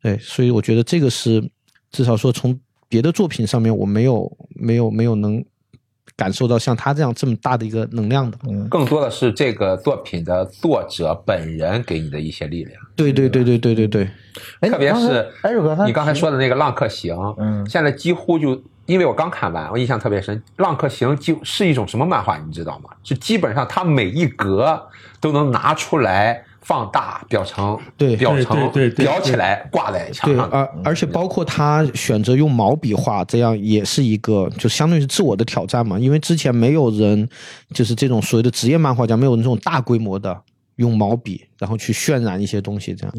S3: 对，所以我觉得这个是至少说从别的作品上面，我没有没有没有能感受到像他这样这么大的一个能量的。
S1: 更多的是这个作品的作者本人给你的一些力量。
S3: 对对对对对对对，
S2: 哎
S1: 特别
S2: 你刚才
S1: 是
S2: 哎，瑞哥，
S1: 你刚才
S2: 提
S1: 说的那个《浪客行》，
S2: 嗯
S1: 现在几乎就因为我刚看完，我印象特别深，《浪客行》就是一种什么漫画，你知道吗？是基本上它每一格都能拿出来放大，裱成
S3: 对
S1: 裱成
S4: 对对对
S1: 裱起来挂在墙
S3: 对，啊
S1: 上的。
S3: 而而且包括他选择用毛笔画，这样也是一个就相当于是自我的挑战嘛，因为之前没有人就是这种所谓的职业漫画家，没有那种大规模的用毛笔然后去渲染一些东西，这样。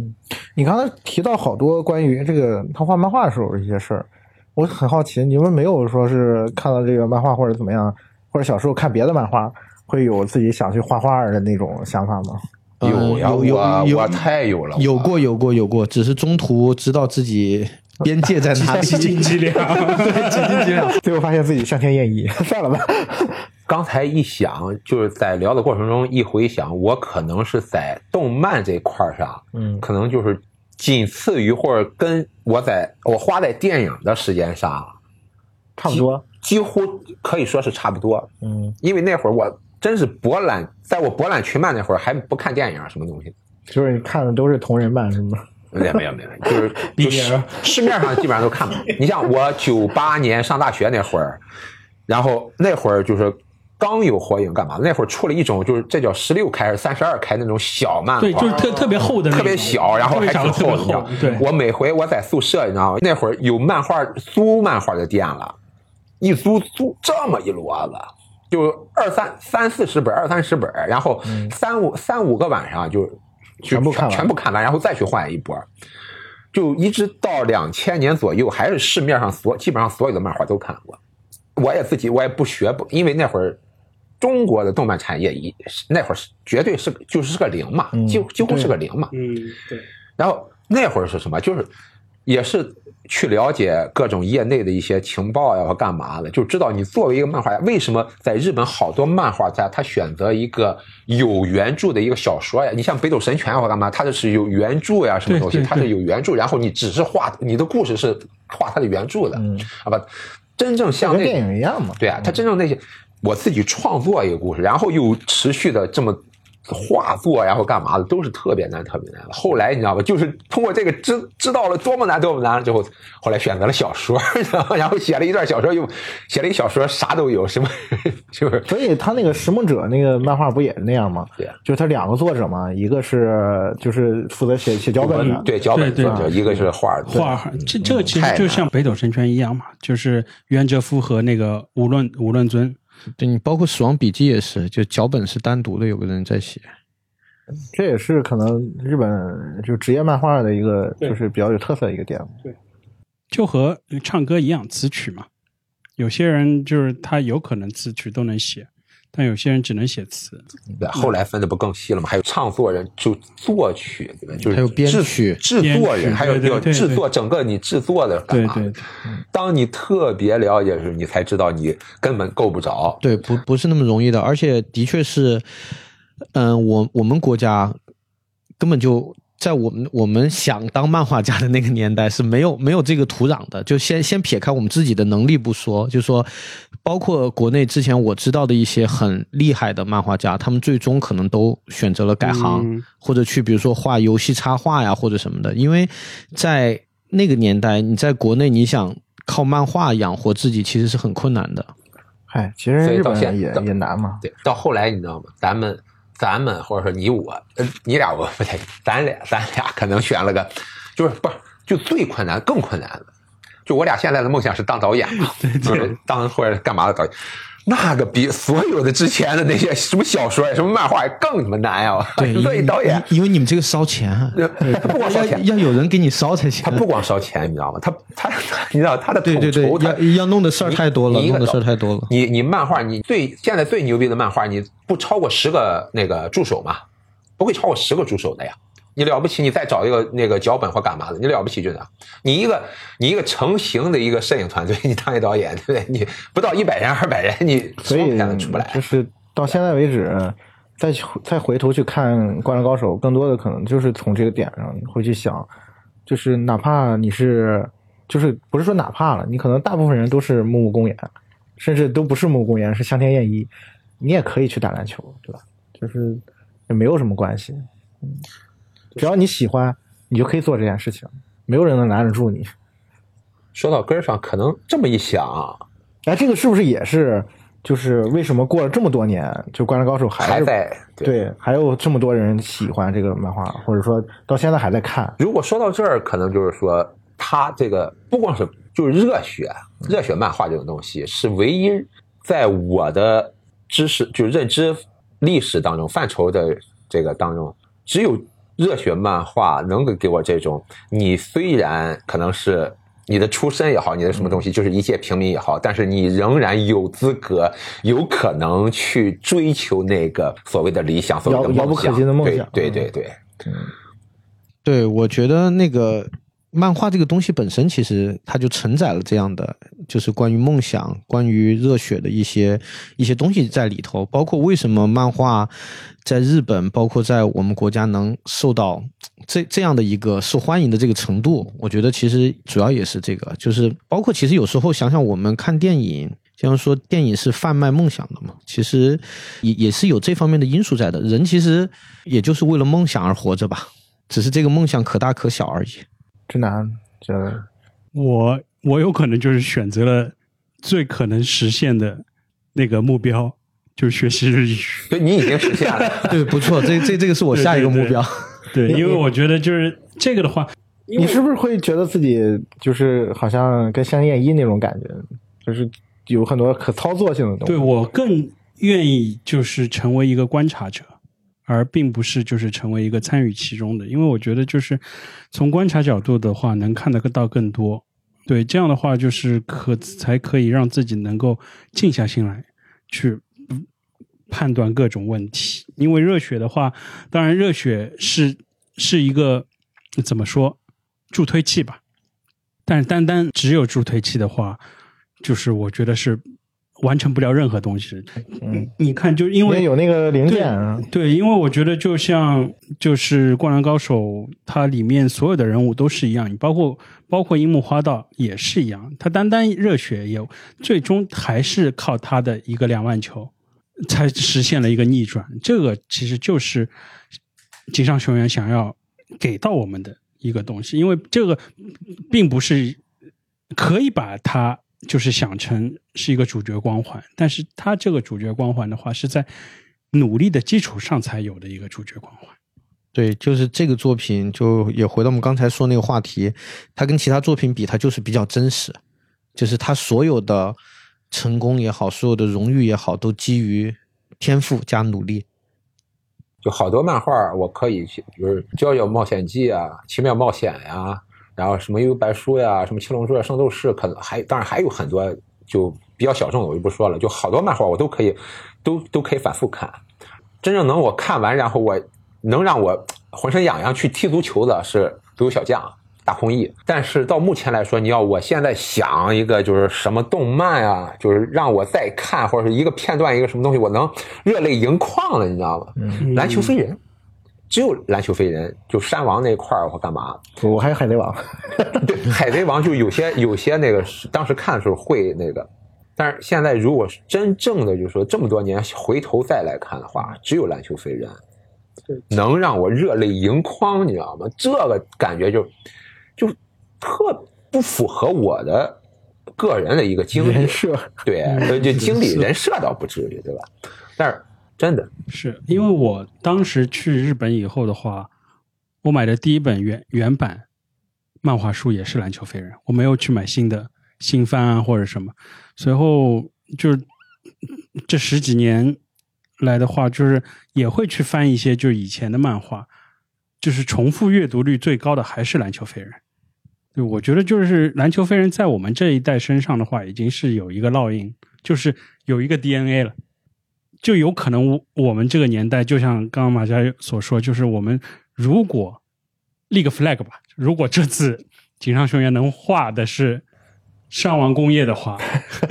S2: 你刚才提到好多关于这个他画漫画的时候的一些事儿，我很好奇，你们没有说是看到这个漫画或者怎么样，或者小时候看别的漫画，会有自己想去画画的那种想法吗？
S1: 有呀，
S3: 啊嗯有有
S1: 我啊
S3: 有
S1: 我太有了，
S3: 有
S1: 我啊
S3: 过有过有过，只是中途知道自己边界在哪 里，
S4: 经济量，
S2: 最后发现自己上天厌一， 算了吧。
S1: 刚才一想，就是在聊的过程中一回想，我可能是在动漫这块儿上，
S2: 嗯
S1: 可能就是仅次于或者跟我在我花在电影的时间上
S2: 差不多。
S1: 几乎可以说是差不多，
S2: 嗯，
S1: 因为那会儿我真是博览，在我博览群漫那会儿还不看电影什么东西，
S2: 就是你看的都是同人版是吗？
S1: 没有没有没有，就是你
S2: 影
S1: 市市面上基本上都看不到。你像我九八年上大学那会儿，然后那会儿就是刚有火影干嘛的，那会儿出了一种就是这叫十六开还是三十二开那种小漫画，
S4: 对，就是特特别厚的那种，
S1: 特别小，然后还
S4: 特别
S1: 挺
S4: 小
S1: 厚的，
S4: 特
S1: 你
S4: 别
S1: 知道
S4: 厚。对，
S1: 我每回我在宿舍，你知道吗？那会儿有漫画租漫画的店了，一租租这么一摞子，就二三三四十本，二三十本，然后三五、三五个晚上就就
S2: 全部看完
S1: 全部看完，然后再去换一波。就一直到两千年左右，还是市面上所基本上所有的漫画都看过。我也自己我也不学不，因为那会儿中国的动漫产业一那会儿是绝对是个就是个零嘛，几乎几乎是个零嘛。
S4: 嗯，对，
S1: 然后那会儿是什么？就是也是去了解各种业内的一些情报呀，或干嘛的，就知道你作为一个漫画家，为什么在日本好多漫画家他选择一个有原著的一个小说呀？你像北斗神拳或干嘛，它这是有原著呀，什么东西，
S4: 对对
S1: 它是有原著，然后你只是画你的故事是画它的原著的，
S4: 嗯
S1: 啊不，真正像
S2: 跟
S1: 那
S2: 电影一样嘛。
S1: 对啊，他真正那些我自己创作一个故事，然后又持续的这么画作，然后干嘛的，都是特别难、特别难的。后来你知道吧，就是通过这个知知道了多么难、多么难了之后，后来选择了小说， 然后然后写了一段小说，又写了一小说，啥都有，什么就是
S2: 所以他那个《拾梦者》那个漫画不也是那样吗？
S1: 对啊
S2: 就是他两个作者嘛，一个是就是负责写写脚本的，
S1: 对脚本
S4: 啊对
S1: 作
S4: 对
S1: 者，一个是画儿
S4: 画儿这这个其实
S1: 太
S4: 就
S1: 难
S4: 像北斗神拳一样嘛，就是袁哲夫和那个无论无论尊，
S7: 对你包括《死亡笔记》也是，就脚本是单独的，有个人在写。
S2: 这也是可能日本就职业漫画的一个
S4: 对
S2: 就是比较有特色的一个点嘛。
S4: 就和唱歌一样词曲嘛。有些人就是他有可能词曲都能写，但有些人只能写词。
S1: 对，后来分的不更细了吗？还有唱作人，就作曲，对吧？就是
S7: 还有编
S1: 制
S7: 曲
S1: 制作人，
S4: 编曲
S1: 还有
S4: 对对
S1: 有
S4: 对
S1: 制
S4: 对
S1: 作整个你制作的干
S4: 对
S1: 嘛的
S4: 对，对
S1: 当你特别了解的时候，你才知道你根本够不着。
S7: 对，不不是那么容易的，而且的确是，嗯、我我们国家根本就在我们我们想当漫画家的那个年代是没有没有这个土壤的。就先先撇开我们自己的能力不说，就说包括国内之前我知道的一些很厉害的漫画家，他们最终可能都选择了改行，
S4: 嗯
S7: 或者去比如说画游戏插画呀或者什么的，因为在那个年代，你在国内你想靠漫画养活自己其实是很困难的。
S2: 嗨，哎其实
S1: 所以
S2: 日
S1: 到
S2: 本
S1: 现
S2: 也
S1: 到
S2: 也难嘛。
S1: 对，到后来你知道吗？咱们咱们或者说你我，呃，你俩我不太，咱俩咱俩可能选了个，就是不是就最困难更困难的，就我俩现在的梦想是当导演 嘛，就是当或者干嘛的导演。那个比所有的之前的那些什么小说呀、什么漫画呀更他妈难呀、
S7: 对，因
S1: 所以
S7: 为
S1: 导演
S7: 因因为你们这个烧钱啊，
S1: 他 不光烧
S7: 要
S1: 钱，
S7: 要有人给你烧才行
S1: 他。不光烧钱，你知道吗？他他你知道他的统
S7: 对对
S1: 筹，
S7: 对，
S1: 他
S7: 要要弄的事儿太多了，
S1: 你呃一
S7: 弄
S1: 个
S7: 的事儿
S1: 导
S7: 太多了。
S1: 你你漫画，你最现在最牛逼的漫画，你不超过十个那个助手嘛？不会超过十个助手的呀。你了不起，你再找一个那个脚本或干嘛的，你了不起就那。你一个你一个成型的一个摄影团队，你当一导演，对不对？你不到一百人、二百人，你
S2: 所以
S1: 片子出不来
S2: 就。是到现在为止，再去再回头去看《灌篮高手》，更多的可能就是从这个点上会去想，就是哪怕你是，就是不是说哪怕了，你可能大部分人都是木木公园，甚至都不是木木公园，是香田彦一，你也可以去打篮球，对吧？就是也没有什么关系，嗯，只要你喜欢，你就可以做这件事情，没有人能拦得住你。
S1: 说到根儿上，可能这么一想，啊
S2: 哎，这个是不是也是？就是为什么过了这么多年，就《灌篮高手》还
S1: 还
S2: 是
S1: 在对
S2: 对，还有这么多人喜欢这个漫画，或者说到现在还在看。
S1: 如果说到这儿，可能就是说他这个不光是就是热血，热血漫画这种东西是唯一在我的知识就是认知历史当中范畴的这个当中，只有热血漫画能呃够给我这种你虽然可能是。你的出身也好，你的什么东西，就是一介平民也好，但是你仍然有资格、有可能去追求那个所谓的理想，所谓的
S2: 遥
S1: 梦想，
S2: 遥不可及的梦想
S1: 对对
S2: 嗯
S1: 对对，
S7: 对，我觉得那个
S3: 漫画这个东西本身，其实它就承载了这样的，就是关于梦想、关于热血的一些一些东西在里头。包括为什么漫画在日本，包括在我们国家能受到这这样的一个受欢迎的这个程度，我觉得其实主要也是这个，就是包括其实有时候想想我们看电影。像说电影是贩卖梦想的嘛，其实也也是有这方面的因素在的。人其实也就是为了梦想而活着吧，只是这个梦想可大可小 而已。
S2: 直男啊觉得
S4: 我我有可能就是选择了最可能实现的那个目标，就是学习日语。
S1: 就你已经实现了，
S3: 对，不错，这这这个是我下一个目标。
S4: 对，因为我觉得就是这个的话，
S2: 你是不是会觉得自己就是好像跟香艳一那种感觉，就是有很多可操作性的东西？
S4: 对我更愿意就是成为一个观察者，而并不是就是成为一个参与其中的，因为我觉得就是从观察角度的话，能看得到更多。对，这样的话就是可才可以让自己能够静下心来去嗯判断各种问题。因为热血的话，当然热血是是一个怎么说助推器吧，但是单单只有助推器的话，就是我觉得是完成不了任何东西。嗯，你看，就因
S2: 因
S4: 为
S2: 为有那个零件啊，
S4: 对，因为我觉得就像就是《灌篮高手》，它里面所有的人物都是一样，包括包括樱木花道也是一样。他单单热血也最终还是靠他的一个两万球，才实现了一个逆转。这个其实就是井上雄彦想要给到我们的一个东西，因为这个并不是可以把它就是想成是一个主角光环，但是它这个主角光环的话是在努力的基础上才有的一个主角光环。
S3: 对，就是这个作品，就也回到我们刚才说那个话题，它跟其他作品比，它就是比较真实，就是它所有的成功也好，所有的荣誉也好，都基于天赋加努力。
S1: 就好多漫画我可以去，比如《JoJo 冒险记》啊，《奇妙冒险》呀，然后什么《幽游白书》呀，什么《七龙珠》啊，《圣斗士》，可能还当然还有很多就比较小众的，我就不说了。就好多漫画我都可以，都都可以反复看。真正能我看完，然后我能让我浑身痒痒去踢足球的是《足球小将》大空翼。但是到目前来说，你要我现在想一个就是什么动漫啊，就是让我再看或者是一个片段一个什么东西，我能热泪盈眶了，你知道吗？篮球飞人，只有篮球飞人，就山王那块儿或干嘛，
S2: 我还有海贼王，
S1: 对， 海贼王就有些有些那个是，当时看的时候会那个，但是现在如果是真正的就是说这么多年回头再来看的话，只有篮球飞人能让我热泪盈眶，你知道吗？这个感觉就就特不符合我的个人的一个经历
S2: 人，设
S1: 对，呃就经历人设倒不至于，对吧？但是真的
S4: 是因为我当时去日本以后的话，我买的第一本原原版漫画书也是《篮球飞人》，我没有去买新的新番啊或者什么。随后就是这十几年来的话，就是也会去翻一些就是以前的漫画，就是重复阅读率最高的还是《篮球飞人》。对，我觉得就是《篮球飞人》在我们这一代身上的话，已经是有一个烙印，就是有一个 DNA 了。就有可能我我们这个年代，就像刚刚马佳所说，就是我们如果立个 flag 吧，如果这次井上雄彦能画的是上完工业的话，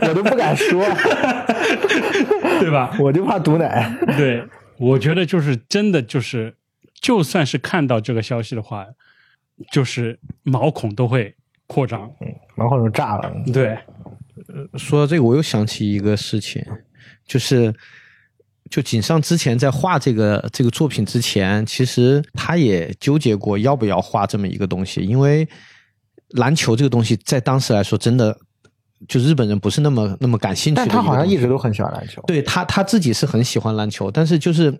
S2: 我都不敢说，
S4: 对吧？
S2: 我就怕毒奶。
S4: 对，我觉得就是真的就是，就算是看到这个消息的话，就是毛孔都会扩张。
S2: 然后就炸了，
S4: 对，
S3: 说到这个，我又想起一个事情，就是就井上之前在画这个这个作品之前，其实他也纠结过要不要画这么一个东西，因为篮球这个东西在当时来说，真的就日本人不是那么那么感兴趣的
S2: 但
S3: 个东
S2: 他
S3: 西。
S2: 好像一直都很喜欢篮球。
S3: 对他他自己是很喜欢篮球，但是就是。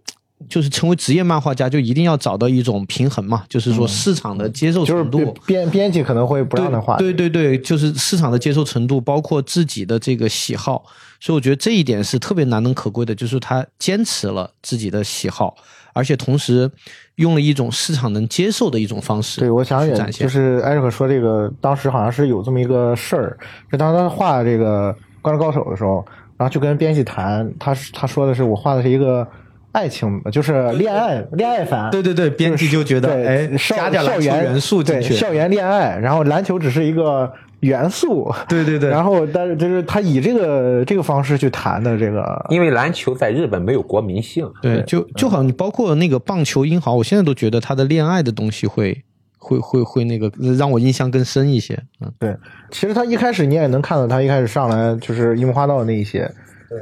S3: 就是成为职业漫画家，就一定要找到一种平衡嘛，就是说市场的接受
S2: 嗯就是
S3: 程度，
S2: 编编辑可能会不让他画，
S3: 对对对，就是市场的接受程度，包括自己的这个喜好，所以我觉得这一点是特别难能可贵的，就是他坚持了自己的喜好，而且同时用了一种市场能接受的一种方式。
S2: 对，我想也
S3: 去展现
S2: 就是艾瑞克说这个，当时好像是有这么一个事儿，就当他画这个《灌篮高手》的时候，然后就跟编辑谈，他是他说的是我画的是一个爱情，就是恋爱恋爱番。
S3: 对对对，编辑就觉得
S2: 对，
S3: 哎，
S2: 校
S3: 加点
S2: 校
S3: 篮球
S2: 园
S3: 元素进
S2: 对
S3: 去，
S2: 校园恋爱，然后篮球只是一个元素，
S3: 对对对
S2: 然后但是就是他以这个这个方式去谈的这个，
S1: 因为篮球在日本没有国民性，啊
S3: 对，就就好像你包括那个棒球英豪，我现在都觉得他的恋爱的东西会会会会那个让我印象更深一些。嗯，
S2: 对，其实他一开始你也能看到他一开始上来就是樱木花道那一些。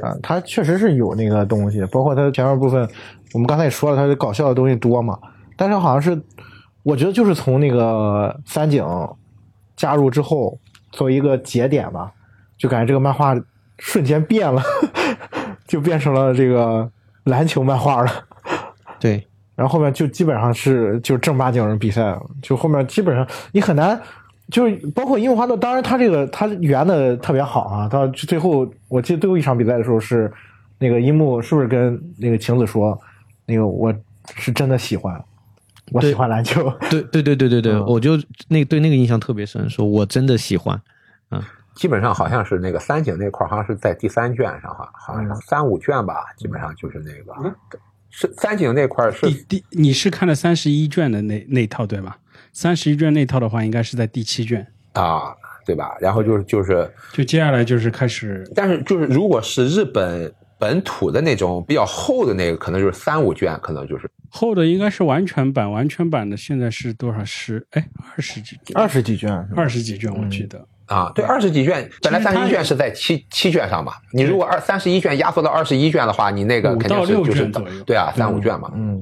S2: 啊，他确实是有那个东西，包括他前面部分，我们刚才也说了，他的搞笑的东西多嘛。但是好像是，我觉得就是从那个三井加入之后，作为一个节点吧，就感觉这个漫画瞬间变了， 就变成了这个篮球漫画了。
S3: 对，
S2: 然后后面就基本上是就正儿八经人比赛了，就后面基本上你很难，就是包括樱木花道，当然他这个他圆的特别好啊，到最后我记得最后一场比赛的时候是那个樱木是不是跟那个晴子说，那个我是真的喜欢，我喜欢篮球，
S3: 对对对对对
S2: 嗯
S3: 对，我就那对那个印象特别深，说我真的喜欢。
S1: 基本上好像是那个三井那块儿，好像是在第三卷上，哈，好
S4: 嗯
S1: 像是三五卷吧，基本上就是那个，是三井那块儿是
S4: 第第你是看了三十一卷的那那套对吧？三十一卷那套的话，应该是在第七卷。
S1: 啊，对吧？然后就是就是，
S4: 就接下来就是开始
S1: 但是就是如果是日本本土的那种比较厚的那个，可能就是三五卷，可能就是
S4: 厚的，应该是完全版，完全版的现在是多少十哎二十几卷，
S2: 二十几卷，
S4: 二十几卷我记得。
S1: 啊，对，二十几卷，本来
S4: 嗯其实它
S1: 三十一卷是在七七卷上嘛，你如果二三十一卷压缩到二十一卷的话，你那个
S4: 五
S1: 肯定
S4: 到
S1: 是
S4: 六
S1: 就是
S4: 卷左右
S1: 对啊，三五卷嘛，
S2: 嗯，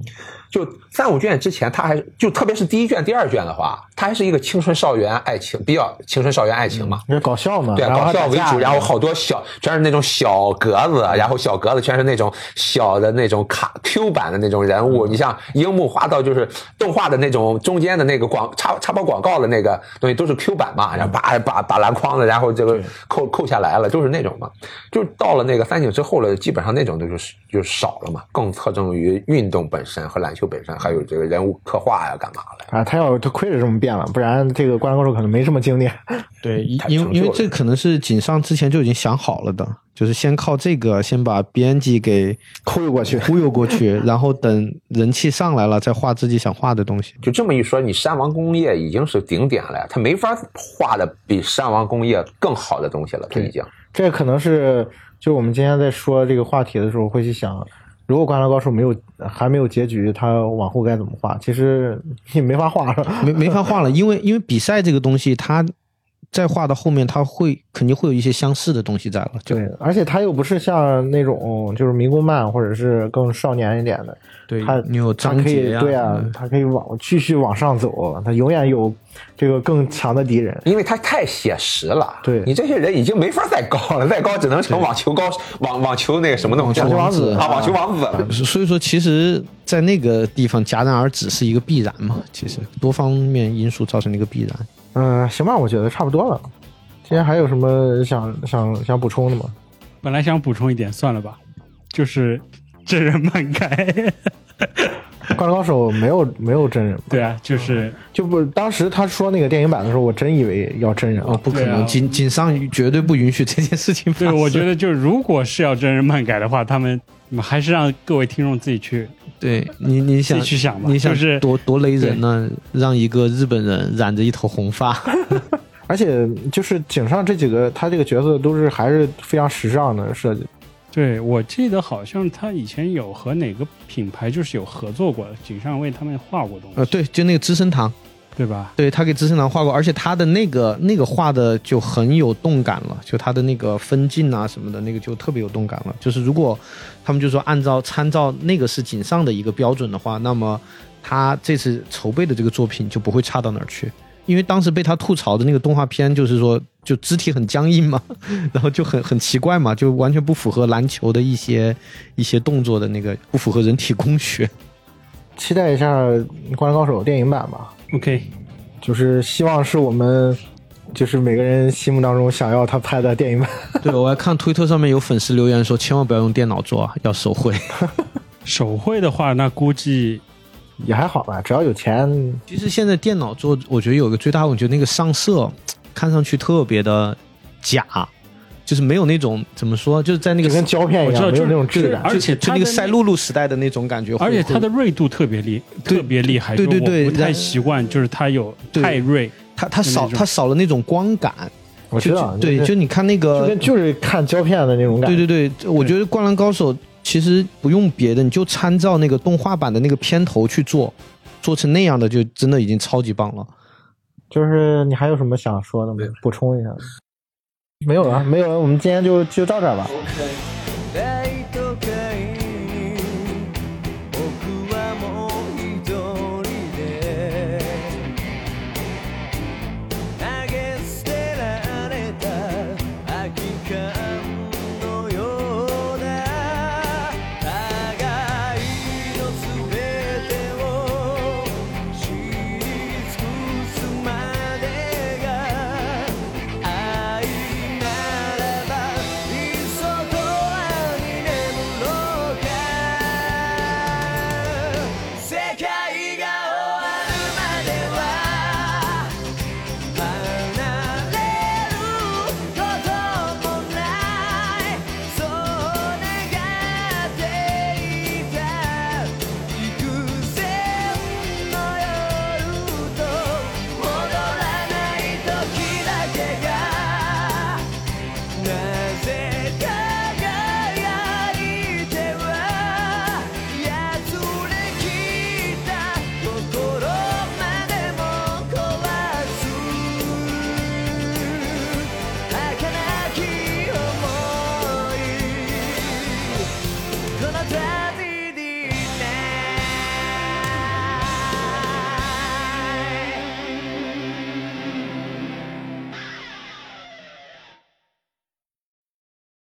S1: 就三五卷之前，它还是就特别是第一卷、第二卷的话，它还是一个青春少园爱情，比较青春少园爱情嘛。
S2: 因为搞笑嘛，
S1: 对，啊
S2: 然后
S1: 搞
S2: 还
S1: 笑为
S2: 打架嗯
S1: 主，然后好多小，全是那种小格子，然后小格子全是那种小的那种卡 Q 版的那种人
S2: 嗯
S1: 物。你像樱木花道，就是动画的那种中间的那个广插插播广告的那个东西都是 Q 版嘛，然后把把把篮筐的，然后这个扣扣下来了，就是那种嘛。就是到了那个三井之后了，基本上那种的就是就少了嘛，更侧重于运动本身和篮球本身，还有这个人物刻画呀、干嘛的。
S2: 啊，他要他亏着这么变了，不然这个《灌篮高手》可能没这么经典。
S3: 对，因
S1: 太
S3: 因
S1: 成
S3: 为因为
S1: 就了
S3: 这可能是井上之前就已经想好了的，就是先靠这个先把编辑给
S2: 忽悠过去
S3: 忽悠过去， 然后等人气上来了再画自己想画的东西。
S1: 就这么一说，你山王工业已经是顶点了，他没法画的比山王工业更好的东西了，他已经。
S2: 这可能是就我们今天在说这个话题的时候会去想，如果《灌篮高手》没有还没有结局，它往后该怎么画？其实也没法画了。
S3: 没没法画了，因为因为比赛这个东西，它再画到后面，它会肯定会有一些相似的东西在了。就
S2: 对，而且它又不是像那种就是迷宫漫或者是更少年一点的，
S3: 对
S2: 它
S3: 你有章
S2: 它可以
S3: 节呀嗯
S2: 对啊，它可以往继续往上走，它永远有这个更强的敌人。
S1: 因为他太写实了，
S2: 对
S1: 你这些人已经没法再高了，再高只能成网球高网网球那个什么东西，
S3: 网球王子
S1: 啊，网球王子 了。
S3: 所以说，其实，在那个地方戛然而止是一个必然嘛，其实多方面因素造成的一个必然。
S2: 嗯、行吧，我觉得差不多了。今天还有什么想想想补充的吗？
S4: 本来想补充一点，算了吧，就是真人漫改。
S2: 《灌篮高手》没有没有真人吗，
S4: 对啊，就是
S2: 就不当时他说那个电影版的时候，我真以为要真人
S3: 哦，
S2: 啊。
S3: 不可
S4: 对啊
S3: 能，井井上绝对不允许这件事情发
S4: 对，
S3: 生。
S4: 我觉得就如果是要真人漫改的话，他们还是让各位听众自己去
S3: 对你，你想
S4: 自己去想吧
S3: 你想
S4: 就是
S3: 多多雷人呢？让一个日本人染着一头红发，
S2: 而且就是井上这几个，他这个角色都是还是非常时尚的设计。
S4: 对，我记得好像他以前有和哪个品牌就是有合作过，井上为他们画过东西，
S3: 呃，对，就那个资生堂，
S4: 对吧？
S3: 对他给资生堂画过，而且他的那个那个画的就很有动感了，就他的那个分镜啊什么的，那个就特别有动感了。就是如果他们就说按照参照那个是井上的一个标准的话，那么他这次筹备的这个作品就不会差到哪儿去。因为当时被他吐槽的那个动画片，就是说就肢体很僵硬嘛， 然后就很很奇怪嘛，就完全不符合篮球的一些一些动作的那个，不符合人体工学。
S2: 期待一下《灌篮高手》电影版吧，
S4: OK，
S2: 就是希望是我们就是每个人心目当中想要他拍的电影版。
S3: 对，我还看推特上面有粉丝留言说，千万不要用电脑做，啊，要手绘。
S4: 手绘的话，那估计
S2: 也还好吧，只要有钱，
S3: 其实现在电脑做，我觉得有一个最大问题，那个上色看上去特别的假，就是没有那种怎么说，就是在那
S2: 就
S3: 个
S2: 跟胶片一
S4: 我知
S2: 样，没有
S4: 道就是
S2: 那种质
S4: 是
S2: 感。
S4: 而且
S3: 就
S4: 它
S3: 那个
S4: 的
S3: 赛璐璐时代的那种感觉会，
S4: 而且它
S3: 会
S4: 的锐度特别厉，特别厉害，
S3: 对
S4: 就
S3: 对对
S4: 我不太
S3: 然
S4: 习惯，就是它有
S3: 对
S4: 太锐，
S3: 它它
S4: 就那
S3: 少
S4: 种
S3: 它少了那种光感，
S2: 我知
S3: 就
S2: 道，
S3: 就对，就你看那
S2: 就
S3: 个
S2: 跟就是看胶片的那种感
S3: 对
S2: 觉。
S3: 对对，这我觉得《灌篮高手》其实不用别的，你就参照那个动画版的那个片头去做，做成那样的就真的已经超级棒了。
S2: 就是你还有什么想说的吗
S8: 没有？
S2: 补充一下。没有了，没有了，我们今天就就到这儿吧。
S9: ライトから